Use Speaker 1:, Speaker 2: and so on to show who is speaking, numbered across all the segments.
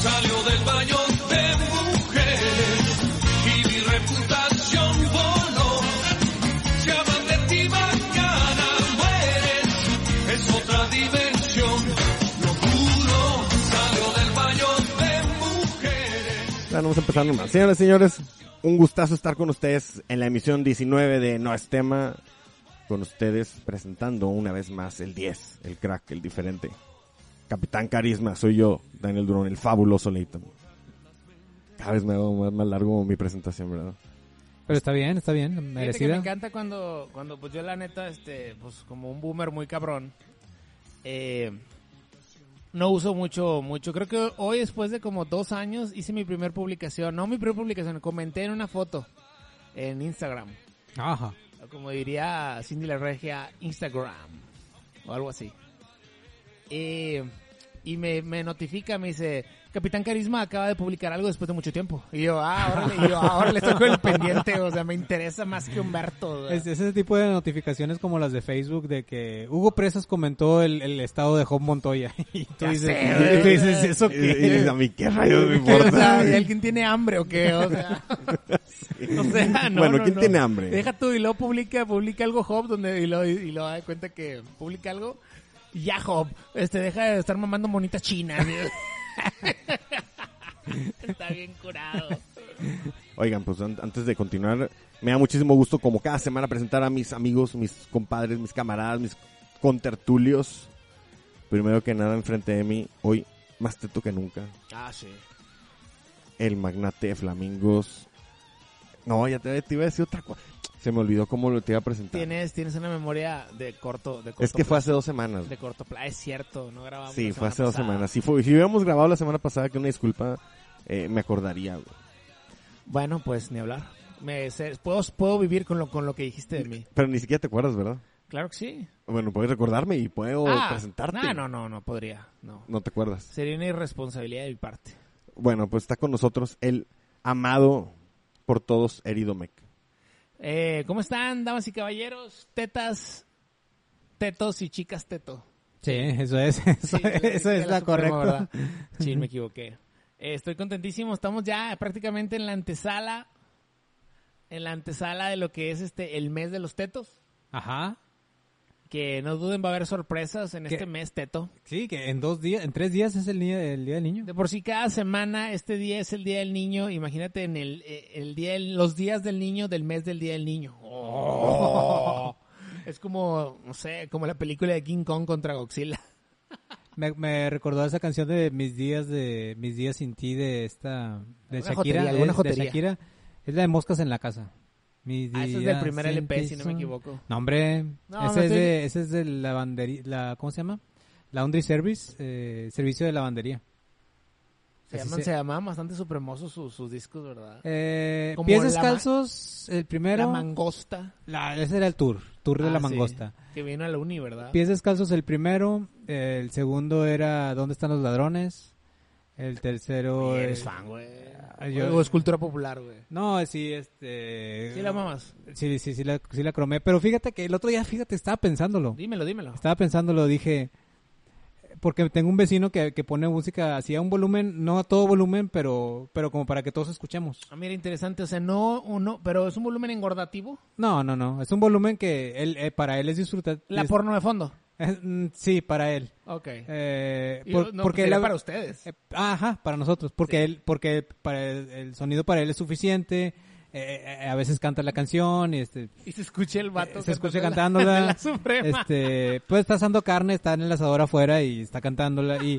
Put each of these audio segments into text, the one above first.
Speaker 1: Salió del baño de mujeres y mi reputación voló. Se aman de ti mañana mueres, es otra dimensión. Lo juro, salió del baño de mujeres.
Speaker 2: Bueno, vamos a empezar nomás. Señoras y señores, un gustazo estar con ustedes en la emisión 19 de No es tema. Con ustedes presentando una vez más el 10, el crack, el diferente. Capitán Carisma, soy yo, Daniel Durón, el fabuloso Leighton. Cada vez me hago más, más largo mi presentación, ¿verdad?
Speaker 3: Pero está bien, está bien,
Speaker 4: Fíjate que me
Speaker 3: merecida.
Speaker 4: encanta cuando, cuando pues yo la neta, este, pues como un boomer muy cabrón, eh, no uso mucho, mucho. Creo que hoy después de como dos años hice mi primer publicación, no mi primera publicación, comenté en una foto en Instagram,
Speaker 3: Ajá.
Speaker 4: o como diría Cindy la Regia, Instagram, o algo así. Eh, y me, me notifica, me dice, Capitán Carisma acaba de publicar algo después de mucho tiempo. Y yo, ah, órale, y yo, ah, órale, estoy con el pendiente, o sea, me interesa más que Humberto. o sea.
Speaker 3: Es, es ese tipo de notificaciones como las de Facebook de que Hugo Presas comentó el, el estado de Job Montoya. Y tú
Speaker 4: Ya
Speaker 3: dices,
Speaker 4: sé,
Speaker 3: y tú
Speaker 4: güey.
Speaker 3: dices, ¿eso
Speaker 2: Y, y dices,
Speaker 3: qué?
Speaker 2: a mí qué rayos me
Speaker 4: ¿Qué? O
Speaker 2: importa.
Speaker 4: sea, ¿y ¿alguien tiene hambre o qué? O sea, o sea, no,
Speaker 2: bueno,
Speaker 4: no,
Speaker 2: ¿quién
Speaker 4: no.
Speaker 2: tiene hambre?
Speaker 4: Deja tú y luego publica, publica algo Job donde y lo, y lo da cuenta que publica algo. y Ya Job, este, deja de estar mamando monitas chinas. Está bien curado.
Speaker 2: Oigan, pues an- antes de continuar, me da muchísimo gusto como cada semana presentar a mis amigos, mis compadres, mis camaradas, mis contertulios. Primero que nada, enfrente de mí, hoy más teto que nunca,
Speaker 4: Ah, sí.
Speaker 2: el magnate de Flamingos. No, ya te, te iba a decir otra cosa. Se me olvidó cómo lo te iba a presentar.
Speaker 4: Tienes, tienes una memoria de corto, de corto
Speaker 2: es que fue hace dos
Speaker 4: plazo,
Speaker 2: semanas.
Speaker 4: de corto plazo, es cierto, no grabamos.
Speaker 2: Sí,
Speaker 4: la
Speaker 2: fue
Speaker 4: semana
Speaker 2: hace dos
Speaker 4: pasada.
Speaker 2: semanas. Si, fue, si hubiéramos grabado la semana pasada, que una disculpa, eh, me acordaría. güey.
Speaker 4: Bueno, pues ni hablar. Me, se- puedo, puedo vivir con lo, con lo que dijiste de mí.
Speaker 2: Pero ni siquiera te acuerdas, ¿verdad?
Speaker 4: Claro que sí.
Speaker 2: Bueno, puedes recordarme y puedo
Speaker 4: Ah,
Speaker 2: presentarte.
Speaker 4: No, no, no, no podría. No.
Speaker 2: No te acuerdas.
Speaker 4: Sería una irresponsabilidad de mi parte.
Speaker 2: Bueno, pues está con nosotros el amado por todos Eridomec.
Speaker 4: Eh, ¿Cómo están, damas y caballeros? Tetas, tetos y chicas teto.
Speaker 3: Sí, eso es. Eso,
Speaker 4: Sí, la-
Speaker 3: eso es la
Speaker 4: suprema,
Speaker 3: correcta.
Speaker 4: ¿verdad? Sí, me equivoqué. Eh, estoy contentísimo. Estamos ya prácticamente en la antesala. En la antesala de lo que es este el mes de los tetos.
Speaker 3: Ajá.
Speaker 4: Que no duden, va a haber sorpresas en
Speaker 3: ¿Qué?
Speaker 4: este mes teto.
Speaker 3: Sí, que en dos días, en tres días es el día, el día del niño.
Speaker 4: De por sí cada semana, este día es el Día del Niño. Imagínate en el, eh, el día del- los días del niño del mes del Día del Niño. ¡Oh! Es como, no sé, como la película de King Kong contra Godzilla.
Speaker 3: Me, me recordó esa canción de Mis días de Mis días sin ti de esta de
Speaker 4: Alguna
Speaker 3: Shakira,
Speaker 4: jotería,
Speaker 3: de-
Speaker 4: alguna
Speaker 3: de
Speaker 4: jotería.
Speaker 3: Shakira. Es la de Moscas en la casa. Mis
Speaker 4: Ah, ese es del
Speaker 3: días
Speaker 4: primer
Speaker 3: sin
Speaker 4: LP,
Speaker 3: ti
Speaker 4: si no me
Speaker 3: son-
Speaker 4: equivoco.
Speaker 3: No, hombre. ese,
Speaker 4: No, me
Speaker 3: es
Speaker 4: estoy-
Speaker 3: de, ese es de la bandería. La, ¿Cómo se llama? Laundry Service. eh, servicio de lavandería.
Speaker 4: Se,
Speaker 3: Así
Speaker 4: llaman,
Speaker 3: se-
Speaker 4: se llamaban bastante supremosos sus, sus discos, ¿verdad?
Speaker 3: Eh,
Speaker 4: Como
Speaker 3: pies
Speaker 4: la ma-
Speaker 3: descalzos, el
Speaker 4: la
Speaker 3: primero.
Speaker 4: mangosta.
Speaker 3: la- ese era el tour. Tour de
Speaker 4: Ah,
Speaker 3: la
Speaker 4: sí,
Speaker 3: mangosta.
Speaker 4: que vino a la uni, ¿verdad?
Speaker 3: Pies descalzos, el primero. eh, el segundo era ¿Dónde están los ladrones? El tercero.
Speaker 4: Oye,
Speaker 3: eh,
Speaker 4: eres fan, güey.
Speaker 3: yo-
Speaker 4: O es cultura popular, güey.
Speaker 3: No, sí, este.
Speaker 4: Sí, la mamas.
Speaker 3: Sí, sí, sí, la, sí la cromé. Pero fíjate que el otro día, fíjate, estaba pensándolo.
Speaker 4: Dímelo, dímelo.
Speaker 3: Estaba pensándolo, dije. Porque tengo un vecino que, que pone música así a un volumen, no a todo volumen, pero, pero como para que todos escuchemos.
Speaker 4: Ah, mira, interesante. O sea, no, uno, pero es un volumen engordativo.
Speaker 3: No, no, no. Es un volumen que él, eh, para él es disfrutar.
Speaker 4: La
Speaker 3: es-
Speaker 4: porno de fondo.
Speaker 3: Mm, sí, para él.
Speaker 4: Ok.
Speaker 3: Eh,
Speaker 4: Y
Speaker 3: por-
Speaker 4: no,
Speaker 3: porque
Speaker 4: sería
Speaker 3: la-
Speaker 4: para ustedes.
Speaker 3: eh, ajá, para nosotros. Porque él, porque para él- el sonido para él es suficiente. eh, eh, a veces canta la canción y este,
Speaker 4: Y se escucha el vato.
Speaker 3: Eh, se escucha
Speaker 4: La,
Speaker 3: cantándola.
Speaker 4: de la Suprema.
Speaker 3: este, pues está asando carne, está en el asador afuera y está cantándola y,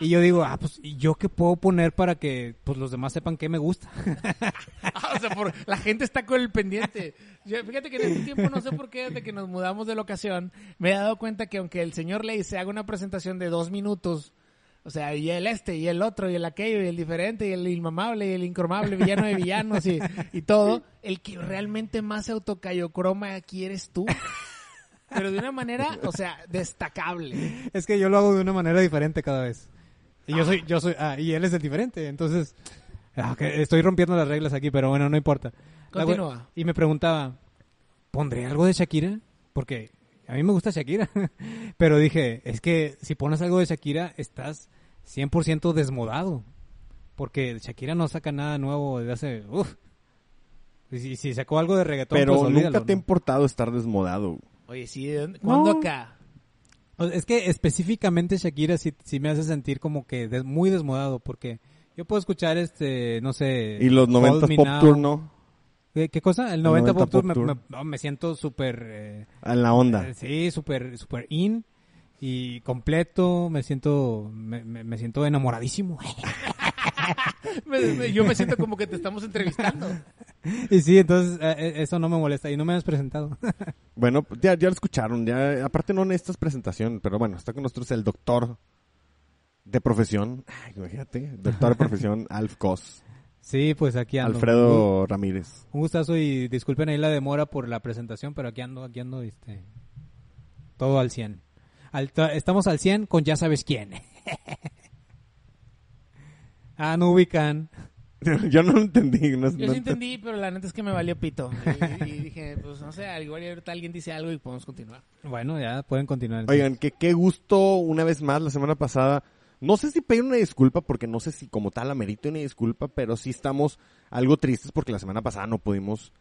Speaker 3: y yo digo, ah, pues, ¿y yo qué puedo poner para que, pues, los demás sepan qué me gusta?
Speaker 4: Ah, o sea, por- la gente está con el pendiente. Yo, fíjate que en este tiempo, no sé por qué, desde que nos mudamos de locación, me he dado cuenta que aunque el señor Ley se haga una presentación de dos minutos, o sea, y el este, y el otro, y el aquello, y el diferente, y el inmamable, y el incromable, villano de villanos, y, y todo, el que realmente más se autocayocroma aquí eres tú. Pero de una manera, o sea, destacable.
Speaker 3: es que yo lo hago de una manera diferente cada vez. Y yo soy, yo soy, ah, y él es el diferente, entonces, ah, ok, estoy rompiendo las reglas aquí, pero bueno, no importa. La güey-
Speaker 4: Continúa.
Speaker 3: Y me preguntaba, ¿pondré algo de Shakira? Porque a mí me gusta Shakira. Pero dije, es que si pones algo de Shakira, estás 100% desmodado. Porque Shakira no saca nada nuevo desde hace... Uf. Y si, si sacó algo de reggaetón,
Speaker 2: Pero
Speaker 3: pues, olvídalo,
Speaker 2: nunca te ha
Speaker 3: ¿no?
Speaker 2: importado estar desmodado.
Speaker 4: Oye, sí, ¿de dónde- ¿cuándo
Speaker 3: No.
Speaker 4: acá?
Speaker 3: O sea, Es que específicamente Shakira sí, sí me hace sentir como que des- muy desmodado. Porque yo puedo escuchar, este, no sé...
Speaker 2: Y los
Speaker 3: Hold
Speaker 2: 90
Speaker 3: Me
Speaker 2: pop
Speaker 3: Now.
Speaker 2: tour no.
Speaker 3: ¿Qué, qué cosa? El
Speaker 2: 90
Speaker 3: 90, pop tour,
Speaker 2: Pop
Speaker 3: me-
Speaker 2: Tour. Ah.
Speaker 3: Me, no, me siento súper... eh,
Speaker 2: En la onda.
Speaker 3: Eh, Sí, súper super in y completo. Me siento me, me- me siento enamoradísimo.
Speaker 4: Me- me- yo me siento como que te estamos entrevistando.
Speaker 3: y sí, entonces eh, eh, eso no me molesta y no me has presentado.
Speaker 2: Bueno, pues, ya, ya lo escucharon. Ya, aparte no necesitas presentación, pero bueno, está con nosotros el doctor de profesión. Ay, imagínate. Doctor de profesión, Alf Cos.
Speaker 3: sí, pues aquí ando. Un,
Speaker 2: Alfredo Ramírez.
Speaker 3: un gustazo y disculpen ahí la demora por la presentación, pero aquí ando, aquí ando, este, todo al 100. Al- ta- estamos al 100 con ya sabes quién. ah, no ubican.
Speaker 2: Yo no lo entendí. no-
Speaker 4: Yo
Speaker 2: no
Speaker 4: sí entendí, pero la neta es que me valió pito. Y, y dije, pues no sé, al igual y ahorita alguien dice algo y podemos continuar.
Speaker 3: Bueno, ya pueden continuar.
Speaker 2: Oigan, que qué gusto una vez más la semana pasada. No sé si pedir una disculpa porque no sé si como tal amerito una disculpa, pero sí estamos algo tristes porque la semana pasada no pudimos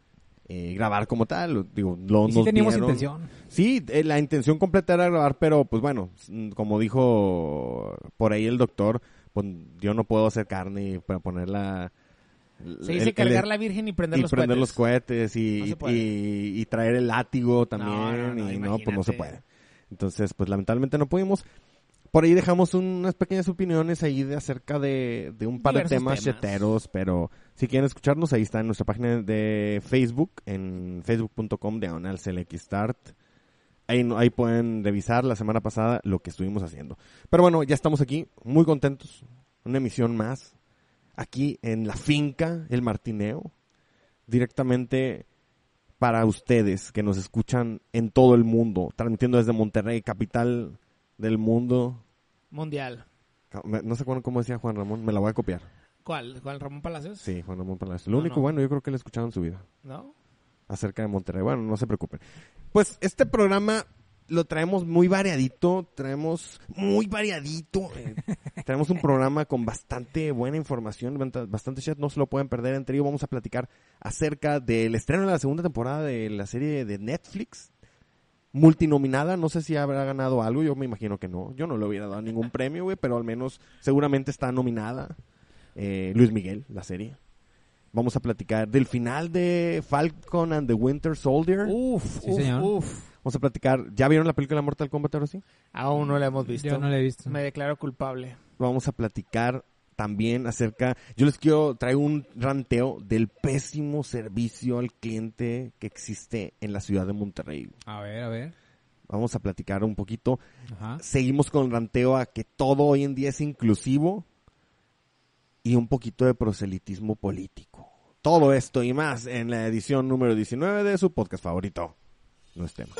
Speaker 2: eh, grabar como tal. Digo, lo,
Speaker 3: Y sí
Speaker 2: nos
Speaker 3: teníamos
Speaker 2: vieron.
Speaker 3: intención.
Speaker 2: Sí, eh, la intención completa era grabar, pero pues bueno, mm, como dijo por ahí el doctor, pues, yo no puedo hacer carne para ponerla.
Speaker 4: Se dice cargar la virgen y prender
Speaker 2: y
Speaker 4: los
Speaker 2: prender
Speaker 4: cohetes.
Speaker 2: los cohetes y,
Speaker 4: No se
Speaker 2: y-
Speaker 4: puede.
Speaker 2: y- y traer el látigo también
Speaker 4: No, no, no,
Speaker 2: y no pues no se
Speaker 4: imagínate.
Speaker 2: puede entonces pues lamentablemente no pudimos por ahí dejamos unas pequeñas opiniones ahí de acerca de, de un par de
Speaker 4: Diversos
Speaker 2: temas,
Speaker 4: temas.
Speaker 2: cheteros pero si quieren escucharnos ahí está en nuestra página de Facebook en facebook.com diagonal start Ahí, no- ahí pueden revisar la semana pasada lo que estuvimos haciendo. Pero bueno, ya estamos aquí, muy contentos. Una emisión más. Aquí en la finca, el Martineo. Directamente para ustedes que nos escuchan en todo el mundo. Transmitiendo desde Monterrey, capital del mundo.
Speaker 4: Mundial.
Speaker 2: Ca- me- No sé cuándo- cómo decía Juan Ramón, me la voy a copiar.
Speaker 4: ¿Cuál? ¿Cuál? ¿Ramón Palacios?
Speaker 2: Sí, Juan Ramón Palacios. Lo
Speaker 4: No,
Speaker 2: único
Speaker 4: no.
Speaker 2: bueno, yo creo que le escucharon en su vida.
Speaker 4: ¿No?
Speaker 2: acerca de Monterrey. Bueno, no se preocupen. Pues este programa lo traemos muy variadito, traemos muy variadito. eh, traemos un programa con bastante buena información, banta- bastante chat, no se lo pueden perder. Entre ellos vamos a platicar acerca del estreno de la segunda temporada de la serie de Netflix. Multinominada, no sé si habrá ganado algo, yo me imagino que no. Yo no le hubiera dado ningún premio, güey, pero al menos seguramente está nominada eh, Luis Miguel, la serie. Vamos a platicar del final de Falcon and the Winter Soldier.
Speaker 4: Uf,
Speaker 3: Sí,
Speaker 4: uf,
Speaker 3: señor.
Speaker 4: uf.
Speaker 2: Vamos a platicar. ¿Ya vieron la película Mortal Kombat ahora sí?
Speaker 4: Aún no la hemos visto.
Speaker 3: Yo no la he visto.
Speaker 4: Me declaro culpable.
Speaker 2: Vamos a platicar también acerca. Yo les quiero traer un ranteo del pésimo servicio al cliente que existe en la ciudad de Monterrey.
Speaker 3: A ver, a ver.
Speaker 2: Vamos a platicar un poquito.
Speaker 3: Ajá.
Speaker 2: Seguimos con el ranteo a que todo hoy en día es inclusivo y un poquito de proselitismo político. Todo esto y más en la edición número 19 de su podcast favorito. No es tema.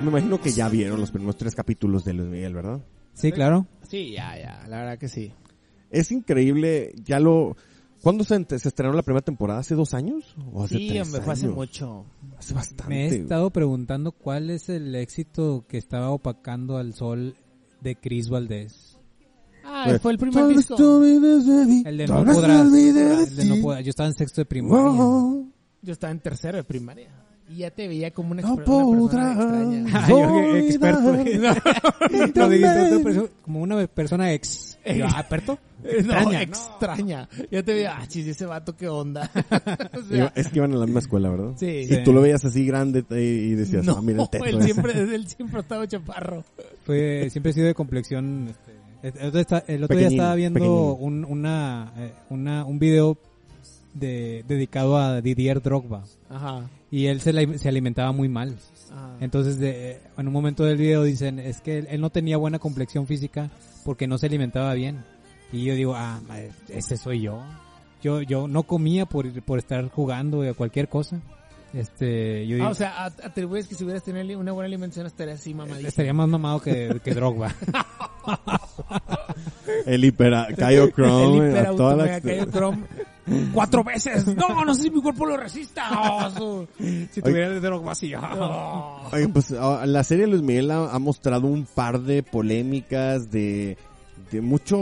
Speaker 2: Me imagino que ya vieron los primeros tres capítulos de Luis Miguel, ¿verdad?
Speaker 3: Sí, claro.
Speaker 4: Sí, ya, ya. La verdad que sí.
Speaker 2: Es increíble, ya lo... ¿Cuándo se, ent- se estrenó la primera temporada? ¿Hace dos años? ¿O hace
Speaker 4: Sí,
Speaker 2: tres
Speaker 4: hombre, fue hace
Speaker 2: años?
Speaker 4: mucho.
Speaker 2: Hace bastante.
Speaker 3: Me he
Speaker 2: güey.
Speaker 3: estado preguntando cuál es el éxito que estaba opacando al sol de Cris Valdés.
Speaker 4: Ah,
Speaker 2: Güey,
Speaker 4: fue el primer
Speaker 2: tal vez
Speaker 4: disco.
Speaker 2: te olvides de mí,
Speaker 3: El de
Speaker 2: tal
Speaker 3: No
Speaker 2: vez te
Speaker 3: Podrás.
Speaker 2: olvides
Speaker 3: El de No
Speaker 2: ti. Oh.
Speaker 3: Podrás. Yo estaba en sexto de primaria.
Speaker 2: Wow.
Speaker 4: Yo estaba en tercero de primaria. Y ya te veía como una,
Speaker 2: No
Speaker 4: exper- una persona
Speaker 2: podrás.
Speaker 4: extraña.
Speaker 3: Ah, yo que
Speaker 2: Soy
Speaker 3: experto.
Speaker 2: nada.
Speaker 3: eh. No, no, dijiste otra persona, como una persona ex. Y yo, ah, ¿experto? Extraña.
Speaker 4: extraña, extraña. Ya te veía, ah, chis, ese vato, qué onda. O sea,
Speaker 2: Iba- Es que iban a la misma escuela, ¿verdad?
Speaker 4: Sí.
Speaker 2: Y
Speaker 4: Sí.
Speaker 2: tú lo veías así grande y, y decías,
Speaker 4: no,
Speaker 2: ah, mira el teto.
Speaker 4: él siempre, él siempre ha estado chaparro.
Speaker 3: Fue, siempre he sido de complexión. este, el otro, está- el otro día
Speaker 2: Pequeñín,
Speaker 3: estaba viendo
Speaker 2: pequeñín.
Speaker 3: un, una, eh, una, un video de, dedicado a Didier Drogba.
Speaker 4: Ajá.
Speaker 3: Y él se, la- se alimentaba muy mal.
Speaker 4: ajá.
Speaker 3: Entonces, de, en un momento del video dicen, es que él, él no tenía buena complexión física porque no se alimentaba bien. Y yo digo, ah, madre, ese soy yo. Yo, yo no comía por, por estar jugando a cualquier cosa. Este, yo digo,
Speaker 4: Ah, o sea, at- atribuyes que si hubieras tenido una buena alimentación estaría así, mamadísimo.
Speaker 3: estaría más mamado que, que Drogba.
Speaker 2: El hiper Cayo Chrome.
Speaker 4: El
Speaker 2: a toda la-
Speaker 4: hiperautomega cayó Chrome cuatro veces. No, no sé si mi cuerpo lo resista. Oh, su- Si tuviera el drog vacío. Oh.
Speaker 2: Oye, pues ah, la serie Luis Miguel ha, ha mostrado un par de polémicas de, de mucho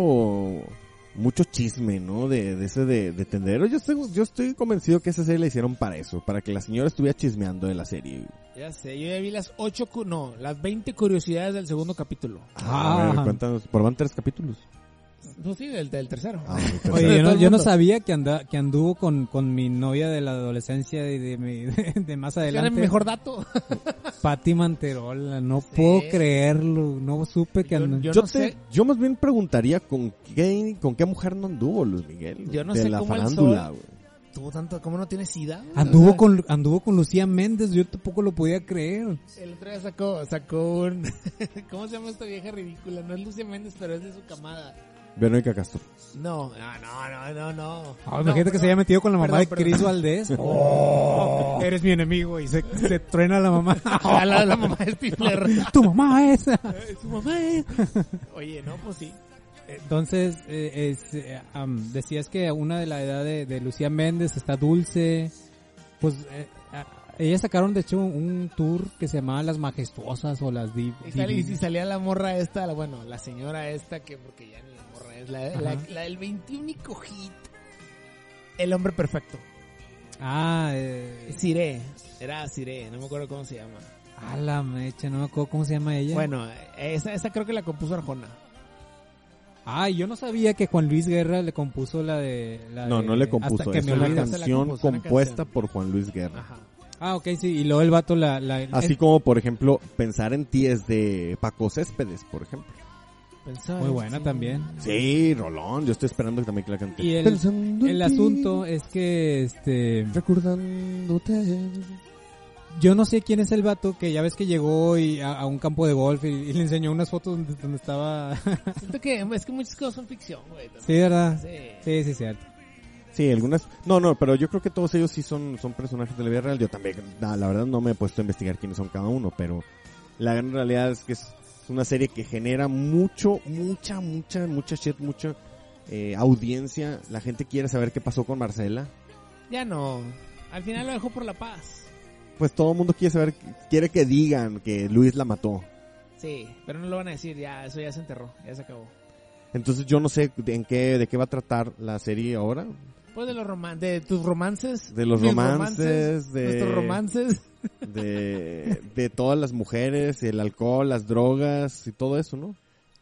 Speaker 2: mucho chisme, ¿no? De, de ese de, de tendero. Yo estoy, yo estoy convencido que esa serie la hicieron para eso, para que la señora estuviera chismeando de la serie.
Speaker 4: Ya sé, yo ya vi las ocho, cu- no, las 20 curiosidades del segundo capítulo.
Speaker 2: A
Speaker 3: Ah.
Speaker 2: ver, cuéntanos, por van tres capítulos.
Speaker 4: No, sí, del, del tercero.
Speaker 2: Ah, bueno, entonces-
Speaker 3: Oye,
Speaker 4: De
Speaker 3: yo no,
Speaker 4: todo el
Speaker 3: yo no
Speaker 4: mundo.
Speaker 3: sabía que, anda, que anduvo con, con mi novia de la adolescencia y de, mi- de, más
Speaker 4: Era
Speaker 3: adelante.
Speaker 4: mi mejor dato.
Speaker 3: Pati Manterola, no puedo creerlo, no supe que
Speaker 4: Yo-
Speaker 3: andaba.
Speaker 4: yo-
Speaker 2: yo,
Speaker 4: no
Speaker 2: te-
Speaker 4: sé.
Speaker 2: yo más bien preguntaría con qué, con qué mujer no anduvo Luis Miguel. güey,
Speaker 4: Yo no
Speaker 2: de
Speaker 4: sé
Speaker 2: la
Speaker 4: cómo el
Speaker 2: farándula,
Speaker 4: sol-
Speaker 2: güey.
Speaker 4: Tuvo tanto, ¿cómo no tiene sida?
Speaker 3: Anduvo con, anduvo con Lucía Méndez, yo tampoco lo podía creer.
Speaker 4: El otro día sacó, sacó un... ¿Cómo se llama esta vieja ridícula? No es Lucia Méndez, pero es de su camada.
Speaker 2: Verónica Castro.
Speaker 4: No, no, no, no, no, no.
Speaker 3: Ah, imagínate que se haya metido con la mamá
Speaker 4: Perdón,
Speaker 3: de Cris Valdés. Oh, eres mi enemigo y se, se truena la mamá.
Speaker 4: A la, la mamá del Stifler.
Speaker 3: tu mamá es.
Speaker 4: Eh, Su mamá es. Oye, no, pues sí.
Speaker 3: Entonces, eh, es, eh, am, decías que una de la edad de, de Lucía Méndez está dulce. Pues eh, a- ellas sacaron de hecho un tour que se llamaba Las Majestuosas o Las Div.
Speaker 4: Y, sal- y si
Speaker 3: Divinas.
Speaker 4: salía la morra esta, la- bueno, la señora esta, que porque ya ni la morra es, la, la,
Speaker 3: Ajá.
Speaker 4: la del 21 hit. El hombre perfecto.
Speaker 3: Ah, eh,
Speaker 4: Siré. Era Siré, no me acuerdo cómo se llama.
Speaker 3: a la mecha, no me acuerdo cómo se llama ella.
Speaker 4: Bueno, esa, esa creo que la compuso Arjona.
Speaker 3: Ah, yo no sabía que Juan Luis Guerra le compuso la de... la
Speaker 2: No,
Speaker 3: de-
Speaker 2: no le
Speaker 4: Eh,
Speaker 3: Hasta
Speaker 2: compuso.
Speaker 3: que
Speaker 2: Es
Speaker 3: me
Speaker 2: una
Speaker 3: olvidas.
Speaker 4: se la
Speaker 2: canción
Speaker 4: compuso, una
Speaker 2: compuesta
Speaker 4: canción.
Speaker 2: por Juan Luis Guerra.
Speaker 4: Ajá.
Speaker 3: Ah, ok, sí. Y luego el vato la... la-
Speaker 2: Así
Speaker 3: es-
Speaker 2: como, por ejemplo, pensar en ti es de Paco Céspedes, por ejemplo.
Speaker 4: Pensaba
Speaker 3: muy
Speaker 4: en
Speaker 3: buena
Speaker 4: sí.
Speaker 3: también.
Speaker 2: Sí, Rolón, yo estoy esperando que también que la cante.
Speaker 3: Y el,
Speaker 2: Pensando en
Speaker 3: el
Speaker 2: ti,
Speaker 3: asunto es que, este...
Speaker 2: Recordándote.
Speaker 3: Yo no sé quién es el vato que ya ves que llegó y a, a un campo de golf y, y le enseñó unas fotos donde, donde estaba...
Speaker 4: Siento que es que muchas cosas son ficción, güey.
Speaker 3: sí, ¿verdad?
Speaker 4: Sí.
Speaker 3: Sí, sí, cierto.
Speaker 2: Sí, algunas. No, no, pero yo creo que todos ellos sí son, son personajes de la vida real. Yo también, na, la verdad, no me he puesto a investigar quiénes son cada uno, pero la gran realidad es que es es una serie que genera mucho, mucha, mucha, mucha shit, mucha eh, audiencia. La gente quiere saber qué pasó con Marcela.
Speaker 4: Ya no. Al final lo dejó por la paz.
Speaker 2: Pues todo el mundo quiere saber, quiere que digan que Luis la mató.
Speaker 4: Sí, pero no lo van a decir, ya, eso ya se enterró, ya se acabó.
Speaker 2: Entonces yo no sé de- en qué, de qué va a tratar la serie ahora.
Speaker 4: Pues de los roman de tus romances.
Speaker 2: De los
Speaker 4: mis
Speaker 2: romances, de-
Speaker 4: Nuestros romances.
Speaker 2: De, de todas las mujeres, el alcohol, las drogas y todo eso, ¿no?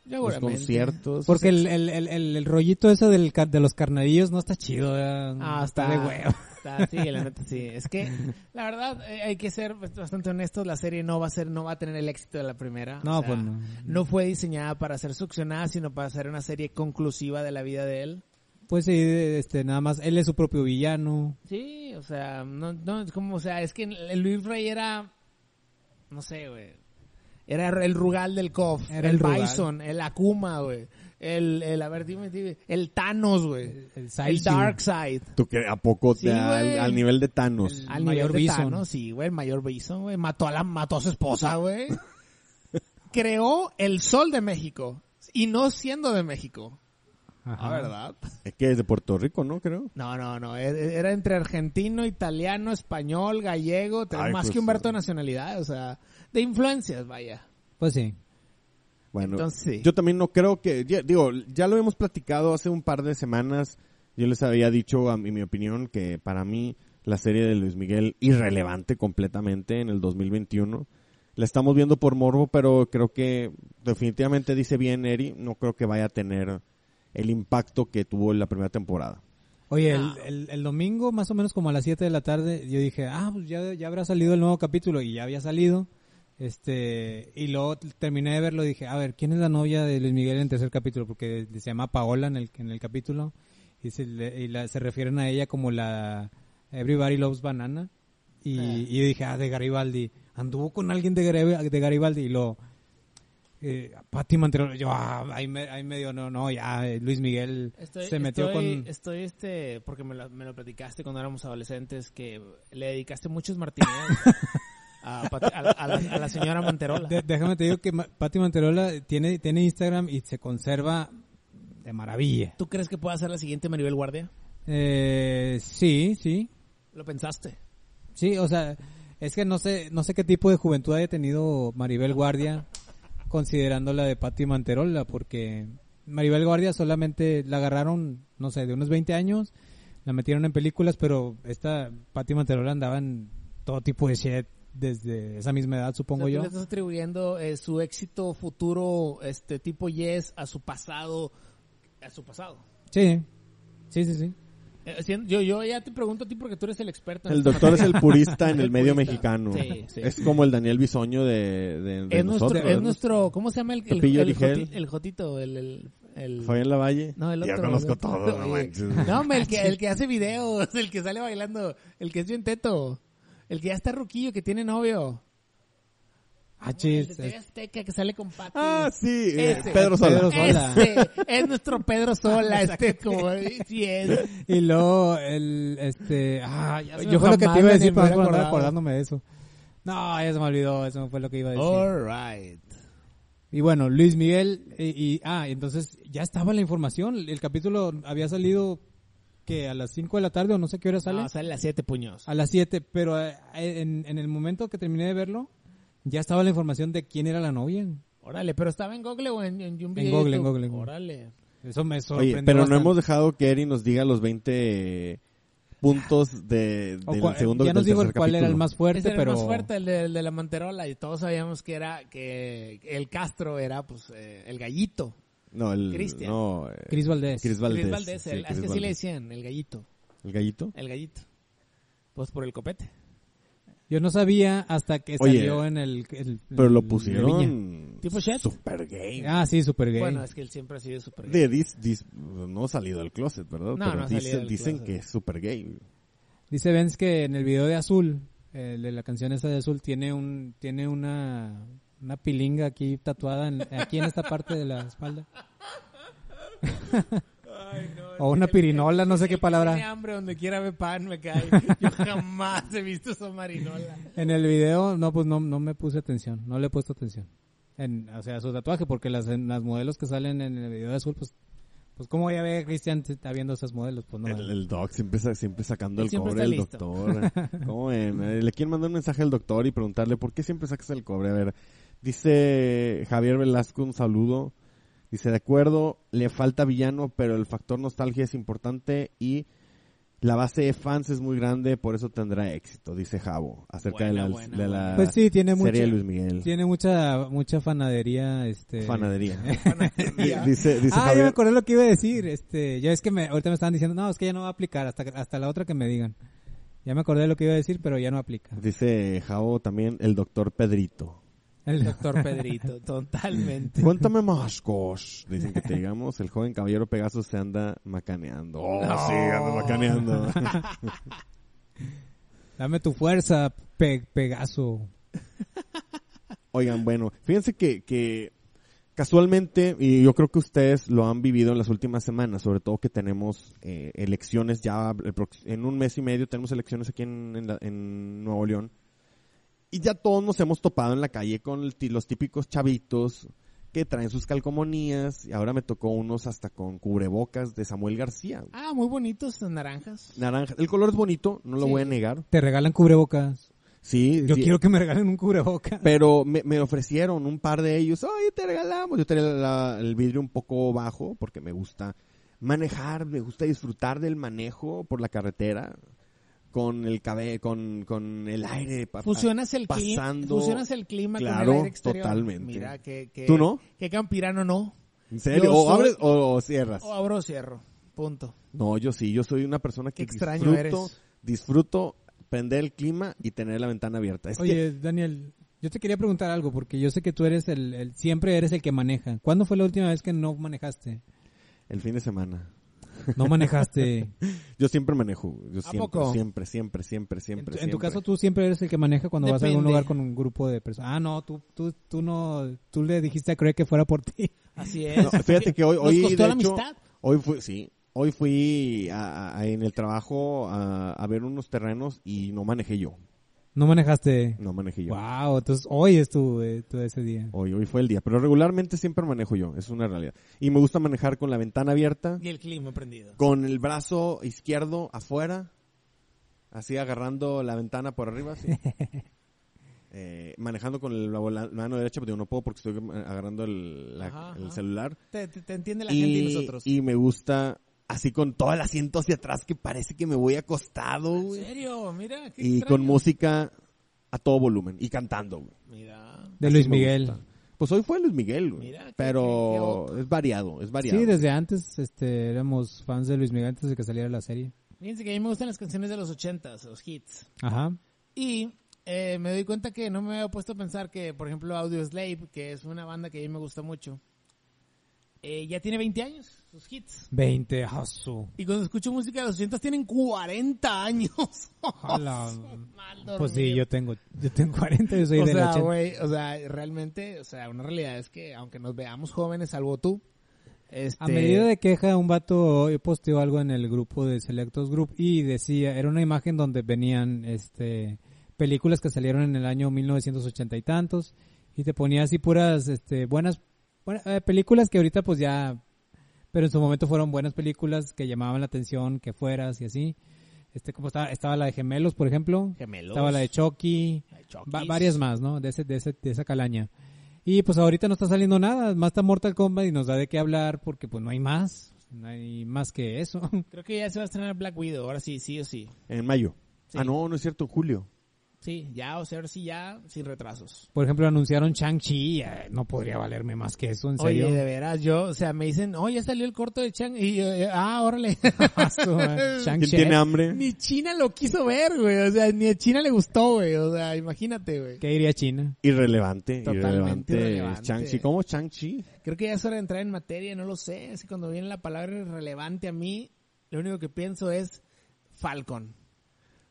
Speaker 4: Yo
Speaker 2: Los
Speaker 4: seguramente.
Speaker 2: conciertos.
Speaker 3: Porque el, el, el, el- el rollito ese del, ca- de los carnadillos no está chido. ¿verdad?
Speaker 4: Ah, está
Speaker 3: de huevo.
Speaker 4: Está, sí, la neta sí. Es que, la verdad, eh, hay que ser bastante honestos, la serie no va a ser, no va a tener el éxito de la primera.
Speaker 3: No,
Speaker 4: o sea,
Speaker 3: pues no.
Speaker 4: No fue diseñada para ser succionada, sino para ser una serie conclusiva de la vida de él.
Speaker 3: Pues sí, este, nada más, él es su propio villano.
Speaker 4: Sí, o sea, no, no, es como, o sea, es que el Luis Rey era, no sé, güey. Era el Rugal del KOF,
Speaker 3: Era
Speaker 4: el,
Speaker 3: el Rugal.
Speaker 4: Bison, el Akuma, güey. El, el, a ver, dime, dime, el Thanos, güey.
Speaker 3: El- el Saizu.
Speaker 4: El Dark Side.
Speaker 2: ¿Tú que ¿A poco
Speaker 4: Sí,
Speaker 2: te- al,
Speaker 4: güey.
Speaker 2: al nivel de Thanos?
Speaker 3: El- mayor
Speaker 4: Al mayor nivel de
Speaker 3: Bison.
Speaker 4: Thanos, sí, güey, el mayor Bison, güey. Mató a, la, mató a su esposa, güey. Creó el Sol de México. Y no siendo de México.
Speaker 3: Ajá.
Speaker 4: ¿Verdad?
Speaker 2: Es que es de Puerto Rico, ¿no? Creo.
Speaker 4: No, no, no. Era- Era entre argentino, italiano, español, gallego. tenía
Speaker 2: Ay,
Speaker 4: más
Speaker 2: pues,
Speaker 4: que
Speaker 2: sí.
Speaker 4: Humberto de nacionalidad, o sea, de influencias, vaya.
Speaker 3: Pues sí.
Speaker 2: Bueno,
Speaker 4: Entonces, sí.
Speaker 2: yo también no creo que, ya- digo, ya lo hemos platicado hace un par de semanas. Yo les había dicho a mi, mi opinión que para mí la serie de Luis Miguel, irrelevante completamente en el 2021. La estamos viendo por morbo, pero creo que definitivamente dice bien Eri, no creo que vaya a tener el impacto que tuvo en la primera temporada.
Speaker 3: Oye,
Speaker 4: No.
Speaker 3: el, el- el domingo, más o menos como a las 7 de la tarde, yo dije, ah, pues ya, ya habrá salido el nuevo capítulo, y ya había salido. Este, y luego t- terminé de verlo y dije, a ver, ¿quién es la novia de Luis Miguel en el tercer capítulo? Porque se llama Paola en el, en el capítulo, y, se, le- y la- se refieren a ella como la Everybody Loves Banana. Y, y yo dije, ah, de Garibaldi. Anduvo con alguien de, Gare- de Garibaldi y lo... Eh, Patti Manterola, yo, ah, ahí, me, ahí medio, no, no, ya, eh, Luis Miguel
Speaker 4: Estoy-
Speaker 3: se metió
Speaker 4: estoy-
Speaker 3: con...
Speaker 4: Estoy este, porque me lo, me lo platicaste cuando éramos adolescentes, que le dedicaste muchos martineos a, Pati- a la, a la- a la señora Manterola.
Speaker 3: De- déjame te digo que Ma- Pati Manterola tiene, tiene Instagram y se conserva de maravilla.
Speaker 4: ¿Tú crees que pueda ser la siguiente Maribel Guardia?
Speaker 3: Eh, sí, sí.
Speaker 4: ¿Lo pensaste?
Speaker 3: Sí, o sea, es que no sé, no sé qué tipo de juventud haya tenido Maribel Guardia considerando la de Pati Manterola, porque Maribel Guardia solamente la agarraron, no sé, de unos 20 años, la metieron en películas, pero esta Pati Manterola andaba en todo tipo de shit desde esa misma edad,
Speaker 4: O sea,
Speaker 3: supongo
Speaker 4: tú
Speaker 3: yo.
Speaker 4: le estás atribuyendo eh, su éxito futuro, este tipo Yes, a su pasado, a su pasado.
Speaker 3: Sí, sí, sí, sí.
Speaker 4: Eh, si- Yo, yo ya te pregunto a ti porque tú eres el experto. en
Speaker 2: El
Speaker 4: esta
Speaker 2: doctor es el
Speaker 4: materia.
Speaker 2: purista en
Speaker 4: El
Speaker 2: el medio
Speaker 4: purista.
Speaker 2: mexicano.
Speaker 4: Sí, sí.
Speaker 2: Es como el Daniel Bisoño de, de- de
Speaker 4: Es
Speaker 2: nosotros.
Speaker 4: nuestro, es nuestro, ¿cómo se llama el, el,
Speaker 2: Pepillo
Speaker 4: el,
Speaker 2: Origel.
Speaker 4: joti- el jotito? El, el, el-
Speaker 2: Fabián Lavalle.
Speaker 4: No, el
Speaker 2: Ya
Speaker 4: otro.
Speaker 2: conozco
Speaker 4: el otro.
Speaker 2: todo, no manches.
Speaker 4: No, hombre, el que, el que hace videos, el que sale bailando, el que es bien teto, el que ya está ruquillo, que tiene novio.
Speaker 3: Ah,
Speaker 4: El
Speaker 3: chis,
Speaker 4: de TV Azteca que sale con Pati.
Speaker 2: Ah, sí, eh,
Speaker 4: Ese.
Speaker 2: Pedro Sola.
Speaker 3: Pedro Sola.
Speaker 4: Este, es nuestro Pedro Sola, este como sí es.
Speaker 3: Y luego el este ah, ya se me
Speaker 4: Yo
Speaker 3: fue lo que te iba a decir para
Speaker 4: para
Speaker 3: no andar acordándome de eso. No, ya se me olvidó, eso fue lo que iba a decir.
Speaker 4: All right.
Speaker 3: Y bueno, Luis Miguel y, y- ah, entonces ya estaba la información, el capítulo había salido que a las 5 de la tarde o no sé qué hora sale.
Speaker 4: No, Ah, sale las siete puños.
Speaker 3: a las 7, pero eh, en, en el momento que terminé de verlo ya estaba la información de quién era la novia.
Speaker 4: Órale, pero estaba en Google o en, en, un video. de
Speaker 3: Google, en
Speaker 4: YouTube.
Speaker 3: Google, en Google.
Speaker 4: Órale.
Speaker 3: Eso me sorprendió.
Speaker 2: Oye, pero no
Speaker 3: bastante.
Speaker 2: hemos dejado que Eri nos diga los 20 puntos de,
Speaker 3: O
Speaker 2: del
Speaker 3: cua-
Speaker 2: segundo
Speaker 3: ya nos
Speaker 2: del
Speaker 3: dijo cuál
Speaker 2: tercer
Speaker 3: era el
Speaker 2: capítulo.
Speaker 3: más fuerte,
Speaker 4: Ese era
Speaker 3: pero
Speaker 4: el más fuerte, el de, el de la manterola, y todos sabíamos que era que el Castro era pues eh, el gallito.
Speaker 2: No, el...
Speaker 4: Cristian.
Speaker 2: No, eh,
Speaker 3: Cris Valdés.
Speaker 2: Cris Valdés.
Speaker 4: Luis Valdés,
Speaker 2: sí,
Speaker 4: el-
Speaker 2: Cris
Speaker 4: así le
Speaker 2: Valdés.
Speaker 4: decían, el gallito,
Speaker 2: ¿El gallito?
Speaker 4: el gallito. Pues por el copete.
Speaker 3: Yo no sabía hasta que
Speaker 2: Oye,
Speaker 3: salió en el, el-
Speaker 2: Pero lo
Speaker 3: el- la viña.
Speaker 2: pusieron...
Speaker 4: Tipo Shed.
Speaker 2: Super gay.
Speaker 3: Ah, sí, super gay.
Speaker 4: Bueno, es que él siempre ha sido súper
Speaker 2: De dis- dis- no ha salido del closet, ¿verdad?
Speaker 4: No,
Speaker 2: Pero
Speaker 4: no ha salido
Speaker 2: dicen,
Speaker 4: del
Speaker 2: dicen
Speaker 4: closet.
Speaker 2: que es super gay.
Speaker 3: Dice Benz que en el video de Azul, el de la canción esa de Azul, tiene un tiene una, una pilinga aquí tatuada en- aquí en esta parte de la espalda. o una pirinola, no sé qué
Speaker 4: Tiene
Speaker 3: palabra.
Speaker 4: hambre donde quiera ve pan, me cae. Yo jamás he visto esa marinola.
Speaker 3: En el video, no, pues no, no me puse atención, no le he puesto atención. En, o sea, su tatuaje, porque las, en las modelos que salen en el video de Azul, pues, pues ¿cómo ya ve Cristian está viendo esas modelos? Pues no.
Speaker 2: El, el doc siempre, sa- siempre sacando el
Speaker 4: Siempre
Speaker 2: cobre
Speaker 4: está
Speaker 2: al
Speaker 4: listo.
Speaker 2: doctor. ¿Cómo ven? Eh, Le quieren mandar un mensaje al doctor y preguntarle por qué siempre sacas el cobre. A ver, dice Javier Velasco un saludo. Dice, de acuerdo, le falta villano, pero el factor nostalgia es importante y la base de fans es muy grande, por eso tendrá éxito, dice Javo, acerca de
Speaker 4: Buena,
Speaker 2: la,
Speaker 4: buena,
Speaker 2: de la
Speaker 3: Pues sí, tiene
Speaker 2: serie de
Speaker 3: mucho-
Speaker 2: Luis Miguel.
Speaker 3: Tiene mucha mucha fanadería este
Speaker 2: Fanadería. dice dice
Speaker 3: ah, ya
Speaker 2: Javier,
Speaker 3: me acordé lo que iba a decir. Este, ya es que me, ahorita me estaban diciendo, no, es que ya no va a aplicar hasta, que- hasta la otra que me digan. Ya me acordé lo que iba a decir, pero ya no aplica.
Speaker 2: dice Javo también el doctor Pedrito.
Speaker 3: El-
Speaker 4: Doctor Pedrito, totalmente.
Speaker 2: Cuéntame más cosas. Dicen que te digamos, el joven caballero Pegaso se anda macaneando. Oh, sí, anda macaneando.
Speaker 3: dame tu fuerza, Pe- Pegaso.
Speaker 2: Oigan, bueno, fíjense que, que casualmente, y yo creo que ustedes lo han vivido en las últimas semanas, sobre todo que tenemos eh, elecciones ya, el prox- en un mes y medio tenemos elecciones aquí en, en la- en Nuevo León. Y ya todos nos hemos topado en la calle con el ti- los típicos chavitos que traen sus calcomanías. Y ahora me tocó unos hasta con cubrebocas de Samuel García.
Speaker 4: Ah, muy bonitos, naranjas.
Speaker 2: naranja. El color es bonito, no lo
Speaker 4: Sí.
Speaker 2: voy a negar.
Speaker 3: Te regalan cubrebocas.
Speaker 2: Sí,
Speaker 3: Yo
Speaker 2: sí,
Speaker 3: quiero que me regalen un cubrebocas.
Speaker 2: Pero me, me ofrecieron un par de ellos. Oye, te regalamos. Yo tenía la- el vidrio un poco bajo porque me gusta manejar, me gusta disfrutar del manejo por la carretera. con el cabello, con, con el aire. pa- pa-
Speaker 4: Fusionas el clima,
Speaker 2: pasando-
Speaker 4: fusionas el clima con
Speaker 2: Claro,
Speaker 4: el aire exterior.
Speaker 2: totalmente.
Speaker 4: Mira, que, que,
Speaker 2: ¿Tú no?
Speaker 4: Que campirano no.
Speaker 2: ¿En serio?
Speaker 4: Yo
Speaker 2: ¿O
Speaker 4: soy- Oh.
Speaker 2: abres o, o cierras?
Speaker 4: O abro o cierro. Punto.
Speaker 2: No, yo sí, yo soy una persona que
Speaker 4: Qué extraño
Speaker 2: disfruto,
Speaker 4: eres.
Speaker 2: disfruto prender el clima y tener la ventana abierta. Es que
Speaker 3: Oye, Daniel, yo te quería preguntar algo porque yo sé que tú eres el, el- siempre eres el que maneja. ¿Cuándo fue la última vez que no manejaste?
Speaker 2: el fin de semana.
Speaker 3: No manejaste. En
Speaker 2: Yo siempre manejo, yo siempre,
Speaker 4: poco?
Speaker 2: siempre, siempre, siempre, siempre.
Speaker 3: tu- en, tu
Speaker 2: siempre.
Speaker 3: caso tú siempre eres el que maneja cuando vas a algún
Speaker 4: Depende.
Speaker 3: lugar con un grupo de personas. Ah, no, tú tú tú no tú le dijiste a Craig que fuera por ti.
Speaker 4: Así es.
Speaker 2: No, fíjate que hoy,
Speaker 4: Nos
Speaker 2: hoy
Speaker 4: costó
Speaker 2: de
Speaker 4: la
Speaker 2: hecho,
Speaker 4: amistad.
Speaker 2: hoy fui, sí, hoy fui a- a- a- en el trabajo a, a ver unos terrenos y no manejé yo,
Speaker 3: No manejaste.
Speaker 2: no manejé yo.
Speaker 3: Wow, entonces hoy es tu, eh, tu ese día.
Speaker 2: Hoy, hoy fue el día, pero regularmente siempre manejo yo, es una realidad. Y me gusta manejar con la ventana abierta,
Speaker 4: Y el clima prendido.
Speaker 2: con el brazo izquierdo afuera, así agarrando la ventana por arriba, así. Eh, manejando con el- la vola- mano derecha, pero yo no puedo porque estoy eh, agarrando el, la-
Speaker 4: Ajá,
Speaker 2: el
Speaker 4: ajá.
Speaker 2: celular.
Speaker 4: Te, te- te entiende la gente y nosotros.
Speaker 2: y me gusta así con todo el asiento hacia atrás que parece que me voy acostado,
Speaker 4: ¿En
Speaker 2: güey.
Speaker 4: serio? Mira. qué
Speaker 2: Y
Speaker 4: extraño.
Speaker 2: con música a todo volumen y cantando, güey.
Speaker 4: Mira.
Speaker 3: De
Speaker 2: Así
Speaker 3: Luis
Speaker 2: me
Speaker 3: Miguel.
Speaker 2: gusta. Pues hoy fue Luis Miguel, güey.
Speaker 4: Mira, qué- qué- qué
Speaker 2: pero
Speaker 4: otro.
Speaker 2: es variado, es variado.
Speaker 3: Sí, desde antes este, éramos fans de Luis Miguel antes de que saliera la serie.
Speaker 4: Fíjense que a mí me gustan las canciones de los ochentas, los hits.
Speaker 3: Ajá.
Speaker 4: Y eh, me doy cuenta que no me había puesto a pensar que, por ejemplo, Audio Slave, que es una banda que a mí me gusta mucho, eh, ya tiene 20 años, sus hits.
Speaker 3: 20, asu.
Speaker 4: Y cuando escucho música de los 80 tienen 40 años.
Speaker 3: Ala.
Speaker 4: Mal
Speaker 3: Pues sí,
Speaker 4: dormido.
Speaker 3: yo tengo, yo tengo 40, yo soy
Speaker 4: O
Speaker 3: del
Speaker 4: sea,
Speaker 3: 80.
Speaker 4: güey, o sea, realmente, o sea, una realidad es que aunque nos veamos jóvenes, salvo tú, este...
Speaker 3: A medida de queja, un vato hoy posteó algo en el grupo de Selectos Group y decía, era una imagen donde venían este películas que salieron en el año 1980 y tantos y te ponía así puras este buenas buena- eh, películas que ahorita pues ya pero en su momento fueron buenas películas que llamaban la atención que fueras y así. Este como estaba estaba la de Gemelos, por ejemplo,
Speaker 4: Gemelos.
Speaker 3: estaba la de Chucky,
Speaker 4: la de Chucky.
Speaker 3: Va- varias más, ¿no? De, ese, de, ese- de esa calaña. Y pues ahorita no está saliendo nada, más está Mortal Kombat y nos da de qué hablar porque pues no hay más, no hay más que eso.
Speaker 4: Creo que ya se va a estrenar Black Widow, ahora sí, sí o sí.
Speaker 2: En mayo.
Speaker 4: Sí.
Speaker 2: Ah, no, no es cierto, en julio.
Speaker 4: Sí, ya, o sea, ahora sí ya, sin retrasos.
Speaker 3: Por ejemplo, anunciaron Shang-Chi, eh, no podría valerme más que eso, en serio.
Speaker 4: Oye, de veras, yo, o sea, me dicen, oh, ya salió el corto de Chang, y yo, eh, ah, órale.
Speaker 3: Paso, eh.
Speaker 2: ¿Quién
Speaker 3: Shang-Chi.
Speaker 2: tiene hambre?
Speaker 4: ni China lo quiso ver, güey, o sea, ni a China le gustó, güey, o sea, imagínate, güey.
Speaker 3: ¿Qué iría a China?
Speaker 2: Irrelevante,
Speaker 4: Totalmente
Speaker 2: irrelevante.
Speaker 4: irrelevante.
Speaker 2: Chang-Chi. ¿Cómo Chang-Chi?
Speaker 4: Creo que ya es hora de entrar en materia, no lo sé, es que cuando viene la palabra irrelevante a mí, lo único que pienso es Falcon.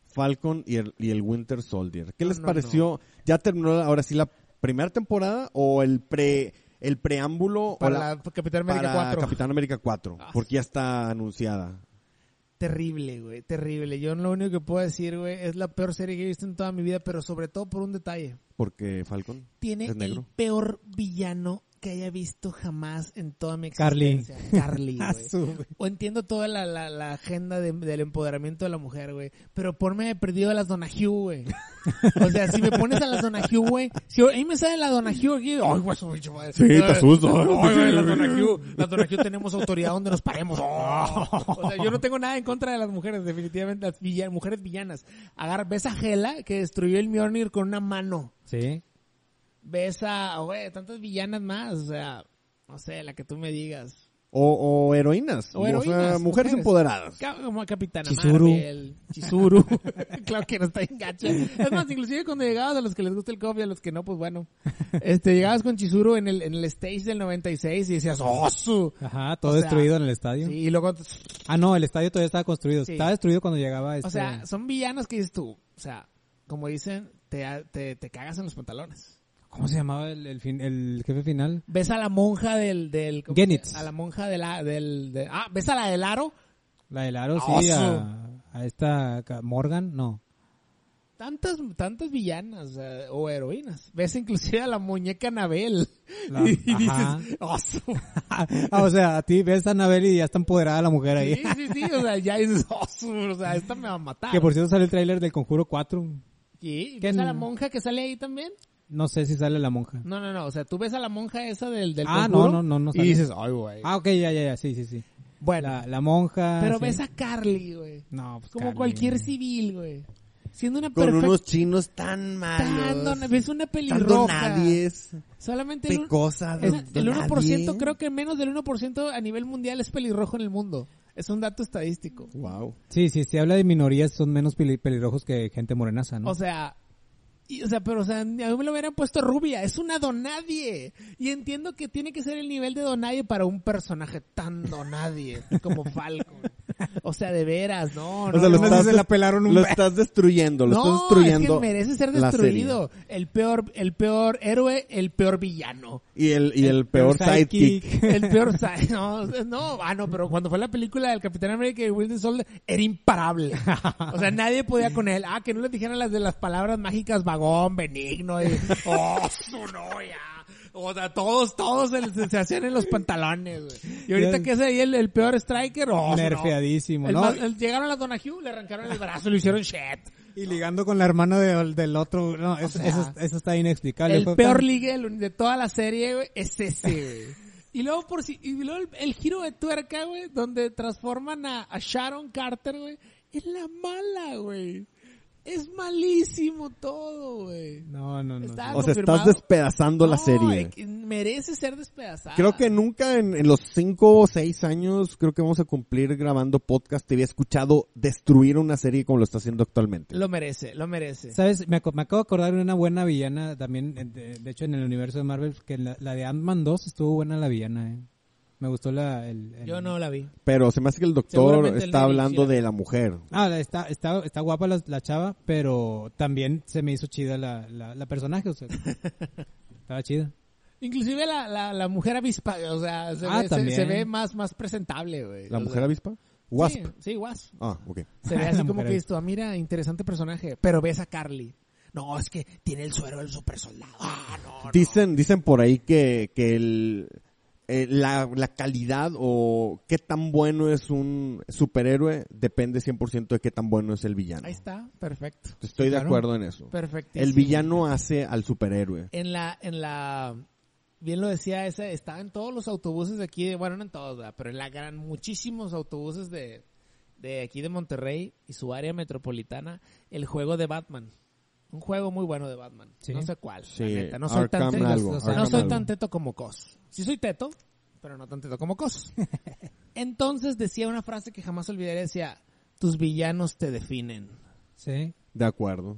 Speaker 2: Falcon y el, y el Winter Soldier. ¿Qué
Speaker 4: No,
Speaker 2: les
Speaker 4: no,
Speaker 2: pareció? ¿Ya terminó ahora sí la primera temporada o el pre el preámbulo
Speaker 4: Para
Speaker 2: o la-
Speaker 4: la Capitán América
Speaker 2: para
Speaker 4: 4.
Speaker 2: Capitán América 4?
Speaker 4: Ah.
Speaker 2: Porque ya está anunciada.
Speaker 4: Terrible, güey, terrible. Yo lo único que puedo decir, güey, es la peor serie que he visto en toda mi vida, pero sobre todo por un detalle.
Speaker 2: Porque Falcon
Speaker 4: tiene
Speaker 2: es
Speaker 4: el
Speaker 2: negro.
Speaker 4: peor villano que haya visto jamás en toda mi
Speaker 3: Carly.
Speaker 4: existencia. Carly.
Speaker 3: Ah,
Speaker 4: güey.
Speaker 3: su, güey.
Speaker 4: o entiendo toda la, la, la agenda de- del empoderamiento de la mujer, güey. Pero ponme de perdido a las Donahue, güey. O sea, si me pones a las Donahue, güey. Si a mí me sale la Donahue aquí, ay, güey, su bicho madre.
Speaker 2: Sí, te asusto.
Speaker 4: Ay, güey, las Donahue, las Donahue tenemos autoridad donde nos paremos. Oh. O sea, yo no tengo nada en contra de las mujeres, definitivamente, las villan- mujeres villanas. Agarra, ves a Gela que destruyó el Mjolnir con una mano
Speaker 3: Sí.
Speaker 4: ves a, güey, tantas villanas más, o sea, no sé, la que tú me digas.
Speaker 2: O, o heroínas.
Speaker 4: O heroínas,
Speaker 2: sea, mujeres,
Speaker 4: mujeres.
Speaker 2: empoderadas.
Speaker 4: Ca- Como a Capitana
Speaker 3: Chizuru.
Speaker 4: Marvel, Chizuru. claro que no está en gacha. Es más, inclusive cuando llegabas a los que les gusta el coffee, a los que no, pues bueno. Este, llegabas con Chizuru en el, en el stage del 96 y decías, ¡oh, su!
Speaker 3: Ajá, todo
Speaker 4: O sea,
Speaker 3: destruido en el estadio.
Speaker 4: Sí, y luego,
Speaker 3: Ah, no, el estadio todavía estaba construido.
Speaker 4: Sí.
Speaker 3: Estaba destruido cuando llegaba este...
Speaker 4: o sea, son villanos que dices tú, o sea, como dicen, te, te, te cagas en los pantalones.
Speaker 3: ¿Cómo se llamaba el, el fin- el jefe final?
Speaker 4: Ves a la monja del, del, ¿cómo
Speaker 3: Genitz.
Speaker 4: se- A la monja del, a- del, de- ah, ves a la del aro,
Speaker 3: La del aro,
Speaker 4: Ah,
Speaker 3: sí,
Speaker 4: su.
Speaker 3: a, a esta ca- Morgan, no.
Speaker 4: tantas tantas villanas eh, o heroínas. Ves inclusive a la muñeca Anabel
Speaker 3: La-
Speaker 4: y, y
Speaker 3: ajá.
Speaker 4: dices, "Oh, su-".
Speaker 3: Ah, o sea, a ti ves a Anabel y ya está empoderada la mujer ahí.
Speaker 4: sí, sí, sí, o sea, ya dices, "Oh, su", o sea, esta me va a matar.
Speaker 3: Que por cierto sale el tráiler del Conjuro 4.
Speaker 4: ¿Y
Speaker 3: que
Speaker 4: ves a la
Speaker 3: no.
Speaker 4: monja que sale ahí también?
Speaker 3: No sé si sale la monja.
Speaker 4: No, no, no, o sea, tú ves a la monja esa del del
Speaker 3: Ah,
Speaker 4: conjuro
Speaker 3: no, no, no, no
Speaker 4: y
Speaker 3: sale.
Speaker 4: dices, "Ay, güey."
Speaker 3: Ah, ok, Ah, ya, ya, ya, sí, sí, sí.
Speaker 4: Bueno,
Speaker 3: La, la monja.
Speaker 4: pero
Speaker 3: sí.
Speaker 4: ves a Carly, güey.
Speaker 3: No, pues,
Speaker 4: Como
Speaker 3: Carly,
Speaker 4: cualquier
Speaker 3: güey.
Speaker 4: civil, güey. Siendo una
Speaker 2: Con
Speaker 4: perfecta.
Speaker 2: unos chinos tan
Speaker 4: tan
Speaker 2: malos.
Speaker 4: don- ves una
Speaker 2: Dando
Speaker 4: pelirroja.
Speaker 2: nadies,
Speaker 4: Solamente el, un-
Speaker 2: pecosa,
Speaker 4: es-
Speaker 2: don-
Speaker 4: el
Speaker 2: don
Speaker 4: 1%,
Speaker 2: nadie.
Speaker 4: creo que menos del 1% a nivel mundial es pelirrojo en el mundo. Es un dato estadístico.
Speaker 2: Wow.
Speaker 3: Sí, sí, se habla de minorías, son menos peli- pelirrojos que gente morenaza, ¿no?
Speaker 4: O sea, y- o sea, pero o sea, a mí me lo hubieran puesto rubia, es una donadie. Y entiendo que tiene que ser el nivel de donadie para un personaje tan donadie como Falcon. O sea, de veras, no, no.
Speaker 2: sea, lo
Speaker 4: no.
Speaker 2: estás-
Speaker 3: se la pelaron un
Speaker 2: Lo estás destruyendo, lo
Speaker 4: No,
Speaker 2: estás destruyendo.
Speaker 4: es que merece ser
Speaker 2: la serie.
Speaker 4: destruido. El peor, el peor héroe, el peor villano.
Speaker 2: Y el, y el, peor sidekick.
Speaker 4: El peor side- no, no, ah, no, pero cuando fue la película del Capitán América y Winter Soldier, era imparable. O sea, nadie podía con él. Ah, que no le dijeran las de las palabras mágicas vagón, benigno y, oh, su novia. O sea, todos, todos se, les- se hacían en los pantalones, güey. Y ahorita
Speaker 3: Ya-
Speaker 4: que es ahí el, el peor striker, oh, su no.
Speaker 3: Nerfeadísimo,
Speaker 4: El
Speaker 3: ¿no?
Speaker 4: más- el- llegaron a Donahue, le arrancaron el brazo, le hicieron shit.
Speaker 3: Y ligando con la hermana de- del otro, no, es-
Speaker 4: sea,
Speaker 3: eso, eso está inexplicable.
Speaker 4: el
Speaker 2: pues,
Speaker 3: Fue
Speaker 4: peor
Speaker 3: tan-
Speaker 4: ligue de, de toda la serie, güey, es ese, güey. Y luego, por si, y luego el, el giro de tuerca, güey, donde transforman a, a Sharon Carter, güey, es la mala, güey. Es malísimo todo, güey.
Speaker 3: No, no, no.
Speaker 4: Está-
Speaker 3: no.
Speaker 2: O sea,
Speaker 4: confirmado.
Speaker 2: estás despedazando la
Speaker 4: No,
Speaker 2: serie.
Speaker 4: eh, merece ser despedazada.
Speaker 2: Creo que nunca en, en los cinco o seis años, creo que vamos a cumplir grabando podcast, te había escuchado destruir una serie como lo está haciendo actualmente.
Speaker 4: Lo merece, lo merece.
Speaker 3: ¿Sabes? Me, aco- me acabo de acordar de una buena villana también, eh, de, de hecho en el universo de Marvel, que la, la de Ant-Man 2 estuvo buena la villana, eh. Me gustó la... El, el-
Speaker 4: Yo no la vi.
Speaker 2: Pero se me hace que el doctor
Speaker 4: Seguramente él
Speaker 2: está
Speaker 4: no
Speaker 2: hablando
Speaker 4: dirigirá.
Speaker 2: de la mujer.
Speaker 3: Ah, la- está, está, está guapa la, la chava, pero también se me hizo chida la, la, la personaje, o sea, estaba chida.
Speaker 4: Inclusive la, la, la mujer avispa, o sea, se,
Speaker 3: Ah,
Speaker 4: ve, se-
Speaker 3: también.
Speaker 4: se ve más, más presentable, güey.
Speaker 2: ¿La
Speaker 4: O
Speaker 2: mujer
Speaker 4: sea,
Speaker 2: avispa? Wasp.
Speaker 4: Sí, sí, Wasp.
Speaker 2: Ah, ok.
Speaker 4: Se ve
Speaker 3: La
Speaker 4: así como
Speaker 3: mujer
Speaker 4: que
Speaker 3: ahí.
Speaker 4: esto, ah, mira, interesante personaje, pero ves a Carly. No, es que tiene el suero del super soldado. Ah, no, no.
Speaker 2: Dicen, dicen por ahí que, que el, eh, la, la calidad o qué tan bueno es un superhéroe depende 100% de qué tan bueno es el villano.
Speaker 4: Ahí está, perfecto.
Speaker 2: Estoy de
Speaker 4: Claro.
Speaker 2: acuerdo en eso.
Speaker 4: Perfectísimo.
Speaker 2: El villano hace al superhéroe.
Speaker 4: En la, en la, bien lo decía ese, estaba en todos los autobuses de aquí, de- bueno, no en todos, ¿verdad? pero en la gran, muchísimos autobuses de, de aquí de Monterrey y su área metropolitana, el juego de Batman. Un juego muy bueno de Batman.
Speaker 3: Sí.
Speaker 4: No sé cuál, la
Speaker 2: Sí,
Speaker 4: neta. No soy tan
Speaker 2: Arkham
Speaker 4: teto,
Speaker 2: algo,
Speaker 4: no
Speaker 3: Arkham
Speaker 4: soy
Speaker 3: algo.
Speaker 4: tan teto como Cos. Sí soy teto, pero no tan teto como Cos. Entonces decía una frase que jamás olvidaré, decía, tus villanos te definen.
Speaker 3: Sí.
Speaker 2: De acuerdo.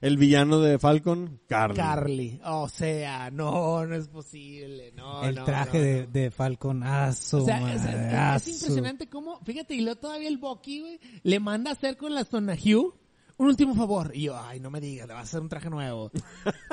Speaker 2: El villano de Falcon, Carly.
Speaker 4: Carly. O sea, no, no es posible. No,
Speaker 3: el
Speaker 4: Oh, no,
Speaker 3: traje
Speaker 4: no,
Speaker 3: de,
Speaker 4: no.
Speaker 3: de Falcon, ah, su
Speaker 4: O sea,
Speaker 3: madre,
Speaker 4: es, es- es
Speaker 3: ah, su-
Speaker 4: impresionante cómo, fíjate, y luego todavía el Bucky, güey, le manda a hacer con la zona Hugh un último favor. Y yo, ay, no me digas, le vas a hacer un traje nuevo.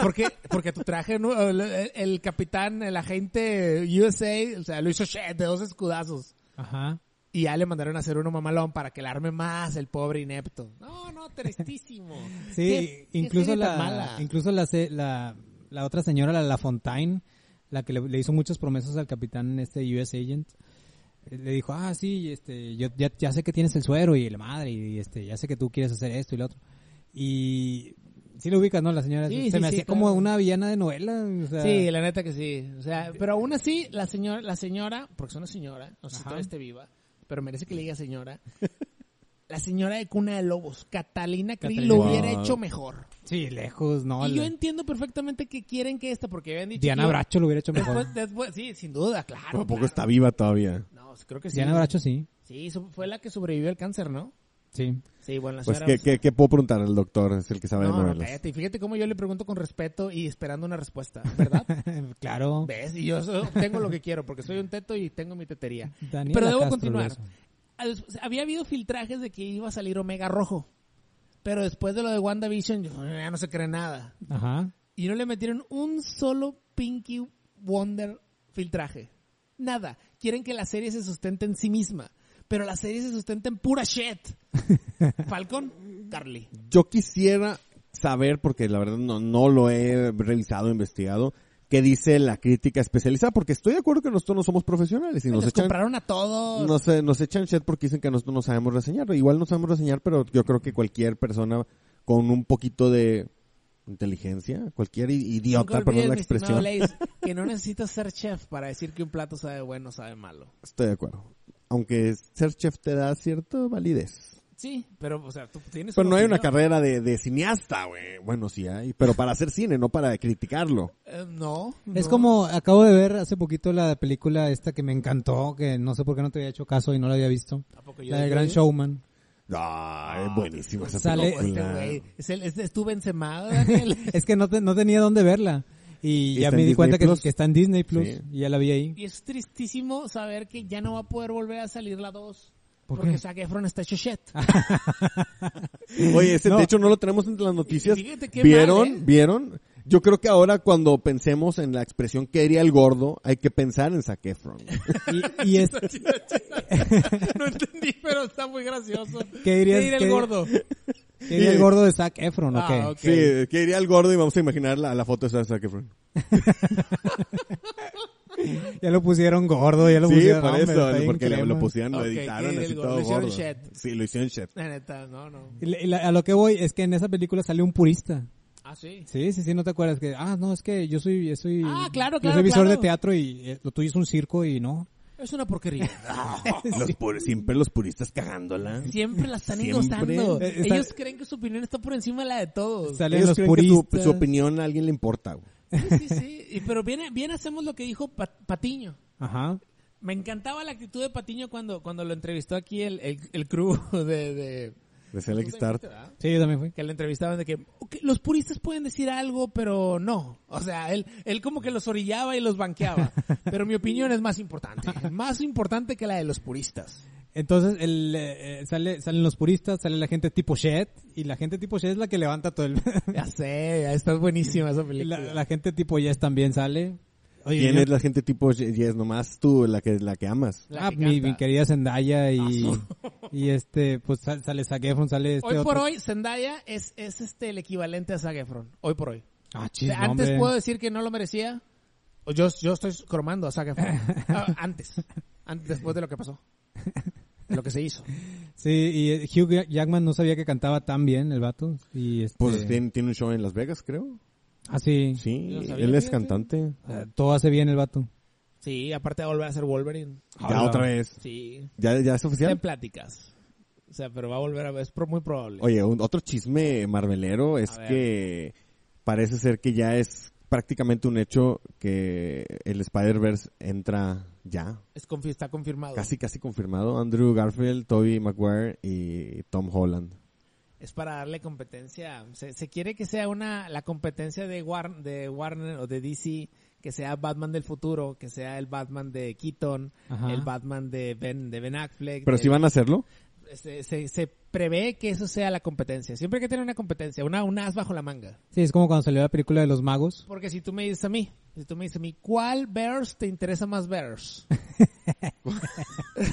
Speaker 4: Porque, porque tu traje nuevo, el, el- el capitán, el agente USA, o sea, lo hizo shit de dos escudazos.
Speaker 3: Ajá.
Speaker 4: Y ya le mandaron a hacer uno mamalón para que le arme más el pobre inepto. No, no, tristísimo.
Speaker 3: Sí,
Speaker 4: Qué- qué
Speaker 3: incluso,
Speaker 4: serie tan
Speaker 3: la,
Speaker 4: mala.
Speaker 3: incluso la, se- la, la otra señora, la, la Fontaine, la que le, le hizo muchas promesas al capitán, este US Agent, eh, le dijo, ah, sí, este, yo ya, ya sé que tienes el suero y la madre, y este, ya sé que tú quieres hacer esto y lo otro. Y sí lo ubicas, ¿no? La señora se me
Speaker 4: Sí, sí, sí,
Speaker 3: hacía
Speaker 4: claro.
Speaker 3: como una villana de novela. o sea, eh,
Speaker 4: Sí, la neta que sí. O sea, pero aún así, la señora, la señora, porque es una señora, no sé si
Speaker 3: Ajá.
Speaker 4: todavía esté viva, pero merece que le diga señora. La señora de Cuna de Lobos, Catalina Krill,
Speaker 3: Catalina.
Speaker 4: lo hubiera
Speaker 2: Wow.
Speaker 4: hecho mejor.
Speaker 3: sí, lejos, ¿no?
Speaker 4: y
Speaker 3: La-
Speaker 4: yo entiendo perfectamente que quieren que esta, porque habían dicho...
Speaker 3: Diana
Speaker 4: que-
Speaker 3: Bracho lo hubiera hecho mejor.
Speaker 4: Después, después- sí, sin duda, claro.
Speaker 2: Tampoco
Speaker 4: claro.
Speaker 2: está viva todavía.
Speaker 4: No, creo que sí.
Speaker 3: Diana Bracho sí,
Speaker 4: Sí, su- fue la que sobrevivió al cáncer, ¿no?
Speaker 3: sí.
Speaker 4: Sí, bueno, la
Speaker 2: Pues,
Speaker 4: señora...
Speaker 2: ¿qué, qué, qué puedo preguntar al doctor? Es el que sabe de
Speaker 4: no, eh. no,
Speaker 2: novelas.
Speaker 4: cállate. Y fíjate cómo yo le pregunto con respeto y esperando una respuesta, ¿verdad?
Speaker 3: claro.
Speaker 4: ¿Ves? Y yo so- tengo lo que quiero, porque soy un teto y tengo mi tetería.
Speaker 3: Daniela
Speaker 4: Pero debo
Speaker 3: Castro
Speaker 4: continuar.
Speaker 3: Loza.
Speaker 4: Al- Había habido filtrajes de que iba a salir Omega Rojo. Pero después de lo de WandaVision, yo, ya no se cree nada.
Speaker 3: Ajá.
Speaker 4: Y no le metieron un solo Pinky Wonder filtraje. Nada. Quieren que la serie se sustente en sí misma. Pero la serie se sustenta en pura shit. Falcon, Carly.
Speaker 2: Yo quisiera saber, porque la verdad no, no lo he revisado, investigado, qué dice la crítica especializada, porque estoy de acuerdo que nosotros no somos profesionales y nos
Speaker 4: Nos
Speaker 2: echan,
Speaker 4: compraron a todos.
Speaker 2: nos, eh, nos echan shit porque dicen que nosotros no sabemos reseñar. Igual no sabemos reseñar, pero yo creo que cualquier persona con un poquito de inteligencia, cualquier i-
Speaker 4: Nunca
Speaker 2: idiota,
Speaker 4: olvides,
Speaker 2: perdón la
Speaker 4: mi estimado
Speaker 2: expresión,
Speaker 4: Lace, que no necesitas ser chef para decir que un plato sabe bueno o sabe malo.
Speaker 2: estoy de acuerdo. aunque ser chef te da cierta validez.
Speaker 4: Sí, pero, o sea, tú tienes.
Speaker 2: Pero no hay una
Speaker 4: opinión.
Speaker 2: carrera de, de cineasta, güey. Bueno, sí hay, pero para hacer cine, no para criticarlo.
Speaker 4: Eh, no.
Speaker 3: Es
Speaker 4: no.
Speaker 3: como, acabo de ver hace poquito la película esta que me encantó, que no sé por qué no te había hecho caso y no la había visto.
Speaker 4: ¿A poco yo
Speaker 3: La del
Speaker 4: dije,
Speaker 3: Gran
Speaker 4: oye?
Speaker 3: Showman.
Speaker 2: Ah, es buenísima esa
Speaker 3: Sale-
Speaker 4: Este
Speaker 2: película.
Speaker 4: güey, es el, es, es tu Benzema, Daniel.
Speaker 3: Es que no, te- no tenía dónde verla. Y
Speaker 2: ¿Está
Speaker 3: ya
Speaker 2: en
Speaker 3: me di
Speaker 2: Disney
Speaker 3: cuenta que,
Speaker 2: Plus?
Speaker 3: que está en Disney Plus
Speaker 2: Sí.
Speaker 3: y ya la vi ahí.
Speaker 4: y es tristísimo saber que ya no va a poder volver a salir la 2.
Speaker 3: ¿Por
Speaker 4: porque
Speaker 3: qué? Ah.
Speaker 4: Zac Efron está hecho shit.
Speaker 2: Oye, ese
Speaker 3: No.
Speaker 2: de hecho no lo tenemos entre las noticias.
Speaker 4: Fíjate qué
Speaker 2: ¿Vieron?
Speaker 4: mal, ¿eh?
Speaker 2: ¿Vieron? Yo creo que ahora cuando pensemos en la expresión que haría el gordo, hay que pensar en Zac Efron.
Speaker 3: Y, y es,
Speaker 4: no entendí, pero está muy gracioso.
Speaker 3: ¿Qué dirías
Speaker 4: ¿Qué diría el
Speaker 3: que-
Speaker 4: gordo?
Speaker 3: que era el gordo de Zac Efron, ¿o
Speaker 4: Ah,
Speaker 3: qué?
Speaker 4: ok.
Speaker 2: Sí, que diría el gordo y vamos a imaginar la, la foto esa de Zac Efron.
Speaker 3: Ya lo pusieron gordo, ya lo
Speaker 2: Sí,
Speaker 3: pusieron...
Speaker 2: por
Speaker 3: hombre,
Speaker 2: eso,
Speaker 3: está bien
Speaker 2: porque lo,
Speaker 3: crema.
Speaker 2: lo pusieron, lo
Speaker 4: Ok,
Speaker 2: editaron,
Speaker 4: que
Speaker 2: así
Speaker 4: el gordo
Speaker 2: todo
Speaker 4: lo hicieron
Speaker 2: gordo.
Speaker 4: shit.
Speaker 2: Sí, lo hicieron shit.
Speaker 4: La neta, no, no.
Speaker 3: Y la- y la- a lo que voy es que en esa película sale un purista.
Speaker 4: Ah, sí.
Speaker 3: Sí, sí, sí, no te acuerdas que, ah, no, es que yo soy, yo soy,
Speaker 4: Ah, claro,
Speaker 3: yo
Speaker 4: claro,
Speaker 3: soy visor
Speaker 4: claro.
Speaker 3: de teatro y eh, lo tuyo es un circo y no.
Speaker 4: Es una porquería.
Speaker 2: Los pur- siempre los puristas cagándola.
Speaker 4: Siempre la están
Speaker 2: Siempre.
Speaker 4: engrosando.
Speaker 3: Eh, está-
Speaker 4: Ellos creen que su opinión está por encima de la de todos.
Speaker 3: Salen
Speaker 2: Ellos
Speaker 3: los
Speaker 2: creen que su,
Speaker 3: puristas.
Speaker 2: su opinión a alguien le importa. güey.
Speaker 4: Sí, sí, sí. Y- Pero bien, bien hacemos lo que dijo Pa- Patiño.
Speaker 3: Ajá.
Speaker 4: Me encantaba la actitud de Patiño cuando, cuando lo entrevistó aquí el, el, el crew de... de
Speaker 2: De Select Start.
Speaker 4: ¿verdad?
Speaker 3: Sí, yo también fui.
Speaker 4: que le entrevistaban de que "Ok, los puristas pueden decir algo, pero no. O sea, él, él como que los orillaba y los banqueaba. Pero mi opinión es más importante. Más importante que la de los puristas.
Speaker 3: Entonces, el, eh, eh, sale, salen los puristas, sale la gente tipo Shed, y la gente tipo Shed es la que levanta todo el...
Speaker 4: Ya sé, ya está buenísima esa película.
Speaker 3: la, la gente tipo Yes también sale. Oye,
Speaker 2: ¿Quién
Speaker 3: yo-
Speaker 2: es la gente tipo Yes? Nomás tú, la que, la que amas.
Speaker 4: La
Speaker 3: ah,
Speaker 4: que
Speaker 3: mi,
Speaker 4: canta. Ah,
Speaker 3: mi querida Zendaya y, y este, pues sal- sale Zac Efron, sale este
Speaker 4: Hoy
Speaker 3: otro.
Speaker 4: por hoy, Zendaya es, es este, el equivalente a Zac Efron. Hoy por hoy.
Speaker 3: Ah, chis, no,
Speaker 4: antes
Speaker 3: hombre.
Speaker 4: puedo decir que no lo merecía. O Yo, yo estoy cromando a Zac Efron. Ah, antes. Antes, después de lo que pasó. De lo que se hizo.
Speaker 3: Sí, y eh, Hugh Jack- Jackman no sabía que cantaba tan bien el vato. Y este,
Speaker 2: Pues tiene, tiene un show en Las Vegas, creo.
Speaker 3: Ah, sí.
Speaker 2: Sí,
Speaker 4: Yo no sabía,
Speaker 2: él es
Speaker 4: fíjate.
Speaker 2: cantante.
Speaker 3: Eh, Todo hace bien el vato.
Speaker 4: Sí, aparte de volver a ser Wolverine.
Speaker 2: Ya
Speaker 3: Hola.
Speaker 2: otra vez.
Speaker 4: Sí.
Speaker 2: ¿Ya, ya es
Speaker 4: Está en
Speaker 2: oficial?
Speaker 4: pláticas. O sea, pero va a volver a ver. Es pro- muy probable.
Speaker 2: Oye, un- otro chisme marvelero es
Speaker 4: ver.
Speaker 2: que parece ser que ya es prácticamente un hecho que el Spider-Verse entra ya.
Speaker 4: Es confi- está confirmado.
Speaker 2: Casi, casi confirmado. Andrew Garfield, Toby Maguire y Tom Holland.
Speaker 4: Es para darle competencia. Se, se quiere que sea una la competencia de, War- de Warner o de DC, que sea Batman del futuro, que sea el Batman de Keaton,
Speaker 3: Ajá.
Speaker 4: el Batman de Ben, de ben Affleck.
Speaker 2: Pero
Speaker 4: de-
Speaker 2: si van a hacerlo,
Speaker 4: se, se- se prevé que eso sea la competencia. Siempre hay que tener una competencia, una, un as bajo la manga.
Speaker 3: Sí, es como cuando salió la película de los magos.
Speaker 4: Porque si tú me dices a mí, si tú me dices a mí, ¿cuál Bears te interesa más Bears?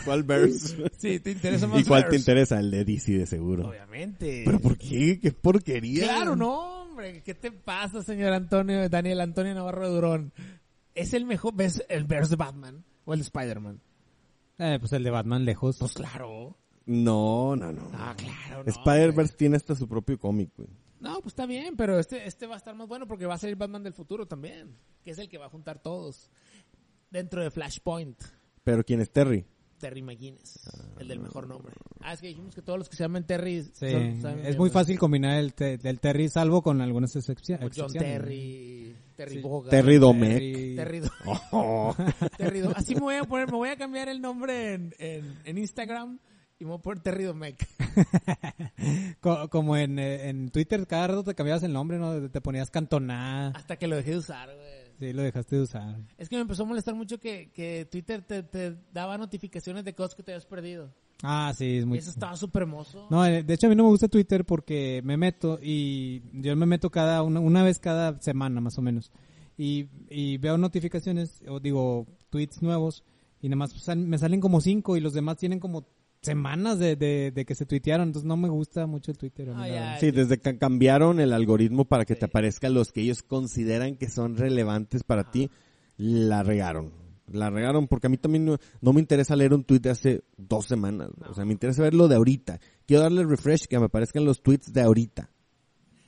Speaker 2: ¿cuál verse?
Speaker 4: Sí, te interesa más
Speaker 2: ¿Y cuál te
Speaker 4: Bears.
Speaker 2: interesa? El de DC, de seguro.
Speaker 4: Obviamente.
Speaker 2: ¿Pero por qué? ¡Qué porquería!
Speaker 4: Claro, no, hombre. ¿Qué te pasa, señor Antonio, Daniel Antonio Navarro de Durón? Es el mejor, ¿ves el Bears de Batman o el de Spider-Man?
Speaker 3: Eh, pues el de Batman lejos.
Speaker 4: Pues claro.
Speaker 2: No, no, no.
Speaker 4: Ah, claro. no,
Speaker 2: Spider-Verse tiene hasta su propio cómic, güey.
Speaker 4: güey. No, pues está bien, pero este, este va a estar más bueno porque va a ser el Batman del futuro también, que es el que va a juntar todos. Dentro de Flashpoint,
Speaker 2: Pero ¿quién es Terry?
Speaker 4: Terry McGuinness, el del mejor nombre. Ah, es que dijimos que todos los que se llaman Terry
Speaker 3: Sí,
Speaker 4: son- son-
Speaker 3: es muy fácil combinar el, te- el Terry salvo con algunas excepcio-
Speaker 4: Como John
Speaker 3: excepciones.
Speaker 4: Terry, Terry Bogard.
Speaker 2: Terry Oh. Domecq.
Speaker 3: Terry-
Speaker 4: Terry Do- Terry Do- Así me voy a poner, me voy a cambiar el nombre en, en, en Instagram y me voy a poner Terry Domecq.
Speaker 3: Co- como en, eh, en Twitter, cada rato te cambiabas el nombre, ¿no? Te ponías Cantoná.
Speaker 4: Hasta que lo dejé de usar, güey.
Speaker 3: Sí, lo dejaste de usar.
Speaker 4: Es que me empezó a molestar mucho que, que Twitter te, te daba notificaciones de cosas que te habías perdido.
Speaker 3: Ah, sí, es
Speaker 4: Y
Speaker 3: muy...
Speaker 4: eso estaba súper hermoso.
Speaker 3: No, eh, de hecho a mí no me gusta Twitter porque me meto y yo me meto cada una, una vez cada semana más o menos y, y veo notificaciones o digo tweets nuevos y nada más sal- me salen como cinco y los demás tienen como semanas de, de, de que se tuitearon, entonces no me gusta mucho el Twitter. a mí,
Speaker 4: Ay,
Speaker 3: la verdad.
Speaker 4: ay.
Speaker 2: Sí, desde que cambiaron el algoritmo para que te aparezcan los que ellos consideran que son relevantes para ti, la regaron. La regaron porque a mí también no, no me interesa leer un tweet de hace dos semanas. O sea, me interesa ver lo de ahorita. Quiero darle refresh que me aparezcan los tweets de ahorita.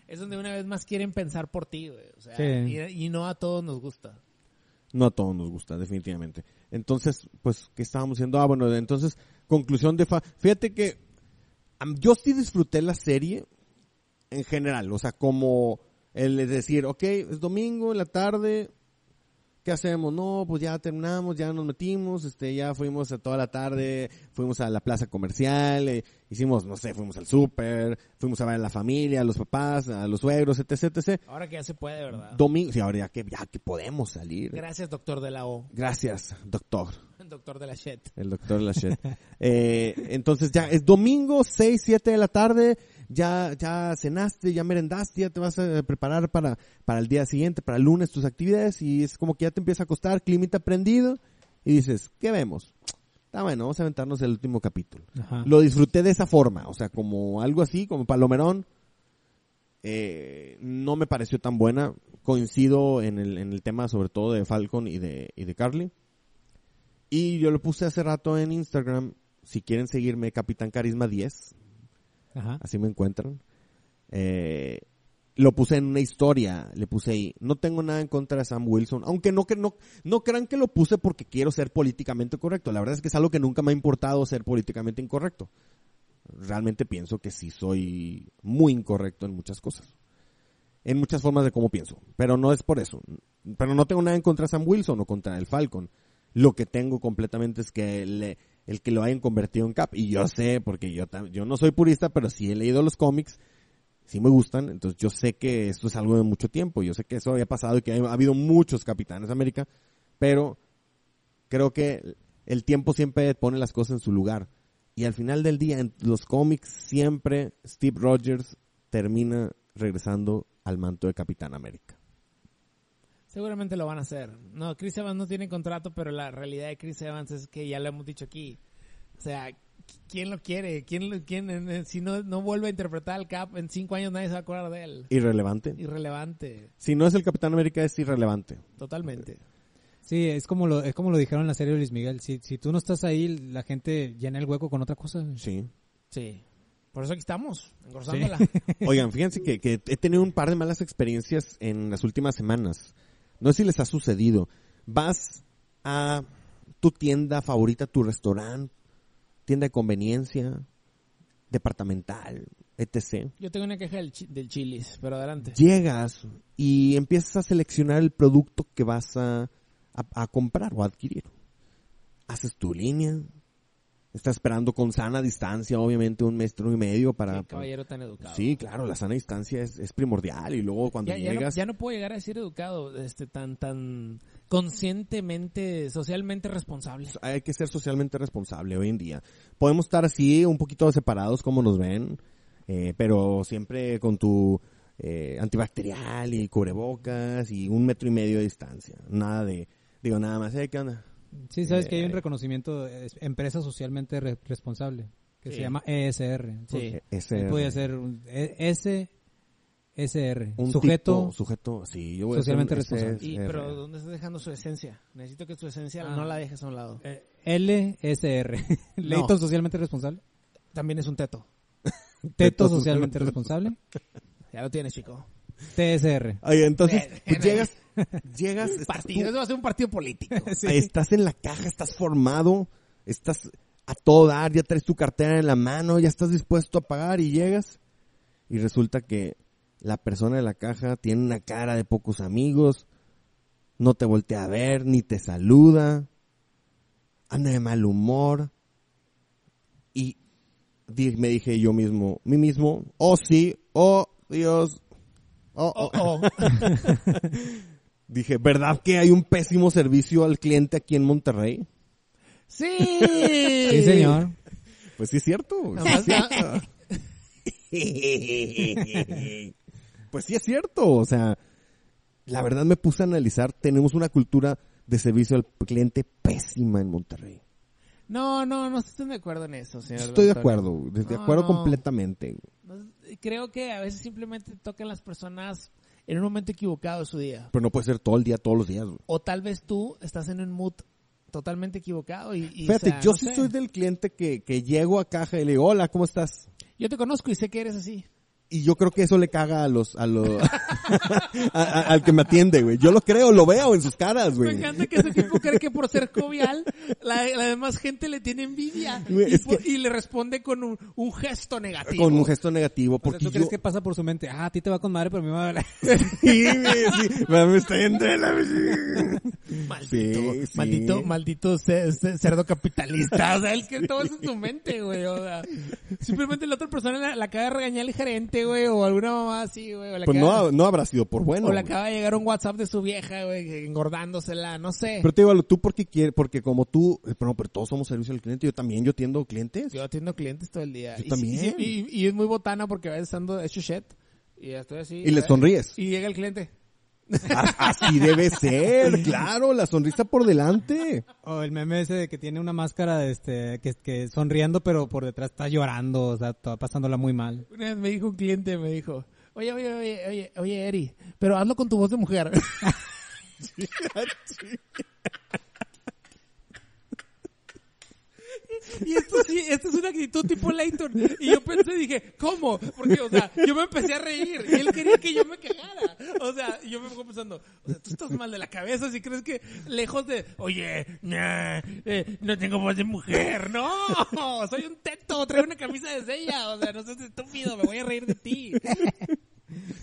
Speaker 4: Es donde una vez más quieren pensar por ti, güey. O sea,
Speaker 3: Sí.
Speaker 4: y, y no a todos nos gusta.
Speaker 2: No a todos nos gusta, definitivamente. Entonces, pues, ¿qué estábamos diciendo? Ah, bueno, entonces, conclusión de... Fa Fíjate que am- yo sí disfruté la serie en general, o sea, como el decir, ok, es domingo en la tarde, ¿qué hacemos? No, pues ya terminamos, ya nos metimos, este, ya fuimos a toda la tarde, fuimos a la plaza comercial, eh, hicimos, no sé, fuimos al súper, fuimos a ver a la familia, a los papás, a los suegros, etc, etc.
Speaker 4: Ahora que ya se puede, ¿verdad?
Speaker 2: Domingo, sí, ahora ya que, ya que podemos salir.
Speaker 4: Gracias, doctor de la O.
Speaker 2: Gracias, doctor.
Speaker 4: Doctor de la Shet.
Speaker 2: El doctor Lachette. eh, entonces ya es domingo, 6, 7 de la tarde. Ya, ya cenaste, ya merendaste, ya te vas a preparar para, para el día siguiente, para el lunes tus actividades y es como que ya te empieza a acostar, climita prendido y dices, ¿qué vemos? Está bueno, vamos a aventarnos el último capítulo.
Speaker 3: Ajá.
Speaker 2: Lo disfruté de esa forma, o sea, como algo así, como palomerón. Eh, no me pareció tan buena. Coincido en el, en el tema sobre todo de Falcon y de, y de Carly. Y yo lo puse hace rato en Instagram. Si quieren seguirme, Capitán Carisma 10,
Speaker 3: Ajá.
Speaker 2: así me encuentran. Eh, lo puse en una historia, le puse ahí. No tengo nada en contra de Sam Wilson, aunque no, que no, no crean que lo puse porque quiero ser políticamente correcto. La verdad es que es algo que nunca me ha importado ser políticamente incorrecto. Realmente pienso que sí soy muy incorrecto en muchas cosas. En muchas formas de cómo pienso. Pero no es por eso. Pero no tengo nada en contra de Sam Wilson o contra el Falcon. Lo que tengo completamente es que le- el que lo hayan convertido en Cap. Y yo sé, porque yo, tam- yo no soy purista, pero sí he leído los cómics. Sí me gustan. Entonces yo sé que esto es algo de mucho tiempo. Yo sé que eso había pasado y que ha habido muchos Capitanes América. Pero creo que el tiempo siempre pone las cosas en su lugar. Y al final del día, en los cómics, siempre Steve Rogers termina regresando al manto de Capitán América.
Speaker 4: Seguramente lo van a hacer. No, Chris Evans no tiene contrato, pero la realidad de Chris Evans es que ya lo hemos dicho aquí. O sea, qui- ¿quién lo quiere? ¿Quién, lo- quién en- en- si no, no vuelve a interpretar al Cap, en cinco años nadie se va a acordar de él.
Speaker 2: Irrelevante.
Speaker 4: Irrelevante,
Speaker 2: Si no es el Capitán América, es irrelevante.
Speaker 4: totalmente.
Speaker 3: Sí, es como lo, es como lo dijeron en la serie de Luis Miguel. Si, si tú no estás ahí, la gente llena el hueco con otra cosa.
Speaker 2: Sí.
Speaker 4: Sí. Por eso aquí estamos, engrorsándola.
Speaker 2: Oigan, fíjense que, que he tenido un par de malas experiencias en las últimas semanas. No sé si les ha sucedido. Vas a tu tienda favorita, tu restaurante, tienda de conveniencia, departamental, etc.
Speaker 4: Yo tengo una queja del, chi- del chilis, pero adelante.
Speaker 2: llegas y empiezas a seleccionar el producto que vas a, a- a comprar o a adquirir. Haces tu línea. Estás esperando con sana distancia, obviamente, un metro y medio para...
Speaker 4: Qué caballero tan educado.
Speaker 2: Sí, claro, la sana distancia es, es primordial y luego cuando
Speaker 4: Ya, ya no,
Speaker 2: llegas...
Speaker 4: ya no puedo llegar a decir educado, este, tan, tan conscientemente, socialmente responsable.
Speaker 2: hay que ser socialmente responsable hoy en día. Podemos estar así, un poquito separados como nos ven, eh, pero siempre con tu eh, antibacterial y cubrebocas y un metro y medio de distancia. Nada de, digo, nada más, eh, ¿qué onda?
Speaker 3: Sí, sabes que hay un
Speaker 2: Eh.
Speaker 3: reconocimiento de empresa socialmente re- responsable que
Speaker 4: Sí.
Speaker 3: se llama E ESR.
Speaker 4: Sí.
Speaker 2: Eh, ese-
Speaker 3: Él podía ser un e, S SR,
Speaker 2: un
Speaker 3: sujeto
Speaker 2: tipo- sujeto, sí, yo voy a hacer
Speaker 3: socialmente
Speaker 2: un- ese-
Speaker 3: responsable.
Speaker 4: Y,
Speaker 2: ese-
Speaker 4: pero ¿dónde estás dejando su esencia? Necesito que su esencia
Speaker 3: Ah.
Speaker 4: no la dejes a un lado.
Speaker 3: eh, LSR, Leito socialmente responsable,
Speaker 4: También es un teto.
Speaker 3: Teto socialmente responsable,
Speaker 4: Ya lo tienes, chico.
Speaker 3: TSR.
Speaker 2: Oye, entonces, pues, llegas, llegas, estás tú-
Speaker 4: Partido, eso va a ser un partido político.
Speaker 2: Estás en la caja, estás formado, estás a todo dar, ya traes tu cartera en la mano, ya estás dispuesto a pagar y llegas. Y resulta que la persona de la caja tiene una cara de pocos amigos, no te voltea a ver, ni te saluda, anda de mal humor. Y di- me dije yo mismo, mí mismo, oh sí, oh Dios, oh, oh,
Speaker 4: Oh, oh.
Speaker 2: Dije, ¿verdad que hay un pésimo servicio al cliente aquí en Monterrey?
Speaker 4: Sí.
Speaker 3: Sí, señor.
Speaker 2: Pues sí es cierto. güey, sí es cierto. pues sí es cierto. O sea, la verdad me puse a analizar. Tenemos una cultura de servicio al cliente pésima en Monterrey.
Speaker 4: No, no, no estoy de acuerdo en eso, señor.
Speaker 2: Estoy de
Speaker 4: doctor.
Speaker 2: acuerdo, güey, de
Speaker 4: No,
Speaker 2: acuerdo
Speaker 4: no.
Speaker 2: completamente.
Speaker 4: No, Creo que a veces simplemente tocan las personas en un momento equivocado de su día.
Speaker 2: Pero no puede ser todo el día, todos los días. güey.
Speaker 4: O tal vez tú estás en un mood totalmente equivocado y... y, o
Speaker 2: Fíjate,
Speaker 4: sea,
Speaker 2: yo
Speaker 4: no
Speaker 2: sí
Speaker 4: sé.
Speaker 2: soy del cliente que, que llego a caja y le digo, hola, ¿cómo estás?
Speaker 4: Yo te conozco y sé que eres así.
Speaker 2: Y yo creo que eso le caga a los, a los, a- a- al que me atiende, güey. Yo lo creo, lo veo en sus caras,
Speaker 4: Me
Speaker 2: güey.
Speaker 4: encanta que ese tipo cree que por ser jovial, la, la demás gente le tiene envidia.
Speaker 2: Güey,
Speaker 4: y,
Speaker 2: es
Speaker 4: por-
Speaker 2: que-
Speaker 4: y le responde con un, un gesto negativo.
Speaker 2: Con un gesto negativo, porque
Speaker 3: Porque tú
Speaker 2: yo...
Speaker 3: crees que pasa por su mente, ah, a ti te va con madre, pero a mí me va a hablar.
Speaker 2: Sí, güey, sí. Me está yendo de la...
Speaker 4: Maldito,
Speaker 2: Sí, sí.
Speaker 4: maldito, maldito ce- ce- cerdo capitalista. O sea, es que todo es en tu mente, güey. O sea, simplemente la otra persona la, la acaba de regañar el gerente, güey, o alguna mamá así, güey. o la
Speaker 2: Pues
Speaker 4: acaba-
Speaker 2: no, no habrá sido por bueno.
Speaker 4: o le
Speaker 2: güey.
Speaker 4: acaba de llegar un WhatsApp de su vieja, güey, engordándosela, no sé.
Speaker 2: Pero te digo, tú porque quieres, porque como tú, eh, pero, pero todos somos servicio al cliente, yo también, yo atiendo clientes.
Speaker 4: Yo atiendo clientes todo el día.
Speaker 2: Yo
Speaker 4: y,
Speaker 2: también.
Speaker 4: sí- Y, y- y es muy botana porque a veces ando hecho shit. Y ya estoy así.
Speaker 2: y le sonríes.
Speaker 4: Y llega el cliente.
Speaker 2: A- Así debe ser, claro, la sonrisa por delante.
Speaker 3: O el meme ese de que tiene una máscara de este, que, que sonriendo, pero por detrás está llorando, o sea, está pasándola muy mal.
Speaker 4: Una vez me dijo un cliente, me dijo, oye, oye, oye, oye, oye, Eri, pero hazlo con tu voz de mujer. Y esto sí, esto es una actitud tipo Layton. Y yo pensé, dije, ¿cómo? Porque, o sea, yo me empecé a reír y él quería que yo me cagara. O sea, yo me fui pensando, o sea, tú estás mal de la cabeza si crees que lejos de, oye, nah, eh, no tengo voz de mujer, no, soy un teto, traigo una camisa de sella, o sea, no seas estúpido, me voy a reír de ti.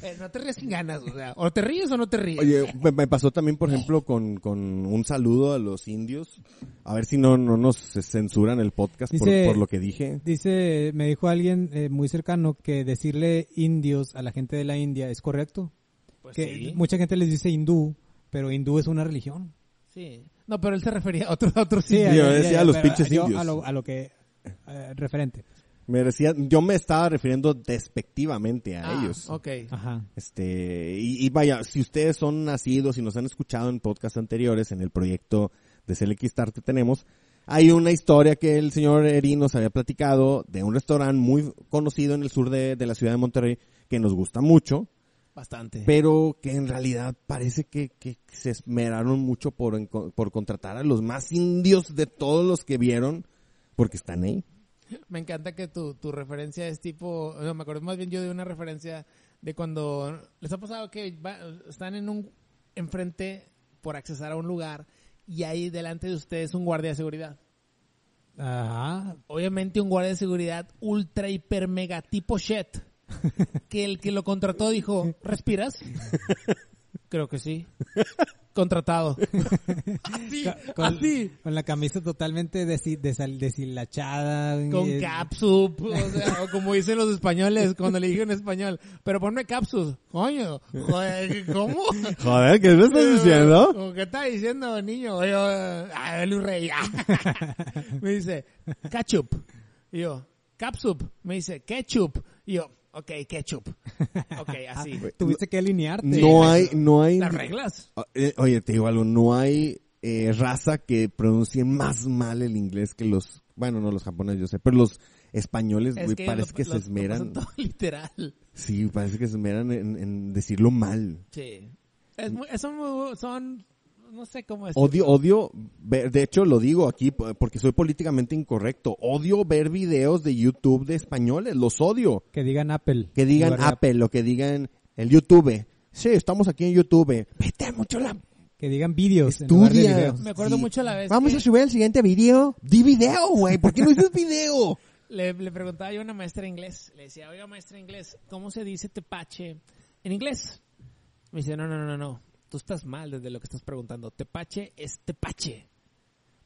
Speaker 4: Eh, no te rías sin ganas, o sea, o te ríes o no te ríes.
Speaker 2: Oye, me, me pasó también, por ejemplo, con, con un saludo a los indios. A ver si no, no nos censuran el podcast por-
Speaker 3: Dice-
Speaker 2: por, lo que dije.
Speaker 3: Dice, me dijo alguien eh, muy cercano que decirle indios a la gente de la India es correcto.
Speaker 4: Pues
Speaker 3: que
Speaker 4: sí.
Speaker 3: mucha gente les dice hindú, pero hindú es una religión.
Speaker 4: Sí. No, pero él se refería a otro, a otro sí.
Speaker 2: yo decía a los
Speaker 3: pero
Speaker 2: pinches
Speaker 3: yo
Speaker 2: indios.
Speaker 3: A lo, a lo que eh, referente.
Speaker 2: Me decía, yo me estaba refiriendo despectivamente a
Speaker 4: Ah,
Speaker 2: ellos.
Speaker 4: Ok.
Speaker 3: Ajá.
Speaker 2: Este, y, y vaya, si ustedes son nacidos y nos han escuchado en podcasts anteriores, en el proyecto de Star que tenemos, hay una historia que el señor Eri nos había platicado de un restaurante muy conocido en el sur de, de la ciudad de Monterrey que nos gusta mucho,
Speaker 4: Bastante.
Speaker 2: pero que en realidad parece que, que se esmeraron mucho por, enco- por contratar a los más indios de todos los que vieron, porque están ahí.
Speaker 4: Me encanta que tu, tu referencia es tipo, no, me acuerdo más bien yo de una referencia de cuando les ha pasado que va- están en un enfrente por accesar a un lugar y hay delante de ustedes un guardia de seguridad.
Speaker 3: Ajá.
Speaker 4: Obviamente un guardia de seguridad ultra hiper mega tipo shit que el que lo contrató dijo, "¿Respiras?" Creo que sí. Contratado. así,
Speaker 3: Con,
Speaker 4: así.
Speaker 3: con la camisa totalmente desi- desal- deshilachada.
Speaker 4: Con
Speaker 3: eh,
Speaker 4: capsup, o sea, o como dicen los españoles cuando le dije en español, pero ponme capsup, coño, joder, ¿cómo?
Speaker 2: Joder, ¿qué me estás diciendo?
Speaker 4: ¿O ¿Qué está diciendo, niño? Yo, ah, Luis Rey, ah. me dice, ketchup, y yo, capsup, me dice, ketchup, y yo, ok, ketchup, ok,
Speaker 2: Ah,
Speaker 4: así,
Speaker 3: Tuviste que alinearte.
Speaker 2: No hay, no hay...
Speaker 4: las reglas.
Speaker 2: O- eh, Oye, te digo algo, no hay eh, raza que pronuncie más mal el inglés que los, bueno, no los japoneses, yo sé, pero los españoles, güey, parece
Speaker 4: lo-
Speaker 2: que
Speaker 4: lo-
Speaker 2: se
Speaker 4: lo
Speaker 2: esmeran,
Speaker 4: pasan todo literal.
Speaker 2: sí, parece que se esmeran en, en decirlo mal.
Speaker 4: Sí. Es muy- son, muy- son, no sé cómo es.
Speaker 2: Odio, odio, ver- de hecho lo digo aquí p- porque soy políticamente incorrecto, odio ver videos de YouTube de españoles, los odio.
Speaker 3: Que digan Apple.
Speaker 2: Que digan
Speaker 3: En lugar de
Speaker 2: Apple, o que digan el YouTube. Sí, estamos aquí en YouTube. Vete mucho la...
Speaker 3: Apple. Que digan vídeos. en lugar de
Speaker 2: Estudia.
Speaker 3: videos.
Speaker 4: Me acuerdo mucho la vez
Speaker 2: Vamos
Speaker 4: que-
Speaker 2: a subir el siguiente video. Di video, güey. ¿Por qué no dices video?
Speaker 4: Le, le preguntaba yo a una maestra de inglés. Le decía, oiga, maestra de inglés, ¿cómo se dice tepache en inglés? Me dice, no, no, no, no, no. Tú estás mal desde lo que estás preguntando. Tepache es tepache.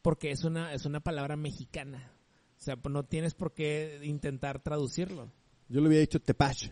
Speaker 4: Porque es una, es una palabra mexicana. O sea, pues no tienes por qué intentar traducirlo.
Speaker 2: Yo le había dicho Tepash.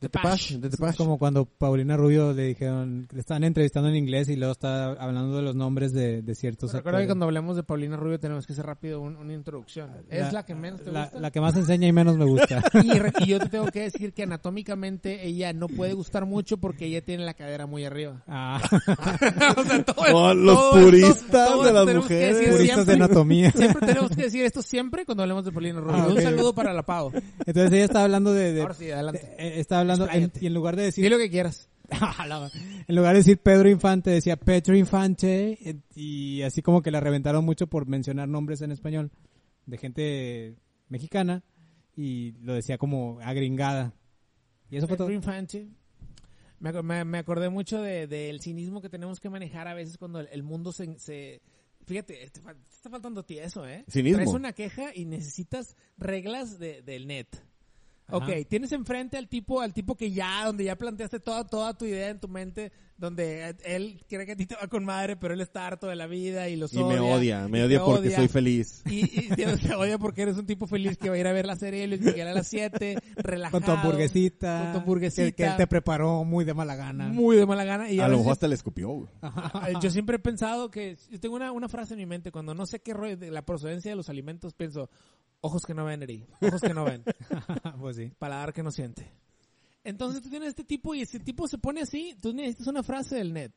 Speaker 2: De Tepash, de Tepash.
Speaker 3: Como cuando Paulina Rubio le dijeron, le estaban entrevistando en inglés y luego está hablando de los nombres de, de ciertos
Speaker 4: Recuerda que
Speaker 3: actores.
Speaker 4: cuando hablemos de Paulina Rubio tenemos que hacer rápido un- una introducción. es la que menos te
Speaker 3: la,
Speaker 4: gusta.
Speaker 3: la que más enseña y menos me gusta.
Speaker 4: Y, re- y yo te tengo que decir que anatómicamente ella no puede gustar mucho porque ella tiene la cadera muy arriba.
Speaker 3: Ah,
Speaker 4: o sea, todo es-
Speaker 2: Oh, los
Speaker 4: todo
Speaker 2: puristas
Speaker 4: esto- todo
Speaker 2: de
Speaker 4: esto
Speaker 2: las
Speaker 4: tenemos que decir
Speaker 2: mujeres.
Speaker 4: siempre.
Speaker 3: puristas de anatomía.
Speaker 4: Siempre tenemos que decir esto siempre cuando hablemos de Paulina Rubio.
Speaker 3: Ah, ok.
Speaker 4: Un saludo para la Pau.
Speaker 3: Entonces ella está hablando de... de-
Speaker 4: Ahora sí, adelante.
Speaker 3: eh, está hablando... en-
Speaker 4: Expláyate.
Speaker 3: y en lugar de
Speaker 4: Dile
Speaker 3: decir...
Speaker 4: lo que quieras.
Speaker 3: en lugar de decir Pedro Infante, decía Petro Infante. eh, Y así como que la reventaron mucho por mencionar nombres en español de gente mexicana. Y lo decía como agringada. Y eso fue todo.
Speaker 4: Pedro Infante. Me, aco- me- me acordé mucho del de, del cinismo que tenemos que manejar a veces cuando el, el mundo se... se- fíjate, te, fal- te está faltando tieso, ¿eh?
Speaker 2: Cinismo.
Speaker 4: Traes una queja y necesitas reglas de- del net.
Speaker 3: Ajá.
Speaker 4: Ok, tienes enfrente al tipo, al tipo que ya, donde ya planteaste toda, toda tu idea en tu mente, donde eh, él cree que a ti te va con madre, pero él está harto de la vida y los
Speaker 2: Y me odia, me odia porque soy
Speaker 4: feliz
Speaker 2: feliz.
Speaker 4: y, y te, te odia porque eres un tipo feliz que va a ir a ver la serie de Luis Miguel a las 7, relajado.
Speaker 3: Con tu hamburguesita.
Speaker 4: Con tu hamburguesita.
Speaker 3: Que, que él te preparó muy de mala gana.
Speaker 4: muy de mala gana. Y a
Speaker 2: A lo
Speaker 4: veces-
Speaker 2: mejor hasta le escupió. güey.
Speaker 4: Ah, Yo siempre he pensado que... Yo tengo una, una frase en mi mente. Cuando no sé qué rollo de la procedencia de los alimentos, pienso... Ojos que no ven, Eri. Ojos que no ven.
Speaker 3: pues sí.
Speaker 4: Paladar que no siente. Entonces tú tienes este tipo y este tipo se pone así. Tú necesitas una frase del net.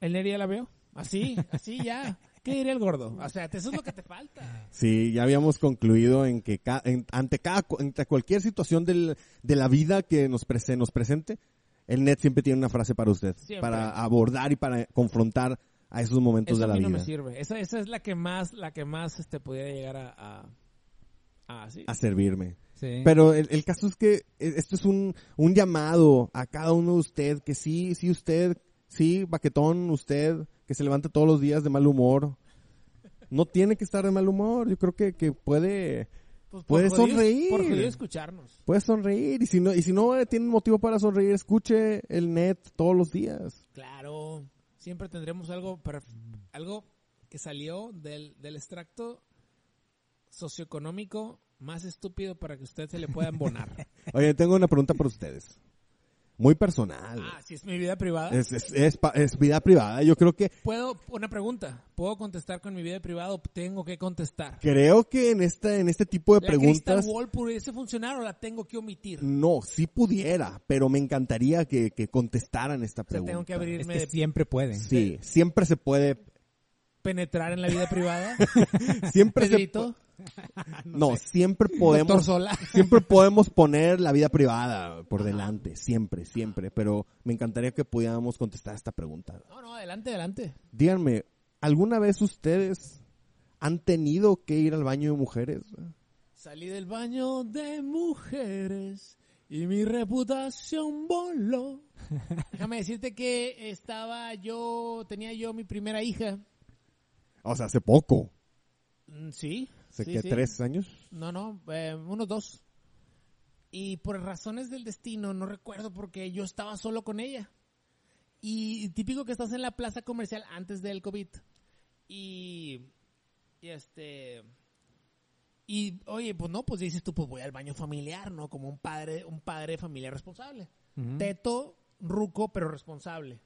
Speaker 4: El Neri ya la veo. Así, así ya. ¿Qué diría el gordo? O sea, eso es lo que te falta.
Speaker 2: Sí, ya habíamos concluido en que ca- en- ante cada cu- ante cualquier situación del- de la vida que nos, prese- nos presente, el net siempre tiene una frase para usted,
Speaker 4: Siempre.
Speaker 2: para abordar y para confrontar a esos momentos
Speaker 4: Esa
Speaker 2: de
Speaker 4: a
Speaker 2: la
Speaker 4: mí
Speaker 2: vida.
Speaker 4: no me sirve. Esa, esa es la que más, la que más este, pudiera llegar a, a, a- sí.
Speaker 2: a servirme.
Speaker 3: Sí.
Speaker 2: Pero el, el caso es que eh, esto es un, un llamado a cada uno de usted, que sí, sí usted, sí, baquetón, usted, que se levanta todos los días de mal humor. No tiene que estar de mal humor, yo creo que, que puede,
Speaker 4: Pues,
Speaker 2: puede
Speaker 4: por jodido-
Speaker 2: sonreír.
Speaker 4: Por jodido escucharnos.
Speaker 2: puede sonreír. Y si no, y si no eh, tiene motivo para sonreír, escuche el net todos los días.
Speaker 4: Claro. Siempre tendremos algo, perf- algo que salió del, del extracto socioeconómico más estúpido para que usted se le pueda embonar.
Speaker 2: Oye, tengo una pregunta para ustedes. Muy personal.
Speaker 4: ah, si es mi vida privada.
Speaker 2: Es, es, es pa- es vida privada. Yo creo que
Speaker 4: Puedo, una pregunta. ¿Puedo contestar con mi vida privada o tengo que contestar?
Speaker 2: creo que en esta en este tipo de
Speaker 4: ¿La
Speaker 2: preguntas
Speaker 4: Crystal Wall pudiese funcionar o la tengo que omitir?
Speaker 2: No, sí pudiera, pero me encantaría que, que contestaran esta
Speaker 4: O sea,
Speaker 2: pregunta.
Speaker 4: tengo que
Speaker 3: es
Speaker 4: abrirme
Speaker 3: que
Speaker 4: de
Speaker 3: siempre puede.
Speaker 2: Sí, siempre se puede,
Speaker 4: penetrar en la vida privada.
Speaker 2: siempre se,
Speaker 4: Pedrito,
Speaker 2: no, siempre
Speaker 4: doctor
Speaker 2: podemos,
Speaker 4: Sola.
Speaker 2: siempre podemos poner la vida privada por delante, siempre, siempre, pero me encantaría que pudiéramos contestar esta pregunta.
Speaker 4: No, no, adelante, adelante.
Speaker 2: Díganme, ¿alguna vez ustedes han tenido que ir al baño de mujeres?
Speaker 4: Salí del baño de mujeres y mi reputación voló. Déjame decirte que estaba yo, tenía yo mi primera hija.
Speaker 2: O sea, hace poco,
Speaker 4: Mm, Sí.
Speaker 2: hace
Speaker 4: sí,
Speaker 2: que
Speaker 4: sí.
Speaker 2: tres años.
Speaker 4: No, no, eh, unos dos. Y por razones del destino, no recuerdo porque yo estaba solo con ella. Y típico que estás en la plaza comercial antes del COVID. Y, y este... Y oye, pues no, pues dices tú, pues voy al baño familiar, ¿no? Como un padre, un padre familiar responsable.
Speaker 3: Ujú.
Speaker 4: Teto, ruco, pero responsable.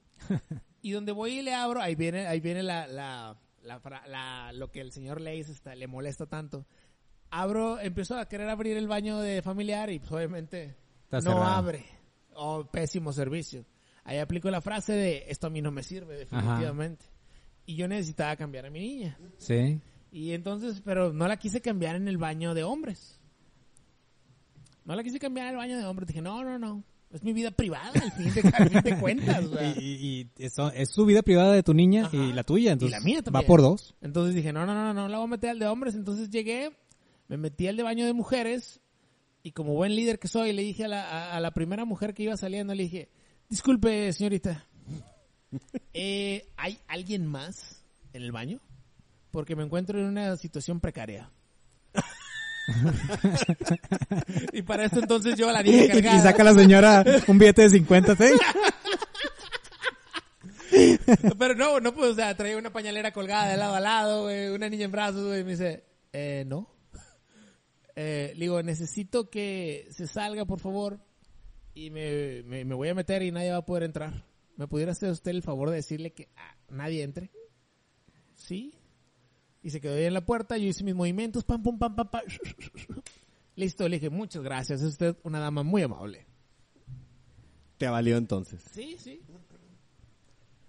Speaker 4: y donde voy y le abro, ahí viene, ahí viene la, la, la fra- la- lo que el señor le dice, está- le molesta tanto. Abro, empiezo a querer abrir el baño de familiar y pues, obviamente
Speaker 3: Está
Speaker 4: no
Speaker 3: cerrado.
Speaker 4: abre. Oh, pésimo servicio. Ahí aplico la frase de esto a mí no me sirve, definitivamente. Y yo necesitaba cambiar a mi niña.
Speaker 3: Sí.
Speaker 4: Y entonces, pero no la quise cambiar en el baño de hombres. No la quise cambiar en el baño de hombres. Dije, no, no, no. Es mi vida privada, al fin de, al fin de cuentas. o sea.
Speaker 3: Y, y- y eso- es su vida privada de tu niña
Speaker 4: Ajá.
Speaker 3: y la tuya. Entonces,
Speaker 4: Y la mía
Speaker 3: Va
Speaker 4: también.
Speaker 3: por dos.
Speaker 4: Entonces dije, no, no, no, no, no la voy a meter al de hombres. Entonces llegué, me metí al de baño de mujeres y como buen líder que soy, le dije a la, a- a la primera mujer que iba saliendo, le dije, disculpe, señorita, eh, ¿hay alguien más en el baño? Porque me encuentro en una situación precaria. y para esto entonces yo a la niña
Speaker 3: Y,
Speaker 4: cargada.
Speaker 3: y saca la señora un billete de 50, ¿sí?
Speaker 4: Pero no, no pues, o sea, traía una pañalera colgada de lado a lado, güey, una niña en brazos, güey, y me dice, eh, no. Eh, le digo, necesito que se salga, por favor, y me, me, me voy a meter y nadie va a poder entrar. ¿Me pudiera hacer usted el favor de decirle que ah, nadie entre? Sí. Y se quedó ahí en la puerta, yo hice mis movimientos, pam, pum, pam, pam, pam. Listo, le dije, muchas gracias, es usted una dama muy amable.
Speaker 2: Te valió entonces.
Speaker 4: Sí, sí.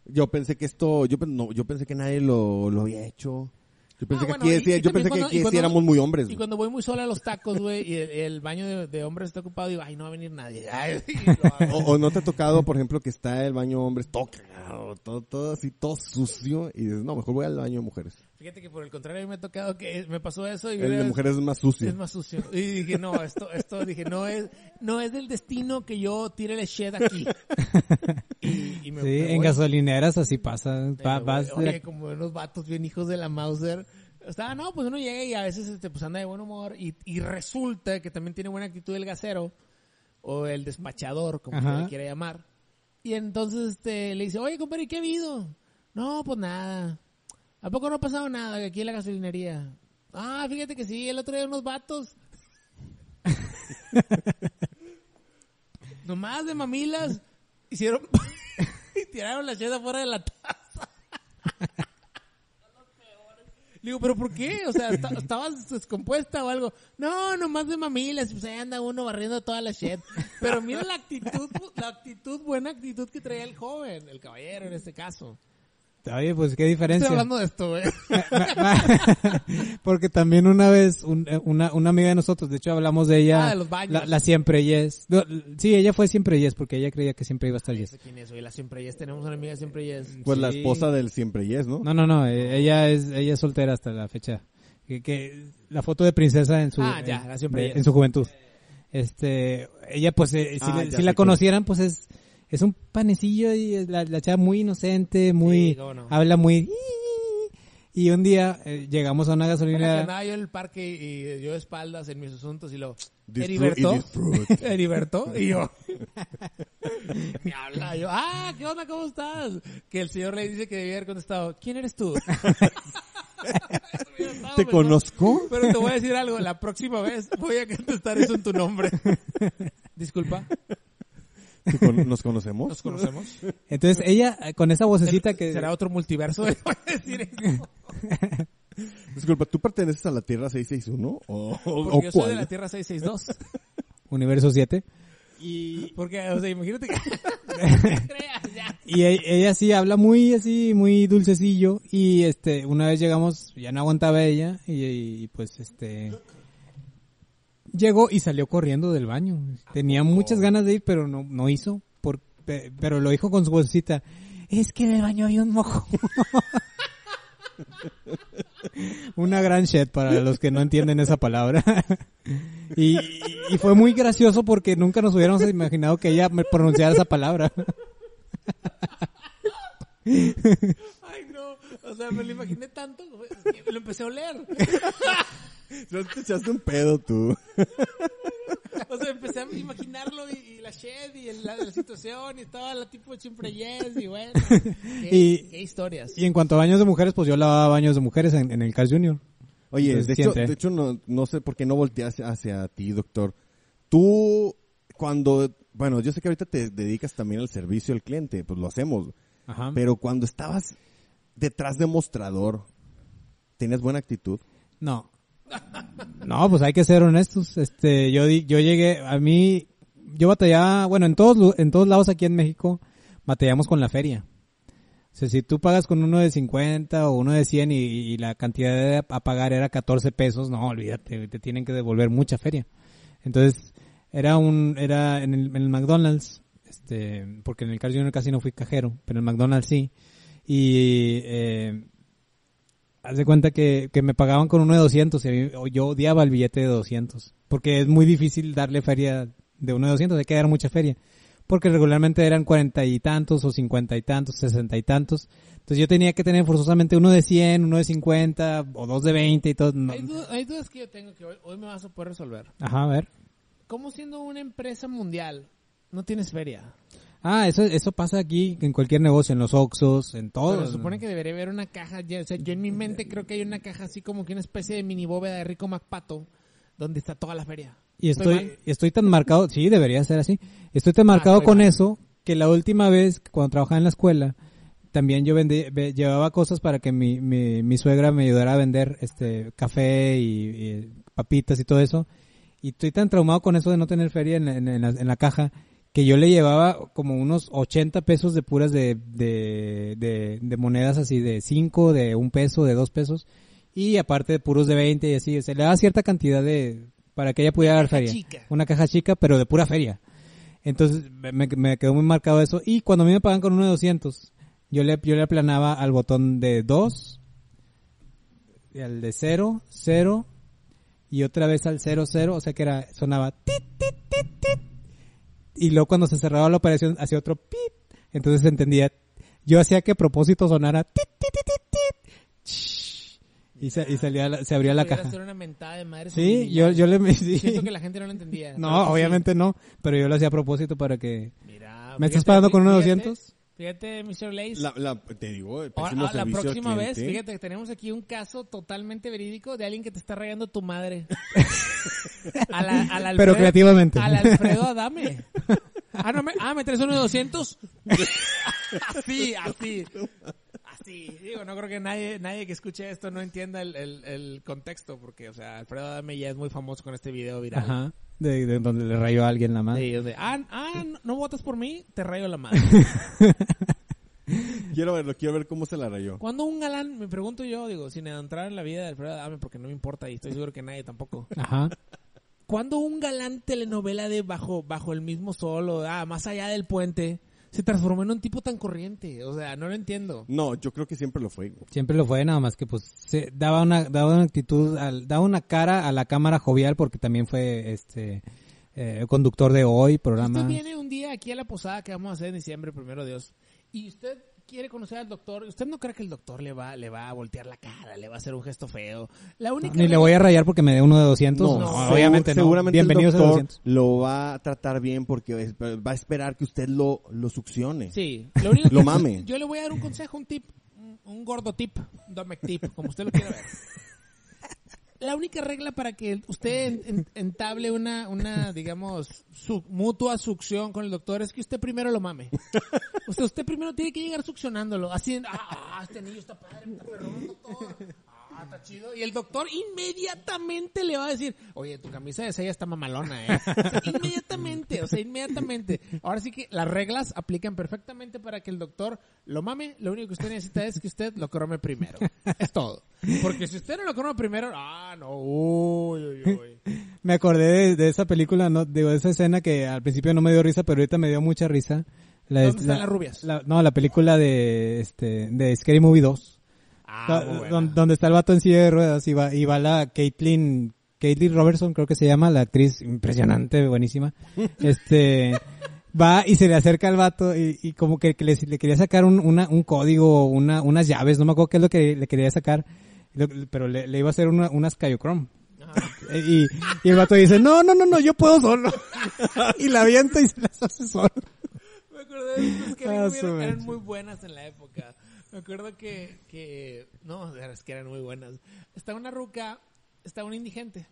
Speaker 2: Yo pensé que esto, yo, pen- no, yo pensé que nadie lo, lo había hecho. Yo pensé
Speaker 4: Ah,
Speaker 2: que
Speaker 4: bueno,
Speaker 2: aquí,
Speaker 4: y-
Speaker 2: decía-
Speaker 4: y
Speaker 2: yo
Speaker 4: también
Speaker 2: pensé que
Speaker 4: cuando-
Speaker 2: aquí
Speaker 4: y
Speaker 2: sí
Speaker 4: cuando-
Speaker 2: éramos muy hombres.
Speaker 4: Y
Speaker 2: güey.
Speaker 4: cuando voy muy sola a los tacos, güey, y el, el baño de, de hombres está ocupado, digo, ay, no va a venir nadie. Ay, y lo abro.
Speaker 2: O, o no te ha tocado, por ejemplo, que está el baño de hombres todo cagado, todo, todo así, todo sucio, y dices, no, mejor voy al baño de mujeres.
Speaker 4: Fíjate que por el contrario a mí me ha tocado que me pasó eso y
Speaker 5: El de
Speaker 4: era-
Speaker 5: mujeres es más sucio.
Speaker 4: es más sucio. Y dije, no, esto, esto, dije, no es, no es del destino que yo tire el shed aquí. Y, y me,
Speaker 3: Sí,
Speaker 4: me
Speaker 3: en
Speaker 4: voy.
Speaker 3: gasolineras así pasa.
Speaker 4: Eh,
Speaker 3: Va-
Speaker 4: güey,
Speaker 3: vas de la-
Speaker 4: oye, como unos vatos bien hijos de la Mauser. O sea, no, pues uno llega y a veces este, pues anda de buen humor y, y resulta que también tiene buena actitud el gasero o el despachador, como
Speaker 3: Ajá.
Speaker 4: se le quiera llamar. Y entonces este, le dice, oye, compadre, ¿qué ha habido? No, pues nada. ¿A poco no ha pasado nada aquí en la gasolinería? Ah, fíjate que sí, el otro día unos vatos. Nomás de mamilas hicieron... y tiraron la cheda fuera de la taza. Le digo, ¿pero por qué? O sea, ¿esta- ¿estabas descompuesta o algo? No, nomás de mamilas, pues ahí anda uno barriendo toda la shit. Pero mira la actitud, la actitud, buena actitud que traía el joven, el caballero en este caso.
Speaker 3: Oye, pues qué
Speaker 4: Estoy
Speaker 3: diferencia.
Speaker 4: hablando de esto, ¿eh? güey.
Speaker 3: Porque también una vez, un- eh, una, una amiga de nosotros, de hecho hablamos de ella,
Speaker 4: Ah, de los baños.
Speaker 3: La, la siempre yes. No, l- sí, ella fue siempre yes, porque ella creía que siempre iba a estar yes.
Speaker 4: ¿Quién es, güey? La siempre yes, tenemos una amiga siempre yes.
Speaker 5: Pues la
Speaker 3: Sí.
Speaker 5: esposa del siempre yes, ¿no?
Speaker 3: No, no, no, eh, ella es, ella es soltera hasta la fecha. Que, que la foto de princesa en su,
Speaker 4: Ah, ya, la siempre
Speaker 3: de-
Speaker 4: yes.
Speaker 3: en su juventud. Este, ella pues, eh, si,
Speaker 5: Ah,
Speaker 3: la-
Speaker 5: ya
Speaker 3: si
Speaker 5: sé
Speaker 3: la
Speaker 5: quién.
Speaker 3: conocieran, pues es, es un panecillo y es la, la chava muy inocente, muy,
Speaker 4: Sí, cómo no.
Speaker 3: habla muy, y un día eh, llegamos a una
Speaker 4: Con la que
Speaker 3: gasolinera.
Speaker 4: andaba yo en el parque y, y yo de espaldas en mis asuntos y lo
Speaker 5: Disfrut- y
Speaker 4: Heriberto
Speaker 5: disfrut.
Speaker 4: Heriberto y yo me habla yo ah qué onda cómo estás que el señor le dice que debía haber contestado quién eres tú Ah,
Speaker 5: ¿Te conozco?
Speaker 4: pero te voy a decir algo la próxima vez voy a contestar eso en tu nombre disculpa
Speaker 5: ¿Te con- ¿Nos conocemos?
Speaker 4: nos conocemos
Speaker 5: Pues
Speaker 3: Entonces ella eh, con esa vocecita que
Speaker 4: será otro multiverso le voy a decir eso
Speaker 5: Disculpa, ¿tú perteneces a la Tierra 661? ¿O, o-
Speaker 4: porque
Speaker 5: o
Speaker 4: yo soy de la
Speaker 5: cuál?
Speaker 4: tierra 662
Speaker 3: Universo 7
Speaker 4: porque o sea imagínate que no creas ya
Speaker 3: y e- ella sí habla muy así, muy dulcecillo y este una vez llegamos ya no aguantaba ella y, y, pues este llegó y salió corriendo del baño. Tenía muchas ganas de ir pero no no hizo por, pe- pero lo dijo con su vocecita. Es que en el baño había un mojo. Una gran shit para los que no entienden esa palabra. Y, y fue muy gracioso porque nunca nos hubiéramos imaginado que ella me pronunciara esa palabra.
Speaker 4: Ay, no. O sea, me lo imaginé tanto. güey, que Lo empecé a oler.
Speaker 5: Ya te echaste un pedo tú.
Speaker 4: O sea, empecé a imaginarlo y, y la shed y el- la, la situación y estaba la tipo de siempre yes y bueno. Qué,
Speaker 3: Y-
Speaker 4: qué historias.
Speaker 3: Y en cuanto a baños de mujeres, pues yo lavaba baños de mujeres en, en el Carl Junior.
Speaker 5: Oye,
Speaker 3: Entonces,
Speaker 5: de hecho,
Speaker 3: siente.
Speaker 5: de hecho no, no sé por qué no volteas hacia ti, doctor. Tú, cuando, bueno, yo sé que ahorita te dedicas también al servicio al cliente, pues lo hacemos.
Speaker 3: Ajá.
Speaker 5: Pero cuando estabas detrás de mostrador, ¿tenías buena actitud?
Speaker 3: No. No, pues hay que ser honestos. Este, yo di- yo llegué, a mí, yo batallaba, bueno, en todos, lu- en todos lados aquí en México, batallamos con la feria. O sea, si tú pagas con uno de 50 o uno de 100 y, y la cantidad de a pagar era 14 pesos, no, olvídate, te tienen que devolver mucha feria. Entonces, era un, era en el, en el McDonald's, este, porque en el Carl Jr. casi no fui cajero, pero en el McDonald's sí. Y, eh, Haz de cuenta que, que me pagaban con uno de 200 y a mí- o yo odiaba el billete de 200. Porque es muy difícil darle feria de uno de 200, hay que dar mucha feria. Porque regularmente eran cuarenta y tantos o cincuenta y tantos, sesenta y tantos. Entonces yo tenía que tener forzosamente uno de 100, uno de 50 o dos de 20 y todo. no-
Speaker 4: Hay, du- hay dudas que yo tengo que hoy, hoy me vas a poder resolver.
Speaker 3: Ajá, a ver.
Speaker 4: ¿Cómo siendo una empresa mundial no tienes feria?
Speaker 3: Ah, eso, eso pasa aquí en cualquier negocio, en los Oxxos, en todo.
Speaker 4: Pero se supone que debería haber una caja, ya, o sea, yo en mi mente creo que hay una caja así como que una especie de mini bóveda de Rico MacPato donde está toda la feria.
Speaker 3: Y
Speaker 4: ¿Estoy
Speaker 3: estoy,
Speaker 4: mal? Ah,
Speaker 3: y estoy tan marcado, sí, debería ser así. Estoy tan marcado
Speaker 4: estoy
Speaker 3: con
Speaker 4: mal.
Speaker 3: eso que la última vez, que cuando trabajaba en la escuela, también yo vendí, ve- llevaba cosas para que mi, mi, mi suegra me ayudara a vender este café y, y papitas y todo eso. Y estoy tan traumado con eso de no tener feria en la, en- en la- en la caja que yo le llevaba como unos 80 pesos de puras de, de, de, de monedas así de 5, de 1 peso, de 2 pesos. Y aparte de puros de 20 y así, o sea, le daba cierta cantidad de, para que ella pudiera dar feria.
Speaker 4: chica.
Speaker 3: Una caja chica, pero de pura feria. Entonces me, me quedó muy marcado eso. Y cuando a mí me pagan con uno de 200, yo le, yo le aplanaba al botón de 2, y al de 0, 0 y otra vez al 0, 0, o sea que era sonaba tit, tit, tit, tit. Y luego cuando se cerraba la operación hacía otro pit, entonces se entendía. Yo hacía que a propósito sonara tit, tit, tit, tit, tit, shh, y, sa- y salía la- se abría la
Speaker 4: Pudiera
Speaker 3: caja.
Speaker 4: ser una mentada de madre
Speaker 3: Sí, yo,
Speaker 4: subliminal.
Speaker 3: yo le metí.
Speaker 4: Siento que la gente no lo entendía. Pero
Speaker 3: No,
Speaker 4: sí.
Speaker 3: obviamente no, pero yo lo hacía a propósito para que...
Speaker 4: Mira,
Speaker 3: ¿Me estás
Speaker 4: fíjate,
Speaker 3: pagando con unos
Speaker 4: fíjate,
Speaker 3: 200?
Speaker 4: Fíjate, Mr. Lace.
Speaker 2: La, la- te digo, el
Speaker 4: Ahora,
Speaker 2: pésimo
Speaker 4: ah, la
Speaker 2: servicio al
Speaker 4: próxima vez,
Speaker 2: cliente.
Speaker 4: fíjate que tenemos aquí un caso totalmente verídico de alguien que te está rayando tu madre. A la- al Alfredo-
Speaker 3: Pero creativamente.
Speaker 4: Al Alfredo Adame. Ah, no, me, ah, ¿me traes uno de 200? así, así. Así. Digo, no creo que nadie, nadie que escuche esto no entienda el, el- el contexto, porque, o sea, Alfredo Adame ya es muy famoso con este video viral.
Speaker 3: Ajá. De, de donde le rayó a alguien la mano.
Speaker 4: Sí, o sea, ah, ah, no- no votas por mí, te rayo la madre.
Speaker 2: Quiero verlo, quiero ver cómo se la rayó.
Speaker 4: Cuando un galán, me pregunto yo, digo, sin entrar en la vida de Alfredo Adame, porque no me importa y estoy seguro que nadie tampoco.
Speaker 3: Ajá.
Speaker 4: Cuando un galán telenovela de bajo, bajo el mismo sol o ah, más allá del puente se transformó en un tipo tan corriente? O sea, no lo entiendo.
Speaker 2: No, yo creo que siempre lo fue.
Speaker 3: Siempre lo fue, nada más que pues se daba una, daba una actitud, al- daba una cara a la cámara jovial porque también fue este eh, conductor de hoy, programa.
Speaker 4: Usted viene un día aquí a la posada que vamos a hacer en diciembre, primero Dios, y usted quiere conocer al doctor, usted no cree que el doctor le va, le va a voltear la cara, le va a hacer un gesto feo. La única
Speaker 3: Ah, Ni le voy a rayar porque me dé uno de 200. No,
Speaker 4: no,
Speaker 3: obviamente no.
Speaker 2: Seguramente
Speaker 3: Bienvenidos
Speaker 2: el
Speaker 3: a
Speaker 2: doctor
Speaker 3: 200.
Speaker 2: lo va a tratar bien porque es- va a esperar que usted lo, lo succione.
Speaker 4: Sí, lo único
Speaker 2: Lo
Speaker 4: que-
Speaker 2: mame.
Speaker 4: Yo le voy a dar un consejo, un tip, un, un gordo tip, un domec tip, como usted lo quiera ver. La única regla para que usted en- en- entable una, una digamos, su- mutua succión con el doctor es que usted primero lo mame. O sea, usted primero tiene que llegar succionándolo. Así, en, ah, ah, este anillo está padre, está perrón, doctor. Ah, está chido. Y el doctor inmediatamente le va a decir, oye, tu camisa de sella está mamalona, ¿eh? O sea, inmediatamente, o sea, inmediatamente. Ahora sí que las reglas aplican perfectamente para que el doctor lo mame. Lo único que usted necesita es que usted lo crome primero. Es todo. Porque si usted no lo crome primero, ah, no, uy, uy, uy.
Speaker 3: Me acordé de, de esa película, no, digo, de esa escena que al principio no me dio risa, pero ahorita me dio mucha risa. La,
Speaker 4: ¿Dónde están las rubias?
Speaker 3: la- no, la película de, este, de Scary Movie 2.
Speaker 4: Ah,
Speaker 3: Do-
Speaker 4: muy buena.
Speaker 3: don- donde está el vato en silla de ruedas y va, y va la Caitlyn, Caitlyn Robertson, creo que se llama, la actriz impresionante, buenísima. Este, va y se le acerca al vato y, y como que, que le, le quería sacar un, una- un código, una, unas llaves, no me acuerdo qué es lo que le quería sacar, lo- pero le, le iba a hacer una- unas Cayocrom. Y, y el vato dice, no, no, no, no, yo puedo solo. y la avienta y se las hace solo.
Speaker 4: Me acuerdo de esas que
Speaker 3: Ah, su
Speaker 4: eran, eran
Speaker 3: mecha.
Speaker 4: muy buenas en la época. Me acuerdo que, que no, de veras que eran muy buenas. Estaba una ruca, estaba un indigente.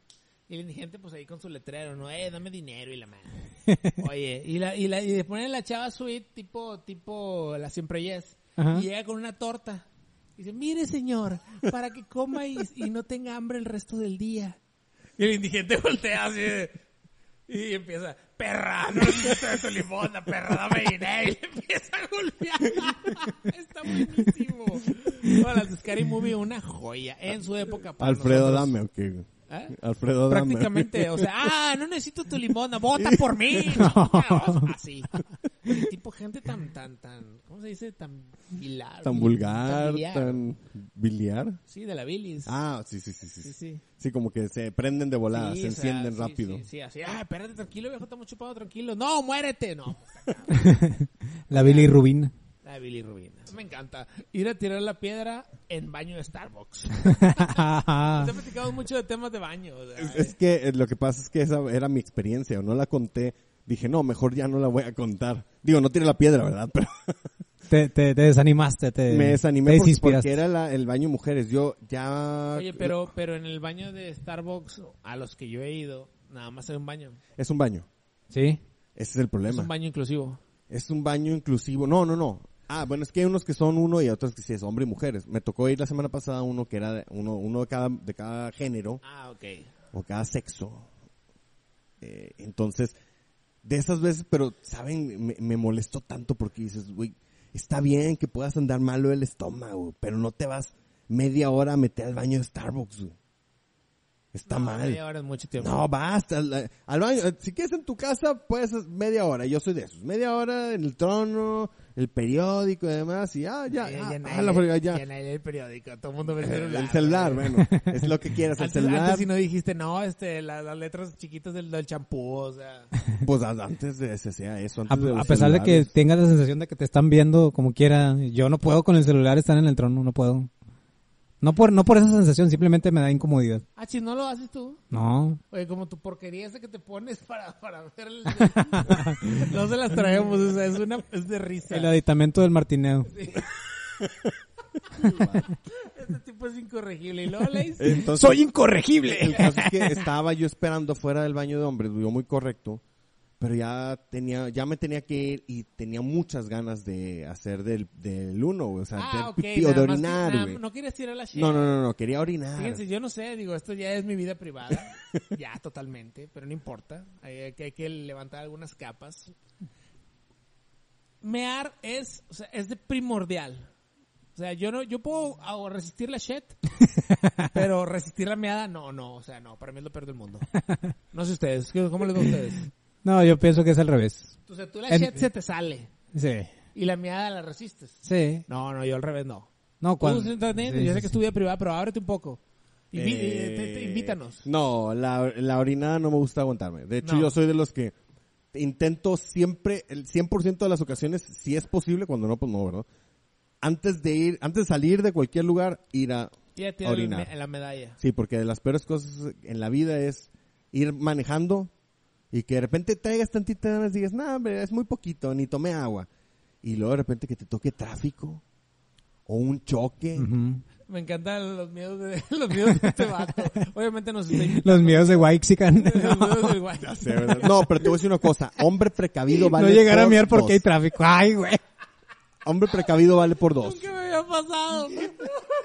Speaker 4: Y el indigente, pues ahí con su letrero, ¿no? Eh, dame dinero y la madre. Oye, y la, y la, y le ponen la chava suite tipo, tipo la siempre yes.
Speaker 3: Ajá.
Speaker 4: Y llega con una torta. Y dice, mire señor, para que coma y, y no tenga hambre el resto del día. Y el indigente voltea así de- y empieza, perra, no necesitas de tu limón, la perra, dame dinero. Y le empieza a golpear. Está buenísimo. No, las de Scary Movie, una joya. En su época. para
Speaker 2: Alfredo
Speaker 4: nosotros.
Speaker 2: Dame, ok.
Speaker 4: ¿Eh?
Speaker 2: Alfredo Dame.
Speaker 4: Prácticamente, o sea, ah, no necesito tu limona, vota por mí. chingados. Así. El tipo gente tan, tan, tan, ¿cómo se dice? Tan vilar.
Speaker 2: Tan vulgar,
Speaker 4: vilar.
Speaker 2: tan biliar.
Speaker 4: Sí, de la bilis.
Speaker 2: Ah, sí, sí, sí, sí.
Speaker 4: sí,
Speaker 2: Sí,
Speaker 4: sí.
Speaker 2: como que se prenden de volada,
Speaker 4: Sí,
Speaker 2: Ah, se
Speaker 4: o sea,
Speaker 2: encienden
Speaker 4: sí,
Speaker 2: rápido.
Speaker 4: Sí, sí, así, ah, espérate, tranquilo, viejo, estamos chupados, tranquilo. No, muérete, no.
Speaker 3: La Billy Rubin.
Speaker 4: La bilirrubina. Me encanta. Ir a tirar la piedra en baño de Starbucks. Te he platicado mucho de temas de baño. o sea,
Speaker 2: Ah. Es que eh, lo que pasa es que esa era mi experiencia, no la conté. Dije, no, mejor ya no la voy a contar. Digo, no tiré la piedra, ¿verdad? Pero
Speaker 3: te, te, te desanimaste, te,
Speaker 2: me
Speaker 3: te
Speaker 2: desanimé porque,
Speaker 3: desinspiraste.
Speaker 2: porque era la- el baño mujeres. Yo ya...
Speaker 4: Oye, pero, pero en el baño de Starbucks, a los que yo he ido, nada más hay un baño.
Speaker 2: Es un baño.
Speaker 3: Sí.
Speaker 2: Ese es el problema.
Speaker 4: Es un baño inclusivo.
Speaker 2: baño inclusivo. No, no, no. Ah, bueno, es que hay unos que son uno y otros que sí es hombre y mujeres. Me tocó ir la semana pasada a uno que era de- uno, uno de cada, de cada género.
Speaker 4: Ah, ok.
Speaker 2: o cada sexo. Eh, entonces, de esas veces, pero, ¿saben? Me, me molestó tanto porque dices, güey, está bien que puedas andar malo el estómago, pero no te vas media hora a meter al baño de Starbucks, güey. Está mal.
Speaker 4: Ahora es mucho tiempo.
Speaker 2: No, basta. Al, al baño, eh, si quieres en tu casa, puedes hacer media hora. Yo soy de esos. Media hora en el trono, el periódico y demás, y ah, ya,
Speaker 4: Eh,
Speaker 2: ah,
Speaker 4: ya
Speaker 2: ah, la
Speaker 4: nadie-
Speaker 2: fregada, ya. Eh,
Speaker 4: ya nadie lee el periódico, todo el mundo ve el celular.
Speaker 2: El celular, bueno, es lo que quieras, el
Speaker 4: Antes, antes
Speaker 2: celular.
Speaker 4: si no dijiste, no, este, la- las letras chiquitas del del champú, o sea.
Speaker 2: Pues a- antes de se sea eso,
Speaker 3: A,
Speaker 2: antes de
Speaker 3: a
Speaker 2: los
Speaker 3: pesar de que
Speaker 2: celulares.
Speaker 3: tengas la sensación de que te están viendo como quiera, yo no puedo con el celular estar en el trono, no puedo. No por, no por esa sensación, simplemente me da incomodidad.
Speaker 4: Ah, si no lo haces tú.
Speaker 3: No,
Speaker 4: Oye, como tu porquería esa que te pones para, para ver el... no se las traemos, o sea, es una... es de risa.
Speaker 3: el aditamento del martineo.
Speaker 4: Este tipo es incorregible. Y luego le dice...
Speaker 2: Entonces,
Speaker 3: incorregible!
Speaker 2: el caso es que estaba yo esperando fuera del baño de hombres, yo muy correcto, pero ya tenía, ya me tenía que ir y tenía muchas ganas de hacer del, del uno, güey, o sea, del
Speaker 4: Ah, ok.
Speaker 2: pipí o de
Speaker 4: nada más que-
Speaker 2: orinar,
Speaker 4: nada-
Speaker 2: güey.
Speaker 4: no quieres tirar la shit.
Speaker 2: No, no, no, no, quería orinar.
Speaker 4: Fíjense, yo no sé, digo, esto ya es mi vida privada. ya, totalmente, pero no importa. Hay, hay que, hay que levantar algunas capas. Mear es, o sea, es de primordial. O sea, yo no, yo puedo ah, resistir la shit, pero resistir la meada, no, no, o sea, no, para mí es lo peor del mundo. No sé ustedes, ¿qué- ¿cómo les va a ustedes?
Speaker 3: No, yo pienso que es al revés.
Speaker 4: O sea, tú la
Speaker 3: En-
Speaker 4: shit se te sale
Speaker 3: Sí,
Speaker 4: y la meada la resistes.
Speaker 3: sí.
Speaker 4: No, no, yo al revés no.
Speaker 3: No,
Speaker 4: Tú,
Speaker 3: cuando...
Speaker 4: Internet,
Speaker 3: sí,
Speaker 4: yo
Speaker 3: sí,
Speaker 4: sé que es
Speaker 3: sí.
Speaker 4: tu vida privada, pero ábrete un poco. Invi-
Speaker 2: Eh,
Speaker 4: eh, te- te- invítanos.
Speaker 2: No, la, la orinada no me gusta aguantarme. De hecho,
Speaker 4: No.
Speaker 2: yo soy de los que intento siempre, el 100% de las ocasiones, si es posible, cuando no, pues no, ¿verdad? Antes de ir, antes de salir de cualquier lugar, ir a
Speaker 4: Ya tiene
Speaker 2: orinar.
Speaker 4: la, la medalla.
Speaker 2: Sí, porque de las peores cosas en la vida es ir manejando y que de repente traigas tantita ganas y digas, no, hombre, es muy poquito, ni tomé agua. Y luego de repente que te toque tráfico o un choque.
Speaker 3: Ujú.
Speaker 4: Me encantan los miedos de, los miedos de este vato. Obviamente nos está invitando.
Speaker 3: Los miedos de Waxican.
Speaker 4: Los
Speaker 3: No,
Speaker 4: miedos del guay.
Speaker 2: Sí, ¿verdad? No, pero te voy a decir una cosa, hombre precavido vale
Speaker 3: no llegar a
Speaker 2: por
Speaker 3: mirar porque hay
Speaker 2: dos.
Speaker 3: tráfico. ¡Ay, güey!
Speaker 2: Hombre precavido vale por dos.
Speaker 4: ¿Qué me había pasado?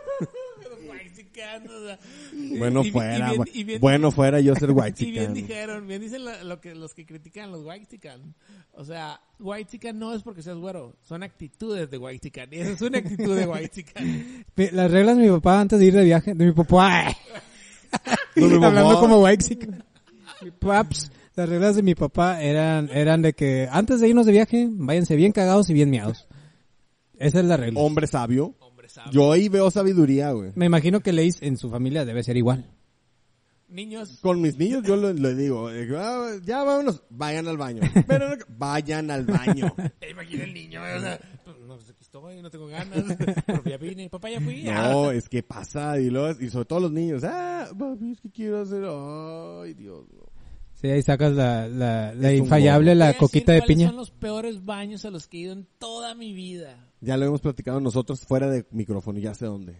Speaker 4: Los guaysicanos, o sea.
Speaker 2: Bueno
Speaker 4: Y- y-
Speaker 2: fuera,
Speaker 4: y bien-
Speaker 2: bu-
Speaker 4: y bien-
Speaker 2: bueno fuera yo ser white
Speaker 4: Y bien dijeron, bien dicen lo, lo que, los que critican los Waxican. O sea, Waxican no es porque seas güero, son actitudes de Waxican. Y esa es una actitud de Waxican.
Speaker 3: Pe- Las reglas de mi papá antes de ir de viaje, de mi papá. ¡ay!
Speaker 2: De mi papá.
Speaker 3: Hablando como Waxican. Mi paps, las reglas de mi papá eran, eran de que antes de irnos de viaje, váyanse bien cagados y bien miados. Esa es la regla.
Speaker 2: Hombre sabio.
Speaker 4: Hombre, sabio.
Speaker 2: Yo ahí veo sabiduría, güey.
Speaker 3: Me imagino que Leis en su familia debe ser igual.
Speaker 4: Niños,
Speaker 2: Con mis niños yo lo- le digo, eh, "Ah, ya vámonos, vayan al baño. Pero no- vayan al baño.
Speaker 4: te imagina el niño, o sea, pues, no sé qué estoy, no tengo ganas, pero ya vine, papá ya fui. Ah,
Speaker 2: No, es que pasa, y, los, y sobre todo los niños, ah, papi, es que quiero hacer, ay, Dios. no".
Speaker 3: Sí, ahí sacas la, la, la
Speaker 2: Es un
Speaker 3: infallable,
Speaker 4: Voy a
Speaker 3: la
Speaker 4: decir
Speaker 3: coquita de
Speaker 4: cuáles
Speaker 3: piña.
Speaker 4: son los peores baños a los que he ido en toda mi vida.
Speaker 2: Ya lo hemos platicado nosotros fuera de micrófono, ya sé dónde.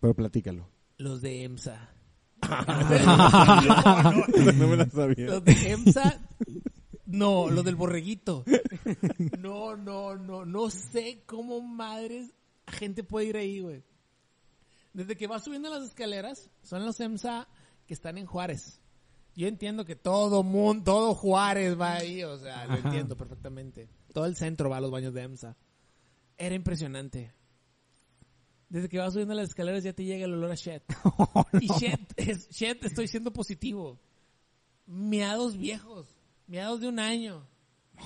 Speaker 2: Pero platícalo.
Speaker 4: Los de EMSA.
Speaker 2: no me la sabía.
Speaker 4: Los de EMSA. No, los del borreguito. No, no, no. No sé cómo madres gente puede ir ahí, güey. Desde que vas subiendo las escaleras, son los EMSA que están en Juárez. Yo entiendo que todo mundo, todo Juárez va ahí, o sea, lo entiendo perfectamente. Todo el centro va a los baños de EMSA. Era impresionante. Desde que vas subiendo las escaleras ya te llega el olor a shit. Y shit, es- shit, estoy siendo positivo. Meados viejos. Meados de un año.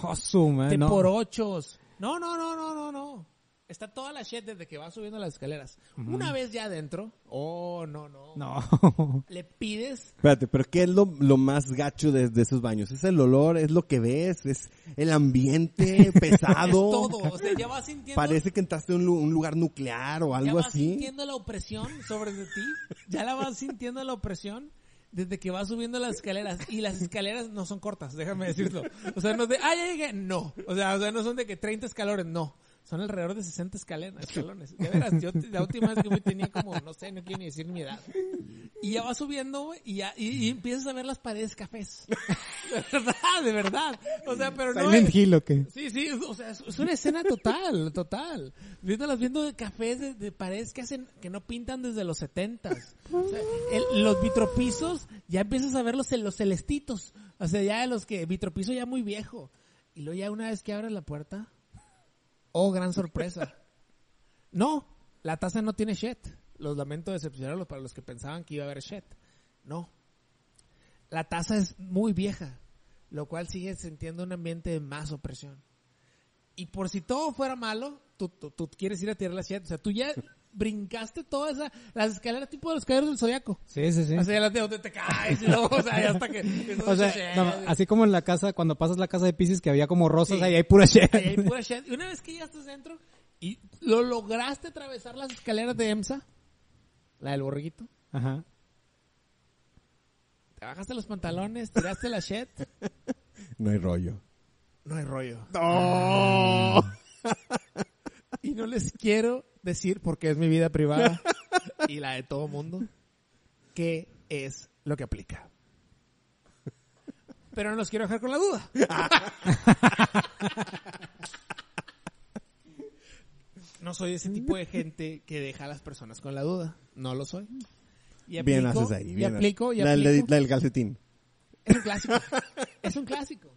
Speaker 3: Oh, su madre,
Speaker 4: Te
Speaker 3: no.
Speaker 4: por ochos. No, no, no, no, no, no. Está toda la shit desde que vas subiendo las escaleras. Una vez ya adentro, oh, no, no.
Speaker 3: No.
Speaker 4: Le pides
Speaker 2: Espérate, pero ¿qué es lo, lo más gacho de, de esos baños? ¿Es el olor? ¿Es lo que ves? ¿Es el ambiente pesado?
Speaker 4: es todo. O sea, ya vas sintiendo,
Speaker 2: Parece que entraste a un, lu- un lugar nuclear o
Speaker 4: ya
Speaker 2: algo
Speaker 4: vas
Speaker 2: así.
Speaker 4: sintiendo la opresión sobre de ti. Ya la vas sintiendo la opresión desde que vas subiendo las escaleras. Y las escaleras no son cortas, déjame decirlo. O sea, no es de, ah, ya llegué. No. O sea, o sea, no son de que 30 escalones, no. Son alrededor de 60 escaleras, escalones. De veras, yo te- la última vez que fui tenía como, no sé, no quiero ni decir mi edad. Y ya vas subiendo, güey, y, ya- y, y empiezas a ver las paredes cafés. De verdad, de verdad. O sea, pero no
Speaker 3: Silent
Speaker 4: es-
Speaker 3: Hill, ¿o qué?
Speaker 4: Sí, sí, es- o sea, es, es una escena total, total. Viéndolas viendo de cafés de, de paredes que hacen, que no pintan desde los setentas. los vitropisos, ya empiezas a ver los, cel- los celestitos. O sea, ya los que, vitropiso ya muy viejo. Y luego ya una vez que abres la puerta, oh, gran sorpresa. No, la taza no tiene shit. Los lamento decepcionarlos para los que pensaban que iba a haber shit. No. La taza es muy vieja, lo cual sigue sintiendo un ambiente de más opresión. Y por si todo fuera malo, tú, tú, tú quieres ir a tirar la shit. O sea, tú ya brincaste todas esa, las escaleras tipo de los caballeros del zodiaco.
Speaker 3: Sí, sí, sí.
Speaker 4: O sea, ya las de donde te caes y luego, o sea, ya hasta que... eso
Speaker 3: O
Speaker 4: es
Speaker 3: sea,
Speaker 4: shit.
Speaker 3: no, así como en la casa, cuando pasas la casa de Pisces que había como rosas,
Speaker 4: Sí.
Speaker 3: ahí hay pura shit.
Speaker 4: Ahí hay pura shit. Y una vez que ya estás dentro y lo lograste atravesar las escaleras de EMSA, la del borriguito,
Speaker 3: Ajá.
Speaker 4: te bajaste los pantalones, tiraste la shit,
Speaker 2: No hay rollo.
Speaker 4: no hay rollo. Y no les quiero decir, porque es mi vida privada y la de todo mundo, qué es lo que aplica. Pero no los quiero dejar con la duda. No soy ese tipo de gente que deja a las personas con la duda. No lo soy. Y
Speaker 2: bien
Speaker 4: aplico,
Speaker 2: haces ahí.
Speaker 4: y
Speaker 2: Bien
Speaker 4: aplico, y
Speaker 2: la, del-
Speaker 4: aplico.
Speaker 2: la del calcetín.
Speaker 4: Es un clásico. Es un clásico.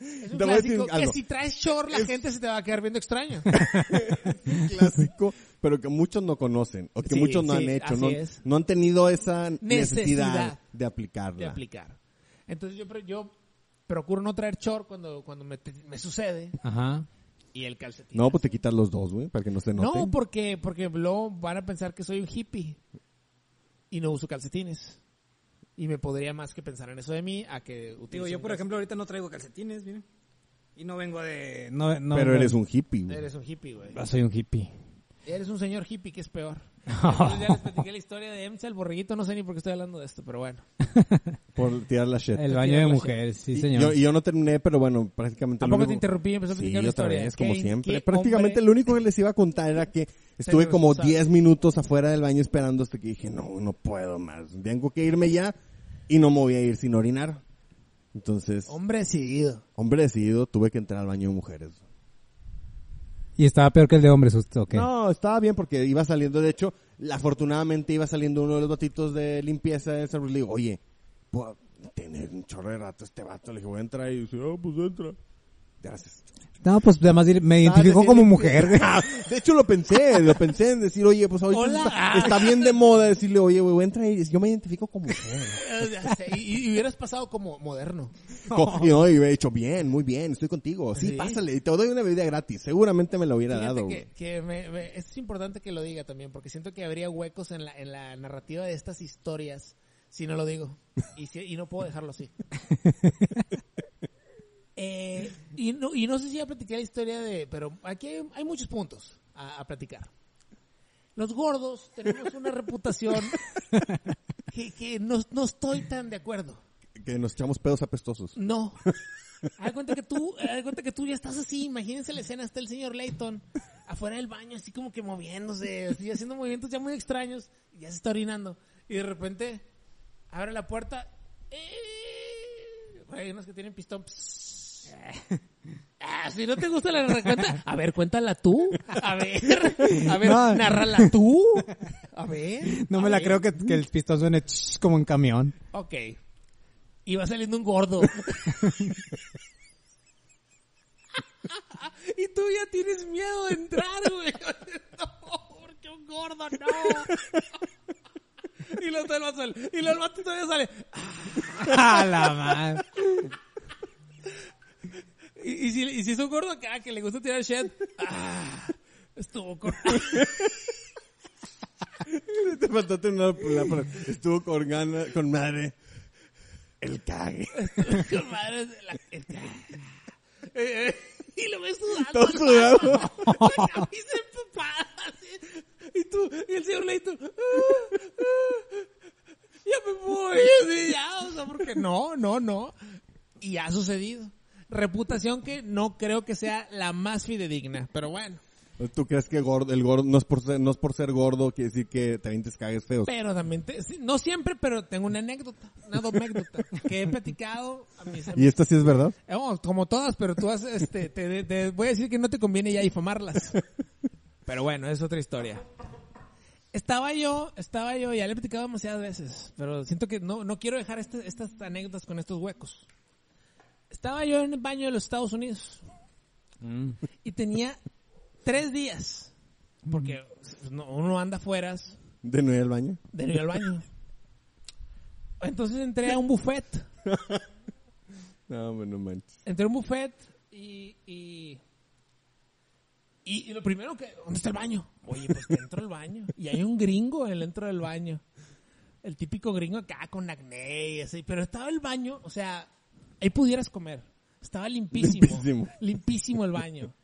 Speaker 4: Es un
Speaker 2: Te voy a decir
Speaker 4: clásico que
Speaker 2: algo.
Speaker 4: si traes short la gente se te va a quedar viendo extraño.
Speaker 2: clásico, pero que muchos no conocen o que
Speaker 4: Sí,
Speaker 2: muchos no
Speaker 4: sí,
Speaker 2: han hecho,
Speaker 4: así
Speaker 2: no,
Speaker 4: es.
Speaker 2: no han tenido esa
Speaker 4: Necesidad.
Speaker 2: necesidad, de aplicarla.
Speaker 4: de aplicar. Entonces yo, pro- yo procuro no traer short cuando, cuando me, te- me sucede
Speaker 3: Ajá.
Speaker 4: y el calcetín.
Speaker 2: No, pues te quitas los dos, güey, para que no se
Speaker 4: No,
Speaker 2: noten.
Speaker 4: porque, porque luego van a pensar que soy un hippie y no uso calcetines. Y me podría más que pensar en eso de mí a que utilizo
Speaker 3: Digo, yo
Speaker 4: un
Speaker 3: por
Speaker 4: calcetín.
Speaker 3: ejemplo ahorita no traigo calcetines, miren. Y no vengo de... No, no
Speaker 2: pero
Speaker 3: vengo-
Speaker 2: eres un hippie, güey.
Speaker 4: Eres un hippie, güey.
Speaker 3: Ah, soy un hippie.
Speaker 4: Eres un señor hippie, que es peor. Entonces ya les platiqué la historia de Emsa, el borreguito. No sé ni por qué estoy hablando de esto, pero bueno.
Speaker 2: Por tirar la shit.
Speaker 3: El baño de mujeres, sí
Speaker 2: Y-
Speaker 3: señor.
Speaker 2: Yo, y yo no terminé, pero bueno, prácticamente...
Speaker 4: ¿A
Speaker 2: lo
Speaker 4: poco
Speaker 2: único-
Speaker 4: te interrumpí y empezó a
Speaker 2: Sí,
Speaker 4: platicar la
Speaker 2: otra
Speaker 4: historia?
Speaker 2: vez, como
Speaker 4: ¿Qué-
Speaker 2: siempre.
Speaker 4: qué
Speaker 2: Prácticamente
Speaker 4: hombre-
Speaker 2: lo único que les iba a contar era que estuve como
Speaker 4: responsable.
Speaker 2: 10 minutos afuera del baño esperando hasta que dije, no, no puedo más. Tengo que irme ya y no me voy a ir sin orinar. Entonces,
Speaker 4: Hombre decidido.
Speaker 2: hombre decidido, tuve que entrar al baño de mujeres.
Speaker 3: Y estaba peor que el de hombres, usted, ¿o qué?
Speaker 2: No, estaba bien porque iba saliendo, de hecho, afortunadamente iba saliendo uno de los batitos de limpieza de San Luis. Le digo, oye, puedo tener un chorro de rato este vato. Le dije, voy a entrar y dice, ah, pues entra. Gracias.
Speaker 3: No, pues además dir- me identificó
Speaker 2: decir-
Speaker 3: como mujer. güey.
Speaker 2: Ah, De hecho, lo pensé, lo pensé en decir, oye, pues ahorita
Speaker 4: Hola.
Speaker 2: Está, está bien de moda decirle, oye, güey, voy a entrar y yo me identifico como mujer.
Speaker 4: Eh, ya sé, Y, y hubieras pasado como moderno.
Speaker 2: Co- Y no, y hubiera dicho, bien, muy bien, estoy contigo. Sí,
Speaker 4: Sí.
Speaker 2: pásale, y te doy una bebida gratis. Seguramente me la hubiera
Speaker 4: Fíjate
Speaker 2: dado.
Speaker 4: que, que me- me- es importante que lo diga también, porque siento que habría huecos en la, en la narrativa de estas historias si no lo digo. Y, si- y no puedo dejarlo así. Eh, y, no, y no sé si ya platiqué la historia de... Pero aquí hay, hay muchos puntos a, a platicar. Los gordos tenemos una reputación que, que no, no estoy tan de acuerdo.
Speaker 2: güey. que nos echamos pedos apestosos.
Speaker 4: No. Haz cuenta que tú, haz cuenta que tú ya estás así, imagínense la escena, está el señor Layton afuera del baño, así como que moviéndose, así haciendo movimientos ya muy extraños, y ya se está orinando. Y de repente abre la puerta. ¡eh! Hay unos que tienen pistón. pss. Ah, si no te gusta la cuenta, a ver, cuéntala tú. A ver, a ver,
Speaker 3: No.
Speaker 4: narrala tú. A ver.
Speaker 3: No me
Speaker 4: a
Speaker 3: la
Speaker 4: ver.
Speaker 3: creo que, que el pistón suene ch- como en camión.
Speaker 4: Ok. Y va saliendo un gordo. y tú ya tienes miedo de entrar, güey. No, porque un gordo, no. y luego el vato sale. Y luego el vato todavía sale.
Speaker 3: A la madre.
Speaker 4: Y, y si, y si es un gordo acá que le gusta tirar shit. ah, estuvo con...
Speaker 2: Te faltó terminar la frase. Estuvo con gana- con madre. El cague.
Speaker 4: con madre de la... Eh, eh, y lo ves sudando.
Speaker 2: Todo sudado.
Speaker 4: La camisa empapada, así. Y tú, y el señor Leighton. "Ah, ah, ya me voy. así, ya, o sea, porque no, no, no. Y ha sucedido. Reputación que no creo que sea la más fidedigna, pero bueno.
Speaker 2: ¿Tú crees que gordo, el gordo, no es por ser, no es por ser gordo, quiere decir que también te cagues feos?
Speaker 4: Pero también, te- sí, no siempre, pero tengo una anécdota, una anécdota que he platicado a mis
Speaker 2: ¿Y esta sí es verdad?
Speaker 4: Eh, oh, como todas, pero tú has, este, te, te- te voy a decir que no te conviene ya difamarlas. Pero bueno, es otra historia. Estaba yo, estaba yo, ya le he platicado demasiadas veces, pero siento que no, no quiero dejar este- estas anécdotas con estos huecos. Estaba yo en el baño de los Estados Unidos y tenía tres días, porque pues, no- uno anda afuera
Speaker 2: ¿De no ir al baño?
Speaker 4: de no ir al baño. Entonces entré a un buffet.
Speaker 2: No, hombre, no manches.
Speaker 4: entré a un buffet y, y Y, y lo primero que, ¿dónde está el baño? Oye, pues que entro al baño. Y hay un gringo en el dentro del baño. El típico gringo acá con acné y así. Pero estaba el baño, o sea, ahí pudieras comer. Estaba limpísimo.
Speaker 5: Limpísimo.
Speaker 4: Limpísimo, el baño.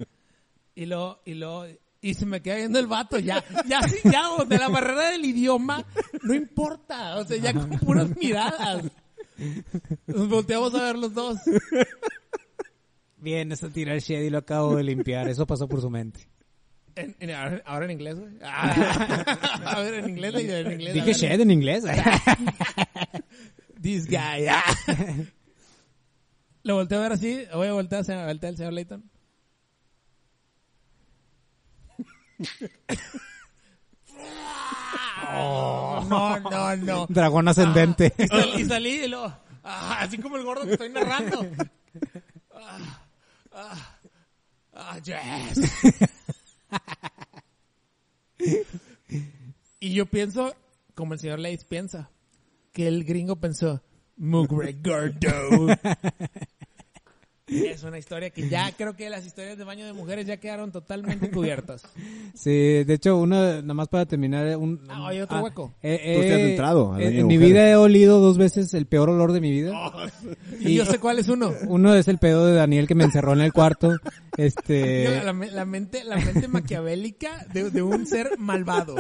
Speaker 4: Y lo, y lo, y se me queda viendo el vato ya, ya, sí, ya, o de la barrera del idioma, no importa. O sea, ya con puras miradas. Nos volteamos a ver los dos.
Speaker 3: Vienes a tirar shade y lo acabo de limpiar. Eso pasó por su mente.
Speaker 4: En- en- ahora, ahora en inglés, güey. Ah. a ver, en inglés, güey, en inglés. a
Speaker 3: Dije
Speaker 4: ver.
Speaker 3: shade en inglés.
Speaker 4: This guy. ah. Lo volteo a ver así. Voy a voltear, se me voltea el señor Layton. No, no, no.
Speaker 3: Dragón ascendente.
Speaker 4: Y, sal- y salí y luego, ah, así como el gordo que estoy narrando. Ah, ah, ah, yes. y yo pienso, como el señor Leis piensa, que el gringo pensó, Mugregordo. Es una historia que ya creo que las historias de baño de mujeres ya quedaron totalmente cubiertas.
Speaker 3: Sí, de hecho, una, nada más para terminar. eh, Un,
Speaker 4: Ah, hay otro hueco.
Speaker 3: eh,
Speaker 5: Tú sí has
Speaker 3: eh,
Speaker 5: entrado al
Speaker 3: eh,
Speaker 5: baño de
Speaker 3: en mi
Speaker 5: mujeres.
Speaker 3: vida he olido dos veces el peor olor de mi vida.
Speaker 4: Oh. Y yo sé cuál es uno.
Speaker 3: Uno es el pedo de Daniel que me encerró en el cuarto. Este.
Speaker 4: Yo, la, me- la mente, la mente maquiavélica de, de un ser malvado.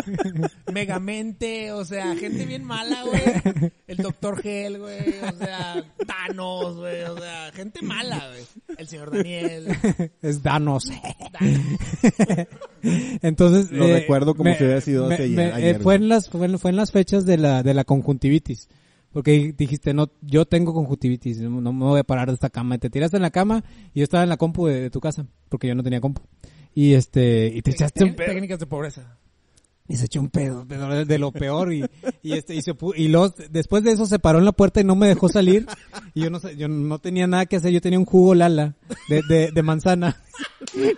Speaker 4: Megamente, o sea, gente bien mala, güey. El doctor Gel, güey. O sea, Thanos, güey. O sea, gente mala, güey. El señor Daniel.
Speaker 3: es Danos.
Speaker 4: Dan-
Speaker 3: Entonces.
Speaker 5: Lo recuerdo como si hubiera sido hace ayer-
Speaker 3: eh,
Speaker 5: ayer,
Speaker 3: fue, en las, fue, en, fue en las fechas de la, de la conjuntivitis. Porque dijiste, no, yo tengo conjuntivitis, no, no me voy a parar de esta cama. Y te tiraste en la cama y yo estaba en la compu de, de tu casa, porque yo no tenía compu. Y este, y te echaste un
Speaker 4: Tec- Técnicas de pobreza.
Speaker 3: Y se echó un pedo, pedo de, de lo peor y, y este, y se pu- y los, después de eso se paró en la puerta y no me dejó salir. Y yo no sé, yo no tenía nada que hacer, yo tenía un jugo lala de, de, de manzana.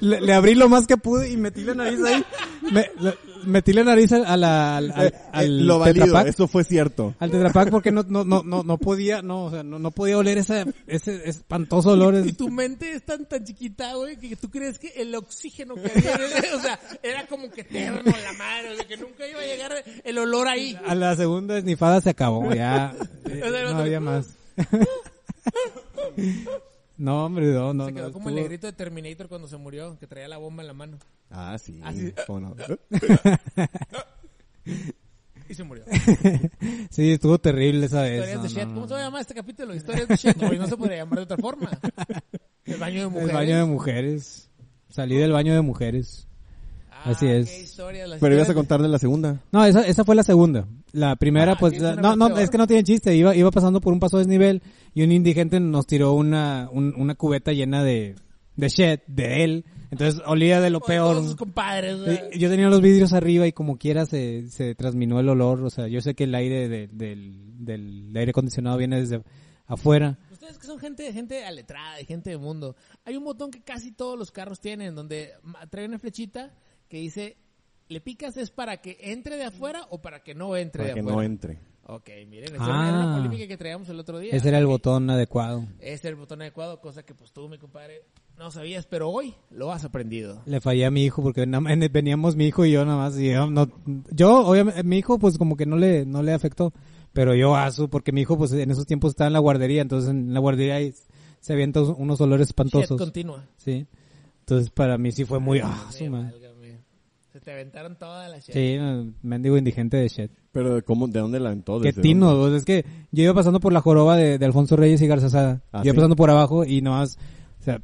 Speaker 3: Le, le abrí lo más que pude y metí la nariz ahí. Me, la- metí la nariz al, a la- al, al,
Speaker 5: Eh, eh,
Speaker 3: al
Speaker 5: lo
Speaker 3: Tetra
Speaker 5: valido,
Speaker 3: Pak.
Speaker 5: eso fue cierto.
Speaker 3: Al Tetra Pak porque no, no, no, no, no podía, no, o sea, no, no podía oler ese, ese espantoso olor.
Speaker 4: Y tu mente es tan tan chiquita, güey, que tú crees que el oxígeno que había, en el- o sea, era como que eterno la madre, o sea, que nunca iba a llegar el olor ahí.
Speaker 3: A la segunda esnifada se acabó, ya. eh,
Speaker 4: O sea, el
Speaker 3: no
Speaker 4: otro-
Speaker 3: había más. no, hombre, no, no.
Speaker 4: Se quedó
Speaker 3: no,
Speaker 4: como el
Speaker 3: estuvo-
Speaker 4: negrito de Terminator cuando se murió, que traía la bomba en la mano.
Speaker 5: Ah, sí.
Speaker 4: Así-
Speaker 5: ¿cómo no?
Speaker 4: Y se murió.
Speaker 3: Sí, estuvo terrible esa vez.
Speaker 4: Historias
Speaker 3: no,
Speaker 4: de
Speaker 3: no,
Speaker 4: Shed.
Speaker 3: no.
Speaker 4: ¿Cómo se va a llamar este capítulo? Historias de Shed. Hoy no se podría llamar de otra forma. El baño de mujeres.
Speaker 3: El baño de mujeres. Salí del baño de mujeres.
Speaker 4: Ah,
Speaker 3: Así
Speaker 4: qué
Speaker 3: es.
Speaker 4: historia, las
Speaker 5: Pero ibas a
Speaker 4: historias
Speaker 5: contar de la segunda.
Speaker 3: No, esa, esa fue la segunda. La primera,
Speaker 4: Ah,
Speaker 3: pues,
Speaker 4: sí,
Speaker 3: la-
Speaker 4: es una
Speaker 3: no,
Speaker 4: vez
Speaker 3: no,
Speaker 4: peor.
Speaker 3: es que no tiene chiste. Iba, iba pasando por un paso de desnivel y un indigente nos tiró una, un- una cubeta llena de, de shit, de él. Entonces olía de lo
Speaker 4: de- de todos
Speaker 3: peor.
Speaker 4: sus compadres. o sea,
Speaker 3: Sí, Yo tenía los vidrios arriba y como quiera se, se transminó el olor. O sea, yo sé que el aire de- del, del aire acondicionado viene desde afuera.
Speaker 4: Ustedes que son gente, gente aletrada y gente de mundo. Hay un botón que casi todos los carros tienen donde ma- trae una flechita que dice... Le picas es para que entre de afuera o para que no entre
Speaker 5: Para
Speaker 4: de
Speaker 5: que
Speaker 4: afuera.
Speaker 5: no entre.
Speaker 4: Ok, miren, esa era
Speaker 3: Ah.
Speaker 4: la polémica que traíamos el otro día.
Speaker 3: Ese era el
Speaker 4: Ok.
Speaker 3: botón adecuado.
Speaker 4: Ese era el botón adecuado, cosa que pues tú, mi compadre, no sabías, pero hoy lo has aprendido.
Speaker 3: Le fallé a mi hijo porque nada más- veníamos mi hijo y yo nada más. Y yo, no, yo, obviamente, mi hijo pues como que no le, no le afectó. Pero yo a su, porque mi hijo pues en esos tiempos estaba en la guardería. Entonces en la guardería ahí se avienta unos olores
Speaker 4: Shit,
Speaker 3: espantosos.
Speaker 4: continúa.
Speaker 3: Sí. Entonces para mí sí fue muy, ah, su
Speaker 4: Sí,
Speaker 3: madre.
Speaker 4: válgame. Se te aventaron todas las shit.
Speaker 3: Sí, mendigo indigente de shit.
Speaker 5: Pero ¿de ¿cómo, ¿de dónde la aventó?
Speaker 3: Qué
Speaker 5: ¿Desde
Speaker 3: tino,
Speaker 5: dónde?
Speaker 3: pues, es que yo iba pasando por la joroba de, de Alfonso Reyes y Garza Sada.
Speaker 5: Ah,
Speaker 3: yo iba
Speaker 5: sí.
Speaker 3: pasando por abajo y nomás, o sea,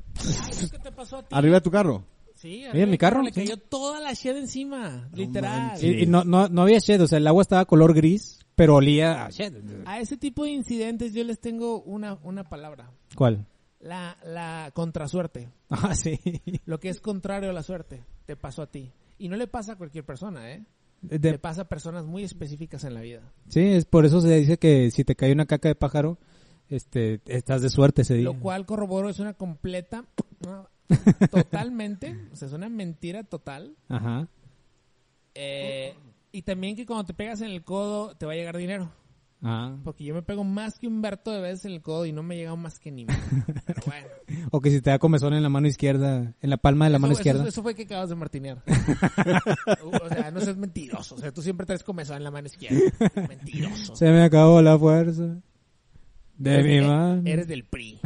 Speaker 4: ¿Qué te pasó a ti?
Speaker 5: ¿Arriba de tu carro?
Speaker 4: Sí,
Speaker 3: Mira, mi carro,
Speaker 4: Le
Speaker 3: sí.
Speaker 4: cayó toda la shit encima, literal.
Speaker 5: manches.
Speaker 3: y, y no, no, no había shed, o sea, el agua estaba color gris, pero olía a shed.
Speaker 4: A ese tipo de incidentes yo les tengo una, una palabra.
Speaker 3: ¿Cuál?
Speaker 4: La, la contrasuerte.
Speaker 3: Ah, sí.
Speaker 4: Lo que es contrario a la suerte, te pasó a ti. Y no le pasa a cualquier persona, ¿eh?
Speaker 3: De-
Speaker 4: Le pasa a personas muy específicas en la vida.
Speaker 3: sí, es por eso se dice que si te cae una caca de pájaro, este, estás de suerte ese día.
Speaker 4: Lo cual corroboro es una completa, totalmente, o sea, es una mentira total.
Speaker 3: Ajá.
Speaker 4: Eh, y también que cuando te pegas en el codo te va a llegar dinero.
Speaker 3: Ah.
Speaker 4: Porque yo me pego más que Humberto de veces en el codo y no me he llegado más que ni. Pero bueno.
Speaker 3: O que si te da comezón en la mano izquierda, en la palma de la
Speaker 4: Eso-
Speaker 3: mano
Speaker 4: eso-
Speaker 3: izquierda.
Speaker 4: Eso, fue que acabas de martinear. Uh, o sea, no seas mentiroso. O sea, tú siempre traes comezón en la mano izquierda. Mentiroso.
Speaker 3: Se me acabó la fuerza de
Speaker 4: Eres-
Speaker 3: mi
Speaker 4: e-
Speaker 3: mano.
Speaker 4: Eres del PRI.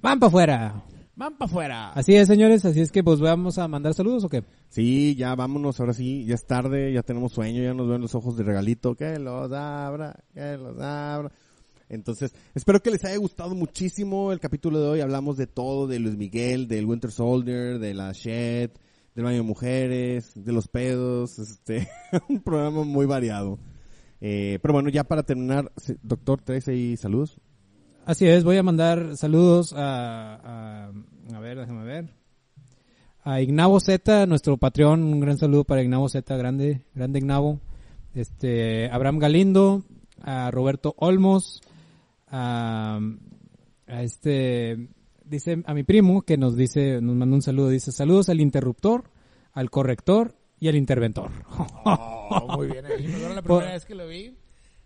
Speaker 3: ¡Van para afuera!
Speaker 4: Van para afuera.
Speaker 3: Así es, señores. Así es que, pues, ¿vamos a mandar saludos o qué?
Speaker 2: Sí, ya vámonos, ahora sí, ya es tarde, ya tenemos sueño, ya nos ven los ojos de regalito, que los abra, que los abra. Entonces, espero que les haya gustado muchísimo el capítulo de hoy, hablamos de todo, de Luis Miguel, del Winter Soldier, de la Shed, del baño de mujeres, de los pedos, este, un programa muy variado. Eh, pero bueno, ya para terminar, se- doctor, ¿traes ahí saludos?
Speaker 3: Así es, voy a mandar saludos a, a, a ver, déjame ver. A Ignavo Z, nuestro patrón, un gran saludo para Ignavo Z, grande, grande Ignavo. Este, Abraham Galindo, a Roberto Olmos, a, a este, dice a mi primo que nos dice, nos manda un saludo, dice saludos al interruptor, al corrector y al interventor.
Speaker 4: Oh, muy bien. ahí. Me acuerdo la
Speaker 3: Por-
Speaker 4: primera vez que lo vi.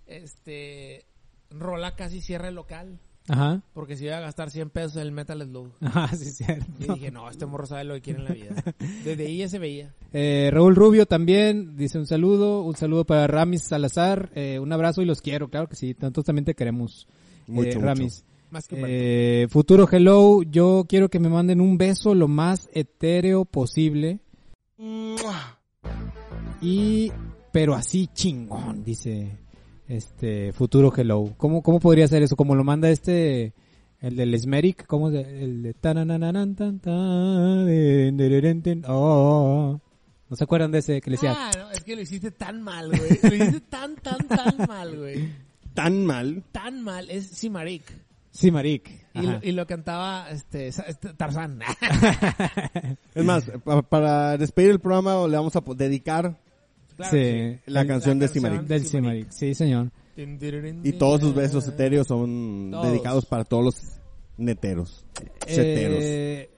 Speaker 4: Este. Rola casi cierra el local.
Speaker 3: Ajá,
Speaker 4: Porque se iba a gastar 100 pesos en el Metal Slug.
Speaker 3: ajá, sí es
Speaker 4: Y
Speaker 3: cierto.
Speaker 4: dije, no, este morro sabe lo que quiere en la vida. Desde ahí ya se veía.
Speaker 3: Eh, Raúl Rubio también dice un saludo, un saludo para Ramis Salazar, eh, un abrazo y los quiero, claro que sí, nosotros también te queremos, eh,
Speaker 2: Mucho, mucho.
Speaker 3: Ramis.
Speaker 4: Más que Humberto.
Speaker 3: Eh, futuro Hello, yo quiero que me manden un beso lo más etéreo posible y pero así chingón, dice este Futuro Hello. ¿Cómo cómo podría ser eso? Como lo manda este el del Esmeric, ¿cómo es el de tananananan, tan, tan, de- de- de- de- de- oh, oh, oh. ¿No se acuerdan de ese que le decía?
Speaker 4: Ah, no, es que lo hiciste tan mal, güey. Lo hiciste tan, tan, tan mal, güey.
Speaker 2: Tan mal.
Speaker 4: Tan mal. Es Simaric.
Speaker 3: Sí, Maric.
Speaker 4: Y lo, y lo cantaba este, sa- este, Tarzán.
Speaker 2: Es más, pa- para despedir el programa le vamos a po- dedicar
Speaker 4: Claro
Speaker 3: sí,
Speaker 2: la canción de
Speaker 4: canción.
Speaker 2: Simaric.
Speaker 3: del Simaric. Sí, señor.
Speaker 2: Y todos sus besos etéreos son
Speaker 3: Todos.
Speaker 2: dedicados para todos los neteros. Cheteros.
Speaker 3: Eh,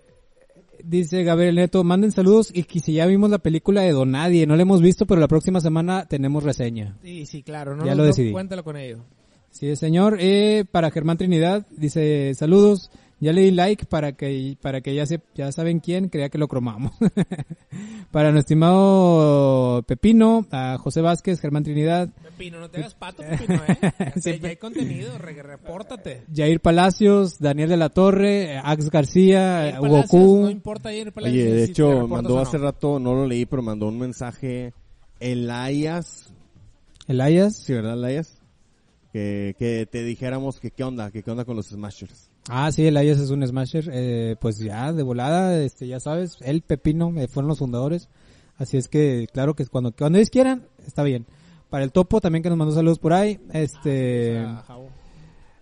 Speaker 3: dice Gabriel Neto, manden saludos y que si ya vimos la película de Donadie, no la hemos visto, pero la próxima semana tenemos reseña.
Speaker 4: Sí, sí, claro. No,
Speaker 3: Ya
Speaker 4: no-
Speaker 3: lo
Speaker 4: no,
Speaker 3: decidí.
Speaker 4: cuéntalo con ello.
Speaker 3: Sí, señor. Eh, para Germán Trinidad, dice saludos. Ya le di like para que, para que ya, se, ya saben quién, creía que lo cromamos. para nuestro estimado Pepino, a José Vázquez, Germán Trinidad,
Speaker 4: Pepino, no te hagas pato, Pepino, ¿eh? Ya,
Speaker 3: Siempre.
Speaker 4: ya hay contenido, re- repórtate.
Speaker 3: Jair Palacios, Daniel de la Torre, eh, Ax García, eh,
Speaker 4: Ir
Speaker 3: Hugo
Speaker 4: Palacios,
Speaker 3: Kun.
Speaker 4: No importa ir Palacios.
Speaker 2: Oye, de
Speaker 4: si te
Speaker 2: hecho,
Speaker 4: reportas o
Speaker 2: mandó
Speaker 4: no.
Speaker 2: hace rato, no lo leí, pero mandó un mensaje Elias,
Speaker 3: Elias.
Speaker 2: ¿sí verdad Elias? Que, que te dijéramos que qué onda, que qué onda con los Smashers.
Speaker 3: Ah, sí, Elias es un smasher. Eh, pues ya, de volada, este, ya sabes, el Pepino eh, fueron los fundadores. Así es que, claro que cuando, cuando ellos quieran, está bien. Para el topo también que nos mandó saludos por ahí. Este.
Speaker 4: Ah, jabo.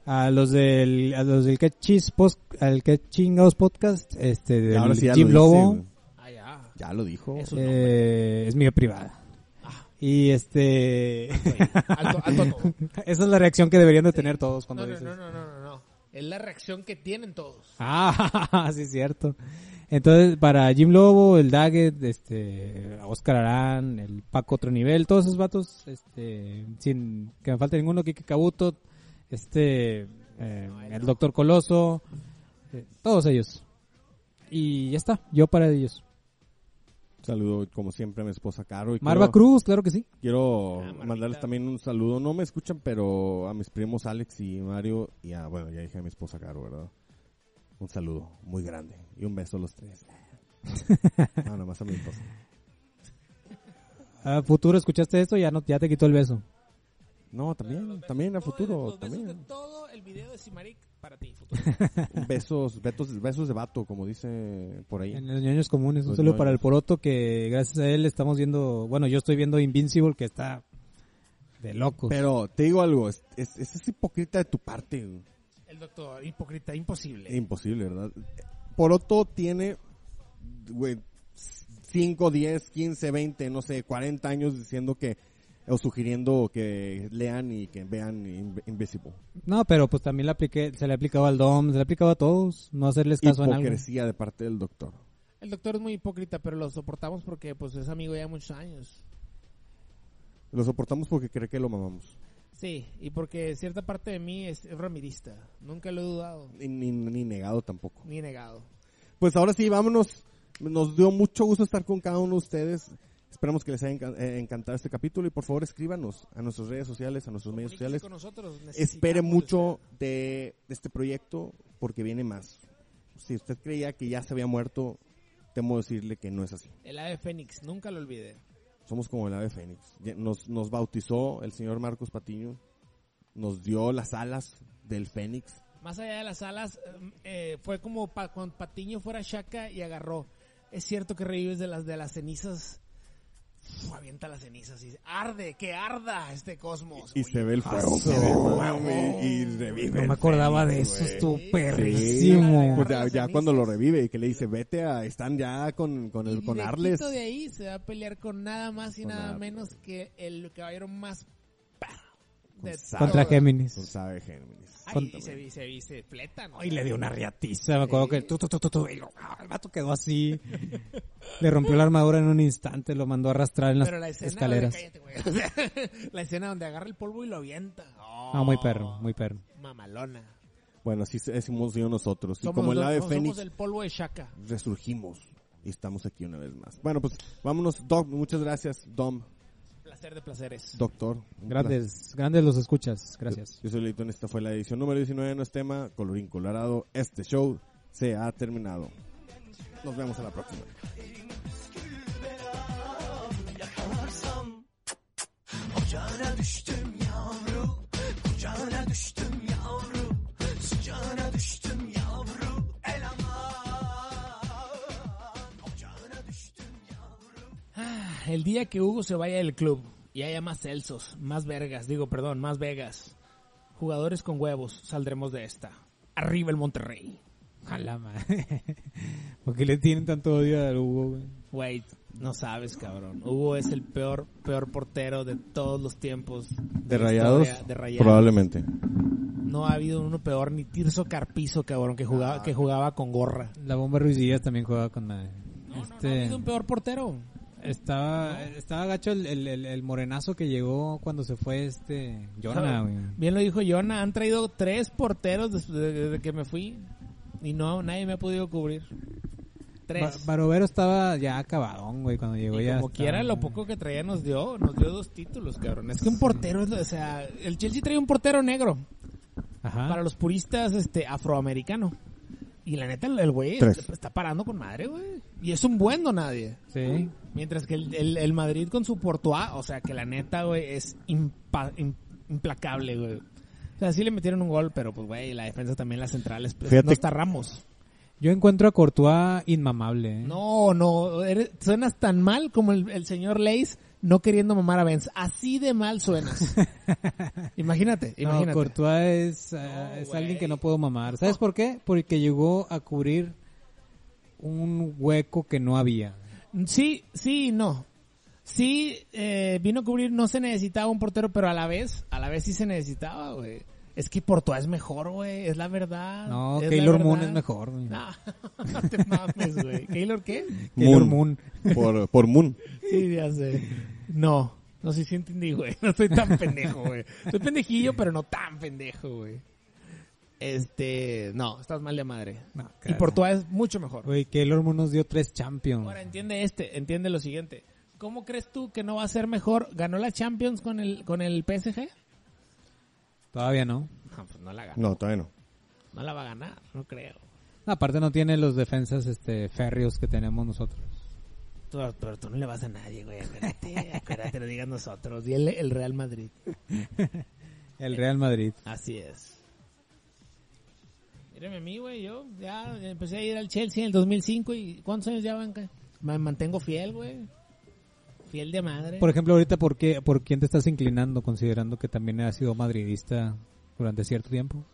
Speaker 3: a los del a los del que chis post al que chingados podcast este del
Speaker 2: Ahora sí ya
Speaker 3: Jim
Speaker 2: lo dice,
Speaker 3: Lobo
Speaker 2: güey.
Speaker 4: Ah, ya.
Speaker 2: ya lo dijo.
Speaker 4: Es un nombre. Ah.
Speaker 3: eh, es mía privada y este
Speaker 4: Alto, alto todo.
Speaker 3: esa es la reacción que deberían de tener todos cuando
Speaker 4: No, no,
Speaker 3: dices
Speaker 4: no, no, no, no, no. Es la reacción que tienen todos.
Speaker 3: ah sí es cierto entonces para Jim Lobo el Daggett este Oscar Arán el Paco otro nivel todos esos vatos este sin que me falte ninguno Kike Cabuto este eh, el Doctor Coloso eh, todos ellos y ya está yo para ellos
Speaker 2: Saludo como siempre a mi esposa Caro. Y
Speaker 3: Marva
Speaker 2: quiero,
Speaker 3: Cruz claro que sí
Speaker 2: Quiero mandarles también un saludo, no me escuchan, pero a mis primos Alex y Mario y a, bueno, ya dije a mi esposa Caro, ¿verdad? Un saludo muy grande y un beso a los tres. no, nomás a mi esposa.
Speaker 3: Ah, futuro escuchaste esto ya no ya te quitó el beso
Speaker 2: No, también, también a futuro,
Speaker 4: Todos los besos de
Speaker 2: también.
Speaker 4: todo el video de Simaric para ti, futuro.
Speaker 2: Besos, besos, besos de vato, como dice por ahí.
Speaker 3: En los ñoños comunes, un
Speaker 2: Los
Speaker 3: saludo para el
Speaker 2: ñoños.
Speaker 3: Poroto que gracias a él estamos viendo, bueno, yo estoy viendo Invincible que está de loco.
Speaker 2: Pero te digo algo, es, es, es ese hipócrita de tu parte. güey.
Speaker 4: El doctor, hipócrita, imposible.
Speaker 2: Imposible, ¿verdad? Poroto tiene, güey, 5, 10, 15, 20, no sé, 40 años diciendo que, o sugiriendo que lean y que vean Inv- Invisible.
Speaker 3: No, pero pues también le apliqué, se le ha aplicado al Dom, se le ha aplicado a todos, no hacerles caso en algo.
Speaker 2: Hipocresía de parte del doctor.
Speaker 4: El doctor es muy hipócrita, pero lo soportamos porque pues es amigo ya de muchos años.
Speaker 2: Lo soportamos porque cree que lo mamamos.
Speaker 4: Sí, y porque cierta parte de mí es ramirista. Nunca lo he dudado,
Speaker 2: Ni, ni- ni negado tampoco.
Speaker 4: ni negado.
Speaker 2: Pues ahora sí, vámonos. Nos dio mucho gusto estar con cada uno de ustedes. Esperamos que les haya enca- eh, encantado este capítulo y por favor escríbanos a nuestras redes sociales, a nuestros medios
Speaker 4: Comuníquense
Speaker 2: sociales.
Speaker 4: con nosotros, necesitamos
Speaker 2: Espere
Speaker 4: de
Speaker 2: mucho de, de este proyecto porque viene más. Si usted creía que ya se había muerto, temo decirle que no es así.
Speaker 4: usted. El ave fénix, nunca lo olvide.
Speaker 2: Somos como el ave fénix. Ya- Nos, nos bautizó el señor Marcos Patiño. Nos dio las alas del fénix.
Speaker 4: Más allá de las alas, eh, fue como pa- cuando Patiño fuera Shaka y agarró. Es cierto que revives de las de las cenizas. Uf, avienta las cenizas y dice, arde, que arda este cosmos.
Speaker 2: Y
Speaker 4: Oye,
Speaker 2: se ve el fuego.
Speaker 3: Aso.
Speaker 2: se ve el fuego, y- y revive
Speaker 3: No
Speaker 2: el
Speaker 3: me acordaba de
Speaker 2: fénix,
Speaker 3: eso,
Speaker 2: güey.
Speaker 3: estuvo
Speaker 4: Sí.
Speaker 3: perrísimo.
Speaker 2: Pues ya,
Speaker 4: Las
Speaker 2: ya
Speaker 4: cenizas.
Speaker 2: cuando lo revive y que le dice, vete a, están ya con, con el,
Speaker 4: y
Speaker 2: con Arles.
Speaker 4: directito de ahí se va a pelear con nada más y
Speaker 2: Con
Speaker 4: nada
Speaker 2: Arles.
Speaker 4: menos que el caballero más perro de
Speaker 2: Con
Speaker 3: Contra
Speaker 4: todos.
Speaker 2: Con
Speaker 3: Géminis.
Speaker 2: Pues, sabe Géminis.
Speaker 4: Ay,
Speaker 3: Contra-
Speaker 4: y se, vi- se, vi- se fleta, ¿no?
Speaker 3: Y le dio una riatiza, me acuerdo que tu, tu, tu, tu, tu, y lo- ah, el vato quedó así. Le rompió la armadura en un instante, lo mandó a arrastrar en las
Speaker 4: Pero la escena,
Speaker 3: escaleras.
Speaker 4: Cállate, güey. O sea, la escena donde agarra el polvo y lo avienta. Oh,
Speaker 3: No, muy perro, muy perro.
Speaker 4: Mamalona.
Speaker 2: Bueno, así se- hemos sido nosotros. Y
Speaker 4: Somos
Speaker 2: como el
Speaker 4: los-
Speaker 2: ave
Speaker 4: somos
Speaker 2: fénix,
Speaker 4: el polvo de Shaka.
Speaker 2: resurgimos. Y estamos aquí una vez más. Bueno, pues vámonos, Dom. Muchas gracias, Dom,
Speaker 4: Placer de placeres.
Speaker 2: doctor. Un placer.
Speaker 3: Grandes, grandes los escuchas, gracias.
Speaker 2: Yo soy Leighton, esta fue la edición número 19 de nuestro tema, Colorín Colorado. Este show se ha terminado. Nos vemos a la próxima.
Speaker 4: El día que Hugo se vaya del club y haya más Celsos, más Vergas, digo, perdón, más Vegas, jugadores con huevos, saldremos de esta. Arriba el Monterrey.
Speaker 3: Jala, madre. ¿Por qué le tienen tanto odio al Hugo, güey?
Speaker 4: Wait, no sabes, cabrón. Hugo es el peor, peor portero de todos los tiempos.
Speaker 2: ¿De
Speaker 4: la
Speaker 2: rayados?
Speaker 4: historia de Rayados.
Speaker 2: Probablemente.
Speaker 4: No ha habido uno peor ni Tirso Carpizo, cabrón, que jugaba, que jugaba con gorra.
Speaker 3: La bomba Ruiz Díaz también jugaba con madre.
Speaker 4: No, no, no ha
Speaker 3: Este,
Speaker 4: habido un peor portero.
Speaker 3: estaba, estaba gacho el, el- el- el morenazo que llegó cuando se fue este Jonah,
Speaker 4: ¿Sabe?
Speaker 3: güey.
Speaker 4: Bien lo dijo Jonah, han traído tres porteros des- desde, desde que me fui y no, nadie me ha podido cubrir. Tres.
Speaker 3: Ba- Barovero estaba ya acabadón, güey, cuando llegó
Speaker 4: y
Speaker 3: ya.
Speaker 4: como
Speaker 3: estaba-
Speaker 4: quiera, lo poco que traía nos dio, nos dio dos títulos, cabrón. Es que un portero es, lo- o sea, el Chelsea trae un portero negro
Speaker 3: Ajá.
Speaker 4: para los puristas este afroamericano. Y la neta, el- el güey
Speaker 2: Tres.
Speaker 4: está parando con madre, güey. Y es un buen nadie.
Speaker 3: Sí.
Speaker 4: Mientras que el, el- el Madrid con su Portoa, o sea, que la neta, güey, es impa- im- implacable, güey. O sea, sí le metieron un gol, pero pues, güey, la defensa también, las centrales, pues,
Speaker 2: Fíjate-
Speaker 4: no está Ramos.
Speaker 3: Yo encuentro a Courtois inmamable. ¿eh?
Speaker 4: No, no, eres- suenas tan mal como el, el señor Leis no queriendo mamar a Benz. Así de mal suenas. imagínate,
Speaker 3: No,
Speaker 4: imagínate.
Speaker 3: Courtois es, ah,
Speaker 4: No,
Speaker 3: es
Speaker 4: güey.
Speaker 3: alguien que no puedo mamar. ¿Sabes por qué? Porque llegó a cubrir un hueco que no había.
Speaker 4: Sí, sí, y no. Sí, eh, vino a cubrir, no se necesitaba un portero, pero a la vez, a la vez sí se necesitaba, güey. Es que Portoa es mejor, güey, es la verdad.
Speaker 3: No,
Speaker 4: es la
Speaker 3: Keylor Moon
Speaker 4: verdad.
Speaker 3: es mejor. güey.
Speaker 4: Ah, no te mames, güey. ¿Keylor qué?
Speaker 3: Keylor
Speaker 2: Moon.
Speaker 3: Moon.
Speaker 2: Por, por Moon.
Speaker 4: Sí, ya sé. No, no sé si entendí, güey. No soy tan pendejo, güey. Soy pendejillo, pero no tan pendejo, güey. Este, no, estás mal de madre.
Speaker 3: No,
Speaker 4: Y
Speaker 3: cara.
Speaker 4: Portuá es mucho mejor.
Speaker 3: Güey, Keylor Moon nos dio tres Champions.
Speaker 4: Ahora entiende este, entiende lo siguiente. ¿Cómo crees tú que no va a ser mejor? ¿Ganó la Champions con el con el PSG?
Speaker 3: Todavía no.
Speaker 4: No, pues no la ganó.
Speaker 2: No, todavía no.
Speaker 4: No la va a ganar, no creo.
Speaker 3: No, Aparte no tiene los defensas este férreos que tenemos nosotros.
Speaker 4: Tú- pero tú no le vas a nadie, güey. Acuérdate, acuérdate, lo digan nosotros. Dile el Real Madrid.
Speaker 3: El Real Madrid.
Speaker 4: Así es. Mírame a mí, güey, yo ya empecé a ir al Chelsea en el 2005 y ¿cuántos años ya van? ca- Me mantengo fiel, güey. Fiel de madre.
Speaker 3: Por ejemplo, ahorita, ¿por, qué, ¿por quién te estás inclinando considerando que también has sido madridista durante cierto tiempo?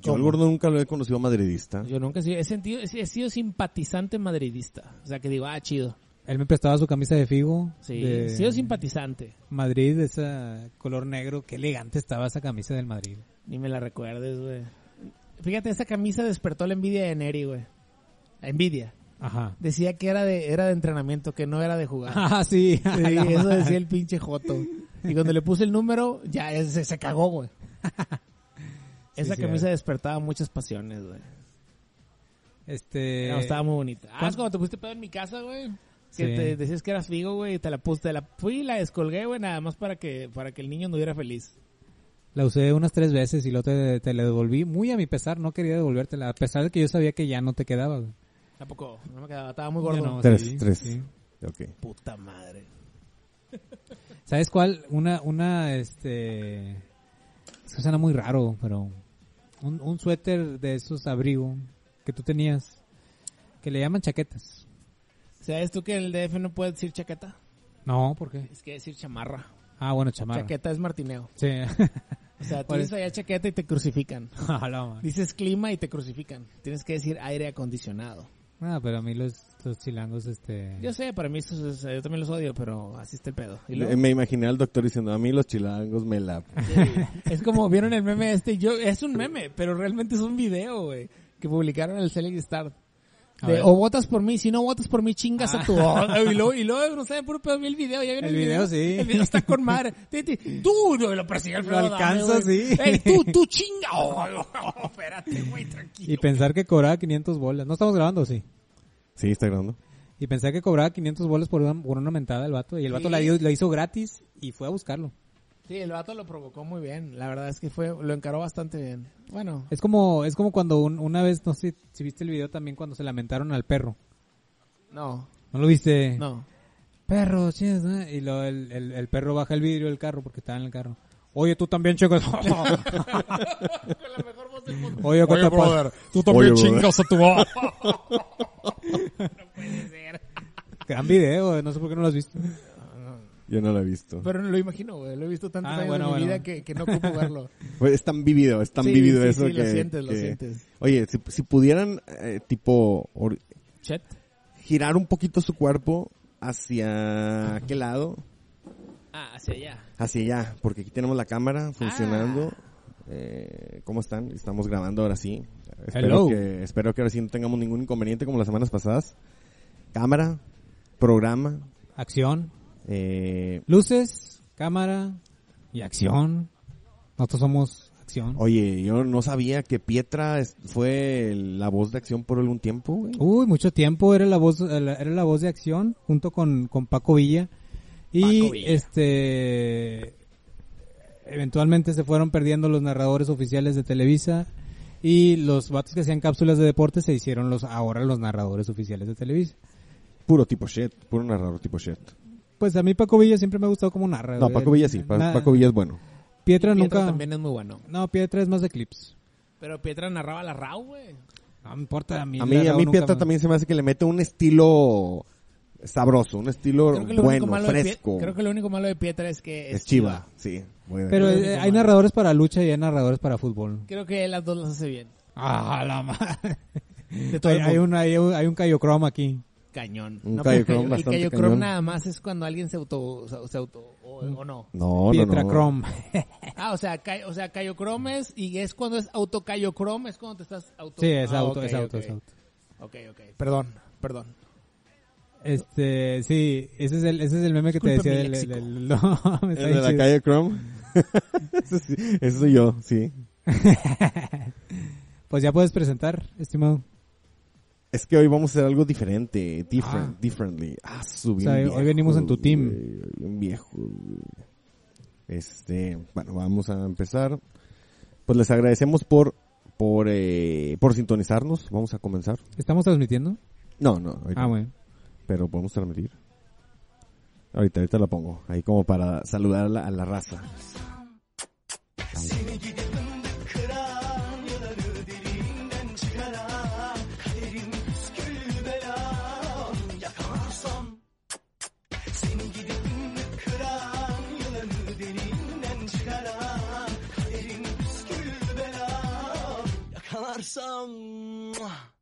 Speaker 2: Yo al
Speaker 4: ¿Cómo?
Speaker 2: gordo nunca lo he conocido madridista.
Speaker 4: Yo nunca he sido, he, sentido, he he sido simpatizante madridista. O sea, que digo, ah, chido.
Speaker 3: Él me prestaba su camisa de Figo.
Speaker 4: Sí,
Speaker 3: de
Speaker 4: he sido simpatizante.
Speaker 3: Madrid, esa color negro. Qué elegante estaba esa camisa del Madrid.
Speaker 4: Ni me la recuerdes, güey. Fíjate, esa camisa despertó la envidia de Neri, güey. La envidia.
Speaker 3: Ajá.
Speaker 4: Decía que era de, era de entrenamiento, que no era de jugar.
Speaker 3: Ah, sí. a
Speaker 4: Sí,
Speaker 3: la
Speaker 4: eso
Speaker 3: madre.
Speaker 4: decía el pinche Joto. Y cuando le puse el número, ya es- se, se cagó, güey. Esa
Speaker 3: sí,
Speaker 4: camisa
Speaker 3: eh.
Speaker 4: despertaba muchas pasiones, güey.
Speaker 3: Este.
Speaker 4: No, estaba muy bonita. Ah,
Speaker 3: ¿cuán-
Speaker 4: es cuando te pusiste pedo en mi casa, güey. Que
Speaker 3: Sí.
Speaker 4: te decías que eras figo, güey, y te la puse, te la fui y la descolgué, güey, nada más para que, para que el niño anduviera feliz.
Speaker 3: La usé unas tres veces y luego te, te la devolví. Muy a mi pesar, no quería devolvértela. A pesar de que yo sabía que ya no te quedaba. güey.
Speaker 4: Tampoco, no me quedaba, estaba muy gordo.
Speaker 3: Ya no,
Speaker 2: Tres,
Speaker 3: sí,
Speaker 2: tres.
Speaker 3: sí.
Speaker 2: Ok.
Speaker 4: Puta madre.
Speaker 3: ¿Sabes cuál? Una, una, este. Es que suena muy raro, pero. Un, un suéter de esos abrigo que tú tenías. Que le llaman chaquetas.
Speaker 4: ¿Sabes tú que el DF no puede decir chaqueta?
Speaker 3: No, ¿por qué?
Speaker 4: Es que decir chamarra.
Speaker 3: Ah, bueno, chamarra.
Speaker 4: Chaqueta es martineo.
Speaker 3: Sí.
Speaker 4: O sea, tú
Speaker 3: ¿Cuál
Speaker 4: dices allá chaqueta y te crucifican.
Speaker 3: A la madre.
Speaker 4: Dices clima y te crucifican. Tienes que decir aire acondicionado.
Speaker 3: Ah, pero a mí los, los chilangos, este.
Speaker 4: Yo sé, para mí eso es- yo también los odio, pero así está el pedo. Y luego-
Speaker 2: Eh, Me imaginé al doctor diciendo, a mí los chilangos me la...
Speaker 4: Este, es como vieron el meme este, yo es un meme, pero realmente es un video, güey, que publicaron en el Select Start.
Speaker 3: A
Speaker 4: De,
Speaker 3: ver.
Speaker 4: o votas por mí, si no votas por mí, chingas a tu y luego, y luego, no sé, puro pedo, vi el video, ya viene Ah. el,
Speaker 3: El video, sí.
Speaker 4: El video está con madre. Te- te- Tú, no, lo persigue
Speaker 3: Lo alcanza, sí.
Speaker 4: Ey, tú, tú chinga. Oh, oh, oh, espérate, güey,
Speaker 3: Y
Speaker 4: tranquilo.
Speaker 3: pensar que cobraba 500 bolas. No estamos grabando, sí.
Speaker 2: Sí, está grabando.
Speaker 3: Y pensar que cobraba 500 bolas por una, por una mentada el vato. Y el vato
Speaker 4: Sí.
Speaker 3: la, dio- la hizo gratis y fue a buscarlo.
Speaker 4: Sí, el vato lo provocó muy bien. La verdad es que fue, lo encaró bastante bien. Bueno,
Speaker 3: Es como, es como cuando un- una vez, no sé si viste el video también, cuando se lamentaron al perro.
Speaker 4: no,
Speaker 3: ¿No lo viste?
Speaker 4: no.
Speaker 3: Perro, chingas, ¿eh? Y luego el, el, el perro baja el vidrio del carro porque estaba en el carro. Oye, tú también, chicos. Oye, ¿cuánto pasa?
Speaker 4: tú
Speaker 2: también Oye, chingas
Speaker 4: a tu
Speaker 3: Gran video, eh, no sé por qué no lo has visto.
Speaker 2: Yo no la he visto.
Speaker 4: Pero no lo imagino, güey. Lo he visto tantas
Speaker 3: Ah,
Speaker 4: años
Speaker 3: bueno,
Speaker 4: de mi
Speaker 3: bueno.
Speaker 4: vida que, que no ocupo verlo.
Speaker 2: Pues es tan vivido, es tan
Speaker 4: Sí,
Speaker 2: vivido
Speaker 4: sí,
Speaker 2: eso
Speaker 4: sí, lo
Speaker 2: que-
Speaker 4: sientes, lo
Speaker 2: que-
Speaker 4: sientes.
Speaker 2: Oye, si, si pudieran, eh, tipo, or-
Speaker 4: Chet.
Speaker 2: girar un poquito su cuerpo hacia qué lado,
Speaker 4: Ah, hacia allá. Ah.
Speaker 2: hacia allá, porque aquí tenemos la cámara funcionando. Eh, ¿Cómo están? Estamos grabando ahora sí. Espero
Speaker 3: Hello.
Speaker 2: que, espero que ahora sí no tengamos ningún inconveniente como las semanas pasadas. Cámara, programa,
Speaker 3: Acción,
Speaker 2: eh,
Speaker 3: luces, cámara y acción. Nosotros somos acción.
Speaker 2: Oye, yo no sabía que Pietra es- fue la voz de acción por algún tiempo, güey.
Speaker 3: Uy, mucho tiempo era la voz era la voz de acción junto con, con Paco Villa y
Speaker 4: Paco Villa.
Speaker 3: este eventualmente se fueron perdiendo los narradores oficiales de Televisa y los vatos que hacían cápsulas de deporte se hicieron los ahora los narradores oficiales de Televisa.
Speaker 2: Puro tipo shit, puro narrador tipo shit.
Speaker 3: Pues a mí Paco Villa siempre me ha gustado como narra.
Speaker 2: No,
Speaker 3: güey.
Speaker 2: Paco Villa sí, Pa-
Speaker 3: Na-
Speaker 2: Paco Villa es bueno.
Speaker 3: Pietra,
Speaker 4: Pietra
Speaker 3: nunca.
Speaker 4: también es muy bueno.
Speaker 3: No, Pietra es más de clips.
Speaker 4: Pero Pietra narraba la RAW, güey.
Speaker 3: No me importa a mí.
Speaker 2: A mí, a
Speaker 3: narrador
Speaker 2: mí
Speaker 3: nunca
Speaker 2: Pietra
Speaker 3: me-
Speaker 2: también se me hace que le mete un estilo sabroso, un estilo
Speaker 4: Creo que lo único
Speaker 2: bueno,
Speaker 4: malo de
Speaker 2: fresco.
Speaker 4: Pie- creo que lo único malo de Pietra es que
Speaker 2: Es chiva, sí. muy de
Speaker 3: Pero
Speaker 2: acuerdo.
Speaker 3: eh, hay narradores para lucha y hay narradores para fútbol.
Speaker 4: Creo que las dos las hace bien.
Speaker 3: Ah, la madre.
Speaker 4: todo
Speaker 3: hay,
Speaker 4: el
Speaker 3: hay un, hay, un- hay un callocroma aquí.
Speaker 4: Cañón.
Speaker 2: Un
Speaker 4: pues,
Speaker 2: Cayocrom
Speaker 4: el
Speaker 2: bastante
Speaker 4: Cayocrom
Speaker 2: cañón.
Speaker 4: nada más es cuando alguien se auto... Se, se auto o, o no.
Speaker 2: no, no,
Speaker 3: Pietra
Speaker 2: no.
Speaker 3: Chrome.
Speaker 4: Ah, o sea, cay- o sea, Cayocrom es... Y es cuando es autocayocrom, es cuando te estás auto...
Speaker 3: sí, es
Speaker 4: Ah,
Speaker 3: auto,
Speaker 4: ok,
Speaker 3: es auto,
Speaker 4: ok.
Speaker 3: es auto.
Speaker 4: Ok, ok. Perdón, perdón.
Speaker 3: Este, sí, ese es el, ese es el meme que te
Speaker 4: Disculpe
Speaker 3: decía
Speaker 4: mi
Speaker 3: del,
Speaker 4: léxico.
Speaker 3: del- no, me está
Speaker 2: El de
Speaker 3: bien
Speaker 2: la
Speaker 3: chido.
Speaker 2: calle Chrome. eso, sí, eso soy yo, sí.
Speaker 3: Pues ya puedes presentar, estimado.
Speaker 2: Es que hoy vamos a hacer algo diferente, different,
Speaker 3: Ah.
Speaker 2: differently. Ah, su,
Speaker 3: O
Speaker 2: bien
Speaker 3: sea, hoy
Speaker 2: viejos,
Speaker 3: venimos en tu team.
Speaker 2: güey, bien viejos, güey. Este, bueno, vamos a empezar. Pues les agradecemos por por eh, por sintonizarnos. Vamos a comenzar.
Speaker 3: ¿Estamos transmitiendo?
Speaker 2: No, no, ahorita,
Speaker 3: Ah, bueno.
Speaker 2: pero podemos transmitir. Ahorita, ahorita la pongo. Ahí como para saludar a la, a la raza.
Speaker 6: Seni gidip kıran yolları dilinden çıkaran kaderim püskül belam yakalarsam Seni gidip kıran yolları dilinden çıkaran kaderim püskül belam yakalarsam